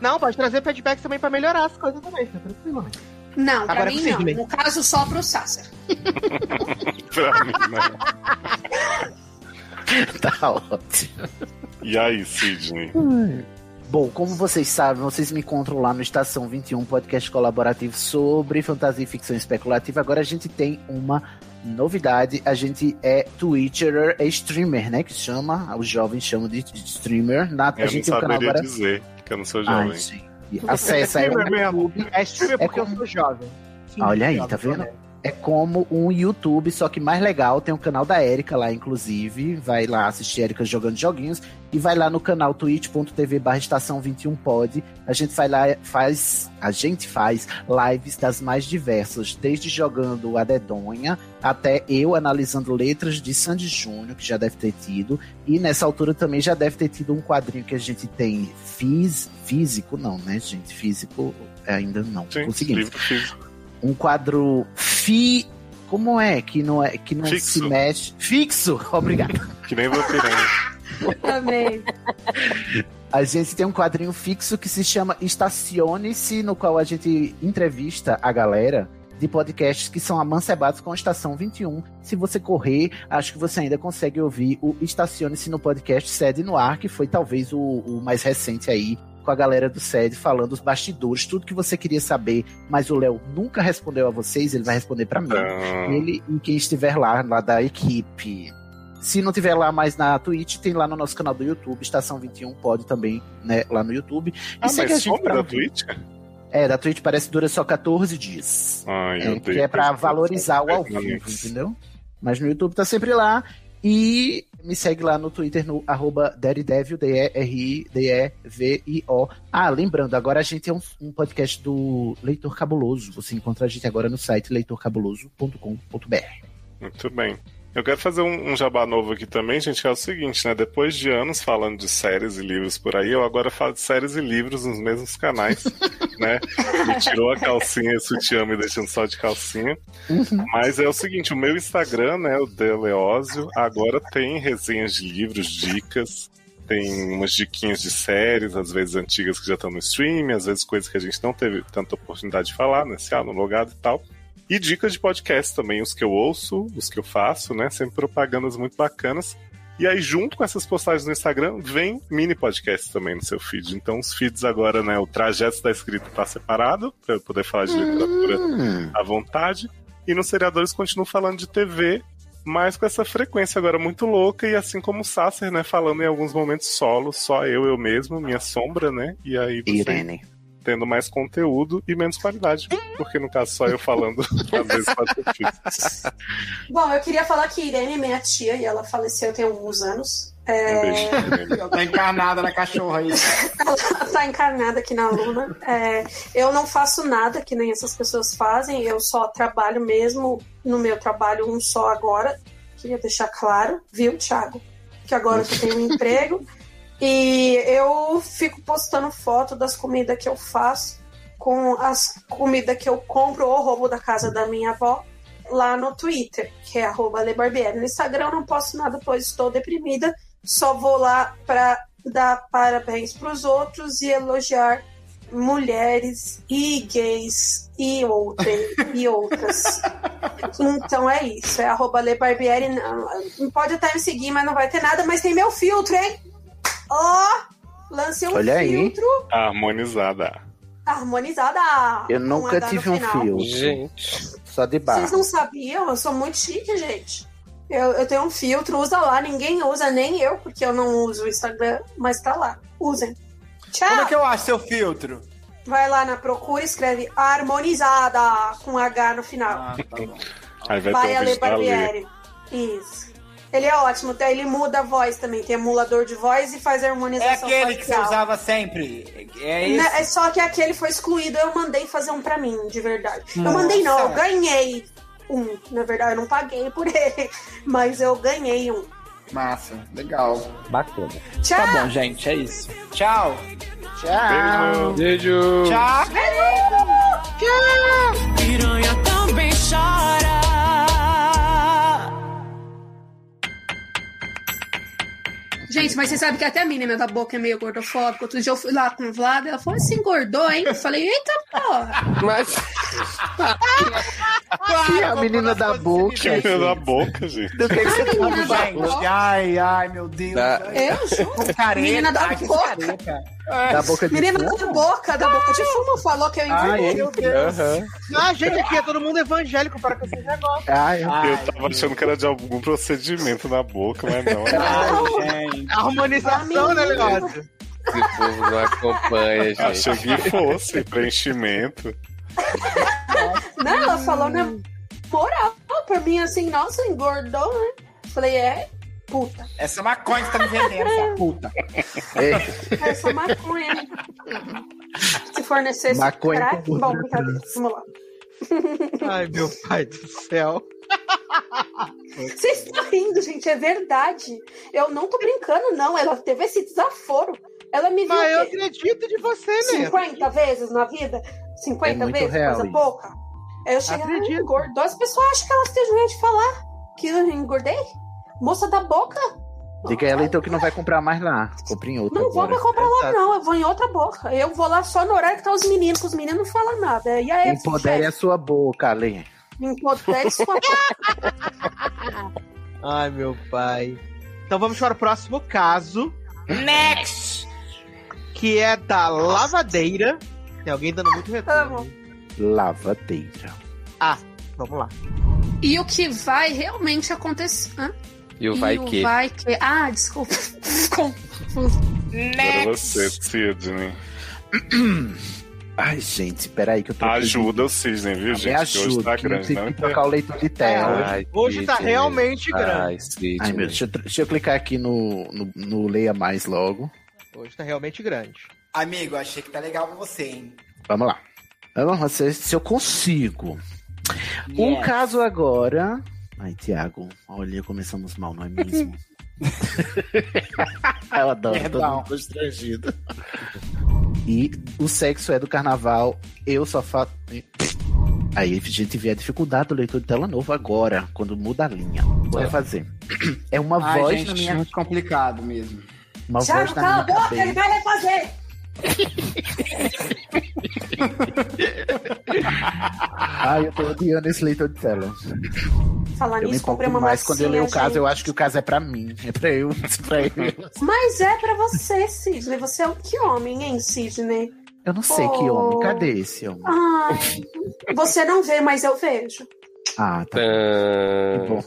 [SPEAKER 3] Não, pode trazer feedbacks também pra melhorar as coisas também, fica tranquilo.
[SPEAKER 6] Não, pra
[SPEAKER 3] Agora é
[SPEAKER 6] mim
[SPEAKER 3] pro
[SPEAKER 6] não.
[SPEAKER 3] Sidney.
[SPEAKER 6] No caso, só pro Sasser.
[SPEAKER 5] pra mim, né?
[SPEAKER 4] Tá ótimo.
[SPEAKER 5] E aí, Sidney?
[SPEAKER 4] Bom, como vocês sabem, vocês me encontram lá no Estação 21, podcast colaborativo sobre fantasia e ficção especulativa. Agora a gente tem uma novidade. A gente é Twitcherer, é streamer, né? Que chama, os jovens chamam de streamer. Na, a
[SPEAKER 5] Eu não
[SPEAKER 4] gente tem um canal
[SPEAKER 5] saberia
[SPEAKER 4] agora.
[SPEAKER 5] dizer, que eu não sou
[SPEAKER 4] Ai,
[SPEAKER 5] jovem.
[SPEAKER 4] gente. Acessa
[SPEAKER 3] é
[SPEAKER 4] aí.
[SPEAKER 3] streamer mesmo. É streamer
[SPEAKER 4] É
[SPEAKER 3] porque eu sou jovem. Sim,
[SPEAKER 4] Olha aí,
[SPEAKER 3] jovem,
[SPEAKER 4] tá vendo?
[SPEAKER 3] jovem.
[SPEAKER 4] É como um YouTube, só que mais legal. Tem o canal da Erika lá, inclusive. Vai lá assistir a Erika jogando joguinhos. E vai lá no canal twitch.tv barra estação 21 pod. A gente vai lá, faz. A gente faz lives das mais diversas, desde jogando a Dedonha até eu analisando letras de Sandy Júnior, que já deve ter tido. E nessa altura também já deve ter tido um quadrinho que a gente tem fis, físico, não, né, gente? Físico ainda não. Conseguimos
[SPEAKER 5] Livro físico.
[SPEAKER 4] um quadro fi como é que não é que não
[SPEAKER 5] Fixo.
[SPEAKER 4] se mexe fixo obrigado
[SPEAKER 5] Que nem vampirão.
[SPEAKER 6] Amei.
[SPEAKER 4] a gente tem um quadrinho fixo que se chama Estacione-se, no qual a gente entrevista a galera de podcasts que são amancebados com a Estação 21. Se você correr, acho que você ainda consegue ouvir o Estacione-se no podcast Sede no Ar, que foi talvez o, o mais recente aí, com a galera do Sede falando os bastidores, tudo que você queria saber, mas o Léo nunca respondeu a vocês, ele vai responder pra mim.
[SPEAKER 5] Ah.
[SPEAKER 4] Ele e quem estiver lá, lá da equipe. Se não tiver lá mais na Twitch, tem lá no nosso canal do YouTube, Estação 21, pode também, né, lá no YouTube. E
[SPEAKER 5] Ah,
[SPEAKER 4] segue a
[SPEAKER 5] mas
[SPEAKER 4] gente
[SPEAKER 5] some
[SPEAKER 4] pra
[SPEAKER 5] da
[SPEAKER 4] ouvir.
[SPEAKER 5] Twitch?
[SPEAKER 4] É, da Twitch parece que dura só 14 dias.
[SPEAKER 5] Ai,
[SPEAKER 4] É,
[SPEAKER 5] eu
[SPEAKER 4] que é pra valorizar o ao vivo, entendeu? Mas no YouTube tá sempre lá. E me segue lá no Twitter no arroba Daredevil, D-E-R-I-D-E-V-I-O. Ah, lembrando, agora a gente é um, um podcast do Leitor Cabuloso. Você encontra a gente agora no site leitorcabuloso.com.br.
[SPEAKER 5] Muito bem. Eu quero fazer um, um jabá novo aqui também, gente, que é o seguinte, né? Depois de anos falando de séries e livros por aí, eu agora falo de séries e livros nos mesmos canais, né? Me tirou a calcinha e o sutiã, me deixando só de calcinha. Mas é o seguinte, o meu Instagram, né, o Deleósio, agora tem resenhas de livros, dicas, tem umas diquinhas de séries, às vezes antigas que já estão no stream, às vezes coisas que a gente não teve tanta oportunidade de falar, né, se ah, no logado e tal. E dicas de podcast também, os que eu ouço, os que eu faço, né, sempre propagandas muito bacanas. E aí, junto com essas postagens no Instagram, vem mini podcast também no seu feed. Então, os feeds agora, né? O trajeto da escrita tá separado, para
[SPEAKER 4] Hum,
[SPEAKER 5] eu poder falar de literatura à vontade. E nos seriadores continuo falando de TV mas com essa frequência agora muito louca, e assim como o Sasser, né, falando em alguns momentos solo, só eu, eu mesmo, minha sombra, né, e aí você
[SPEAKER 4] Irene.
[SPEAKER 5] tendo mais conteúdo e menos qualidade, porque no caso só eu falando, às vezes faz sentido.
[SPEAKER 6] Bom, eu queria falar que Irene é minha tia e ela faleceu tem alguns anos. É,
[SPEAKER 5] Um beijo, Irene.
[SPEAKER 2] Tá encarnada na cachorra aí.
[SPEAKER 6] Ela tá encarnada aqui na aluna. É, eu não faço nada que nem essas pessoas fazem, eu só trabalho mesmo no meu trabalho um só agora. Queria deixar claro, viu, Thiago? Que agora eu tenho um emprego. E eu fico postando foto das comidas que eu faço com as comidas que eu compro ou roubo da casa da minha avó lá no Twitter, que é arroba Lebarbieri. No Instagram eu não posto nada, pois estou deprimida. Só vou lá para dar parabéns para os outros e elogiar mulheres e gays e, outra, e outras. Então é isso, é arroba Lebarbieri. Não, Pode até me seguir, mas não vai ter nada. Mas tem meu filtro, hein? Ó, lancei um
[SPEAKER 4] Olha aí.
[SPEAKER 6] filtro
[SPEAKER 5] Tá harmonizada.
[SPEAKER 6] harmonizada.
[SPEAKER 4] Eu
[SPEAKER 6] com
[SPEAKER 4] nunca
[SPEAKER 6] H no
[SPEAKER 4] tive um
[SPEAKER 6] final.
[SPEAKER 4] fio.
[SPEAKER 10] Gente.
[SPEAKER 4] Só de
[SPEAKER 6] Vocês
[SPEAKER 4] barro.
[SPEAKER 6] não sabiam? Eu sou muito chique, gente. Eu, eu tenho um filtro, usa lá. Ninguém usa, nem eu, porque eu não uso o Instagram, mas tá lá. Usem. Tchau!
[SPEAKER 2] Como é que eu acho seu filtro?
[SPEAKER 6] Vai lá na procura, escreve harmonizada com H no final.
[SPEAKER 2] Ah, tá bom.
[SPEAKER 5] Aí vai
[SPEAKER 6] Vai
[SPEAKER 5] ter um
[SPEAKER 6] Ale
[SPEAKER 5] vídeo da Lê.
[SPEAKER 6] Barbieri. Isso. Ele é ótimo, tá? ele muda a voz também, tem emulador de voz e faz a
[SPEAKER 2] É
[SPEAKER 6] harmonização.
[SPEAKER 2] aquele que você
[SPEAKER 6] facial.
[SPEAKER 2] usava sempre. É
[SPEAKER 6] Né,
[SPEAKER 2] isso.
[SPEAKER 6] é só que aquele foi excluído, eu mandei fazer um pra mim, de verdade. Eu
[SPEAKER 2] Nossa.
[SPEAKER 6] mandei não, eu ganhei um. Na verdade, eu não paguei por ele, mas eu ganhei um.
[SPEAKER 2] Massa, legal.
[SPEAKER 14] Bacana.
[SPEAKER 6] Tchau!
[SPEAKER 14] Tá bom, gente, é isso.
[SPEAKER 2] Tchau.
[SPEAKER 4] Tchau.
[SPEAKER 10] Beijo.
[SPEAKER 2] Tchau.
[SPEAKER 15] Piranha também chora.
[SPEAKER 16] Gente, mas você sabe que até a menina da boca é meio gordofóbica. Outro dia eu fui lá com o Vlad, ela falou, se engordou, hein? Eu falei, eita porra!
[SPEAKER 10] Mas
[SPEAKER 4] E a menina da boca.
[SPEAKER 5] Que menina da
[SPEAKER 4] gente?
[SPEAKER 5] boca, gente.
[SPEAKER 4] Do que, que você tá
[SPEAKER 16] menina da
[SPEAKER 4] falando?
[SPEAKER 2] Gente, ai, ai, meu Deus.
[SPEAKER 10] Tá.
[SPEAKER 2] Ai,
[SPEAKER 6] Eu juro.
[SPEAKER 2] Com careta.
[SPEAKER 16] Menina da
[SPEAKER 2] ai, que
[SPEAKER 16] boca.
[SPEAKER 2] careta.
[SPEAKER 4] Da boca de
[SPEAKER 6] Menina
[SPEAKER 4] fumo?
[SPEAKER 6] da boca, da boca de fumo, falou que eu
[SPEAKER 2] Ai,
[SPEAKER 6] engordei.
[SPEAKER 2] meu Deus.
[SPEAKER 10] Aham.
[SPEAKER 3] Não, a gente aqui é todo mundo evangélico, para com esses negócios.
[SPEAKER 4] Ai,
[SPEAKER 2] Ai,
[SPEAKER 5] Eu tava achando que era de algum procedimento na boca, mas não. né?
[SPEAKER 2] ai, gente.
[SPEAKER 3] É A harmonização, né, negócio?
[SPEAKER 10] esse povo não acompanha, gente.
[SPEAKER 5] Achei que fosse preenchimento.
[SPEAKER 2] Ah, é?
[SPEAKER 6] Não, ela falou na moral pra mim assim, nossa, engordou, né? Falei, é, puta,
[SPEAKER 2] Essa maconha que tá me vendendo, essa puta.
[SPEAKER 4] Ei,
[SPEAKER 6] é só maconha, né? Se fornecer esse
[SPEAKER 4] Maconha é
[SPEAKER 6] crack,
[SPEAKER 4] com
[SPEAKER 6] bom,
[SPEAKER 4] gordura
[SPEAKER 6] brincadeira, vamos lá.
[SPEAKER 3] Ai, meu pai do céu.
[SPEAKER 6] Vocês estão rindo, gente, é verdade. Eu não tô brincando, não. Ela teve esse desaforo. Ela me viu
[SPEAKER 3] Mas eu
[SPEAKER 6] o quê?
[SPEAKER 3] acredito de você né? mesmo.
[SPEAKER 6] 50 vezes na vida? 50
[SPEAKER 4] É muito
[SPEAKER 6] vezes?
[SPEAKER 4] real
[SPEAKER 6] coisa
[SPEAKER 4] isso.
[SPEAKER 6] pouca. Aí eu chego e
[SPEAKER 3] Acredito.
[SPEAKER 6] engordou. As pessoas acham que elas estejam ruim de falar que eu engordei. Moça da boca,
[SPEAKER 4] diga ela então que não vai comprar mais lá. Compre em outra
[SPEAKER 6] não vou
[SPEAKER 4] agora. Tá.
[SPEAKER 6] pra comprar lá,
[SPEAKER 3] Exato.
[SPEAKER 6] não. Eu vou em outra boca. Eu vou lá só no horário que tá os meninos, que os meninos não falam nada. E aí,
[SPEAKER 4] Empodere a sua boca, Alê.
[SPEAKER 6] chefe, empodere sua boca.
[SPEAKER 3] Ai, meu pai. Então vamos para o próximo caso,
[SPEAKER 2] Next!
[SPEAKER 3] que é da lavadeira. Tem alguém dando muito retorno. Então
[SPEAKER 6] Amo.
[SPEAKER 4] Lavadeira.
[SPEAKER 3] Vamos lá.
[SPEAKER 16] E o que vai realmente acontecer? Hã?
[SPEAKER 10] E o vai
[SPEAKER 16] e
[SPEAKER 10] que?
[SPEAKER 16] O vai que... Ah, desculpa. Confuso.
[SPEAKER 5] Era você, Sidney.
[SPEAKER 4] Ai, gente, peraí que eu tô...
[SPEAKER 5] Ajuda o Sidney, viu,
[SPEAKER 4] Me
[SPEAKER 5] gente? Que hoje
[SPEAKER 4] ajuda,
[SPEAKER 5] tá
[SPEAKER 4] que eu
[SPEAKER 5] grande,
[SPEAKER 4] tive
[SPEAKER 5] não
[SPEAKER 4] que trocar o leitor de tela.
[SPEAKER 6] É.
[SPEAKER 10] Ai,
[SPEAKER 3] É, Hoje tá
[SPEAKER 10] Sidney.
[SPEAKER 3] realmente grande.
[SPEAKER 10] Ai, Sidney.
[SPEAKER 4] Ai, meu, deixa eu, tr- deixa eu clicar aqui no, no, no Leia Mais logo.
[SPEAKER 3] Hoje tá realmente grande.
[SPEAKER 2] Amigo, achei que tá legal com você, hein?
[SPEAKER 4] Vamos lá. Vamos lá, se, se eu consigo. Um caso agora. Ai, Tiago, olha, começamos mal, não é mesmo? eu adoro, todo
[SPEAKER 2] Perdão.
[SPEAKER 4] mundo constrangido. E o sexo é do carnaval, eu só faço. Aí a gente vê a dificuldade do leitor de tela novo agora, quando muda a linha. Bora fazer. É uma
[SPEAKER 2] Ai,
[SPEAKER 4] voz
[SPEAKER 2] gente,
[SPEAKER 4] na minha.
[SPEAKER 2] muito complicado mesmo.
[SPEAKER 4] Uma voz na
[SPEAKER 6] Thiago, cala a
[SPEAKER 4] minha
[SPEAKER 6] boca,
[SPEAKER 4] cabeça.
[SPEAKER 6] ele vai refazer.
[SPEAKER 4] Ai, eu tô odiando esse leitor de tela.
[SPEAKER 6] Falar
[SPEAKER 4] Eu me
[SPEAKER 6] nisso, comprei
[SPEAKER 4] compro
[SPEAKER 6] uma
[SPEAKER 4] mais
[SPEAKER 6] massinha,
[SPEAKER 4] quando eu leio o caso.
[SPEAKER 6] gente.
[SPEAKER 4] Eu acho que o caso é pra mim. É pra eu. É pra eu.
[SPEAKER 6] Mas é pra você, Sidney. Você é um que homem, hein, Sidney?
[SPEAKER 4] Eu não sei que
[SPEAKER 6] Oh.
[SPEAKER 4] homem. Cadê esse homem?
[SPEAKER 6] Ai, você não vê, mas eu vejo.
[SPEAKER 4] Ah, tá. Que bom.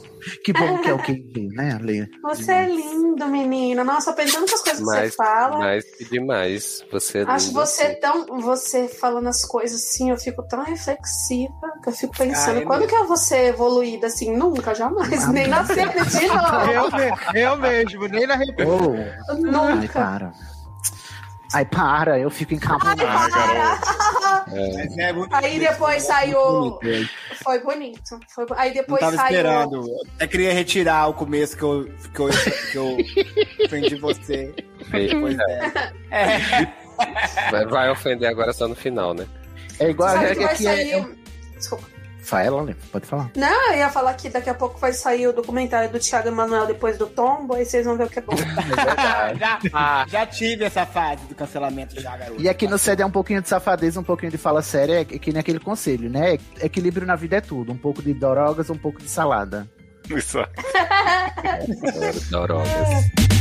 [SPEAKER 4] Que bom que alguém vê, né, Lê?
[SPEAKER 6] Você é lindo, menina. Nossa, pensando nas coisas que
[SPEAKER 10] Mas,
[SPEAKER 6] você fala.
[SPEAKER 10] mas que demais. Você é
[SPEAKER 6] Acho
[SPEAKER 10] lindo.
[SPEAKER 6] você tão. Você falando as coisas assim, eu fico tão reflexiva que eu fico pensando,
[SPEAKER 10] Ai,
[SPEAKER 6] quando
[SPEAKER 10] meu-
[SPEAKER 6] que eu vou ser evoluída assim? Nunca, jamais.
[SPEAKER 4] Ah,
[SPEAKER 6] Nem nascer acredita,
[SPEAKER 3] eu,
[SPEAKER 6] não.
[SPEAKER 3] me- eu mesmo, nem na república.
[SPEAKER 4] Oh.
[SPEAKER 6] Nunca.
[SPEAKER 4] Ai, para. Ai, para, eu fico encabulado.
[SPEAKER 6] Ai, para!
[SPEAKER 4] É.
[SPEAKER 6] Aí
[SPEAKER 2] né?
[SPEAKER 6] depois saiu.
[SPEAKER 4] Deus.
[SPEAKER 6] Foi bonito. Foi... bo- Aí
[SPEAKER 2] Não
[SPEAKER 6] depois
[SPEAKER 2] tava
[SPEAKER 6] saiu.
[SPEAKER 2] esperando. Eu até queria retirar o começo que eu, que eu, que eu ofendi você.
[SPEAKER 6] tá
[SPEAKER 2] Pois é.
[SPEAKER 10] Vai- Vai ofender agora só no final, né?
[SPEAKER 4] É igual
[SPEAKER 6] Sabe
[SPEAKER 4] a
[SPEAKER 6] que
[SPEAKER 4] gente
[SPEAKER 6] vai
[SPEAKER 4] aqui.
[SPEAKER 6] sair. um-
[SPEAKER 4] É... eu- Fala, Lê, pode falar.
[SPEAKER 6] Não, eu ia falar que daqui a pouco vai sair o documentário do Thiago Emanuel depois do tombo, aí vocês vão ver o que é bom.
[SPEAKER 2] já, já tive essa fase do cancelamento já, garoto.
[SPEAKER 4] E aqui no CD é um pouquinho de safadeza, um pouquinho de fala séria, é que nem aquele conselho, né? Equilíbrio na vida é tudo. Um pouco de drogas, um pouco de salada.
[SPEAKER 17] Isso.
[SPEAKER 10] Adoro drogas.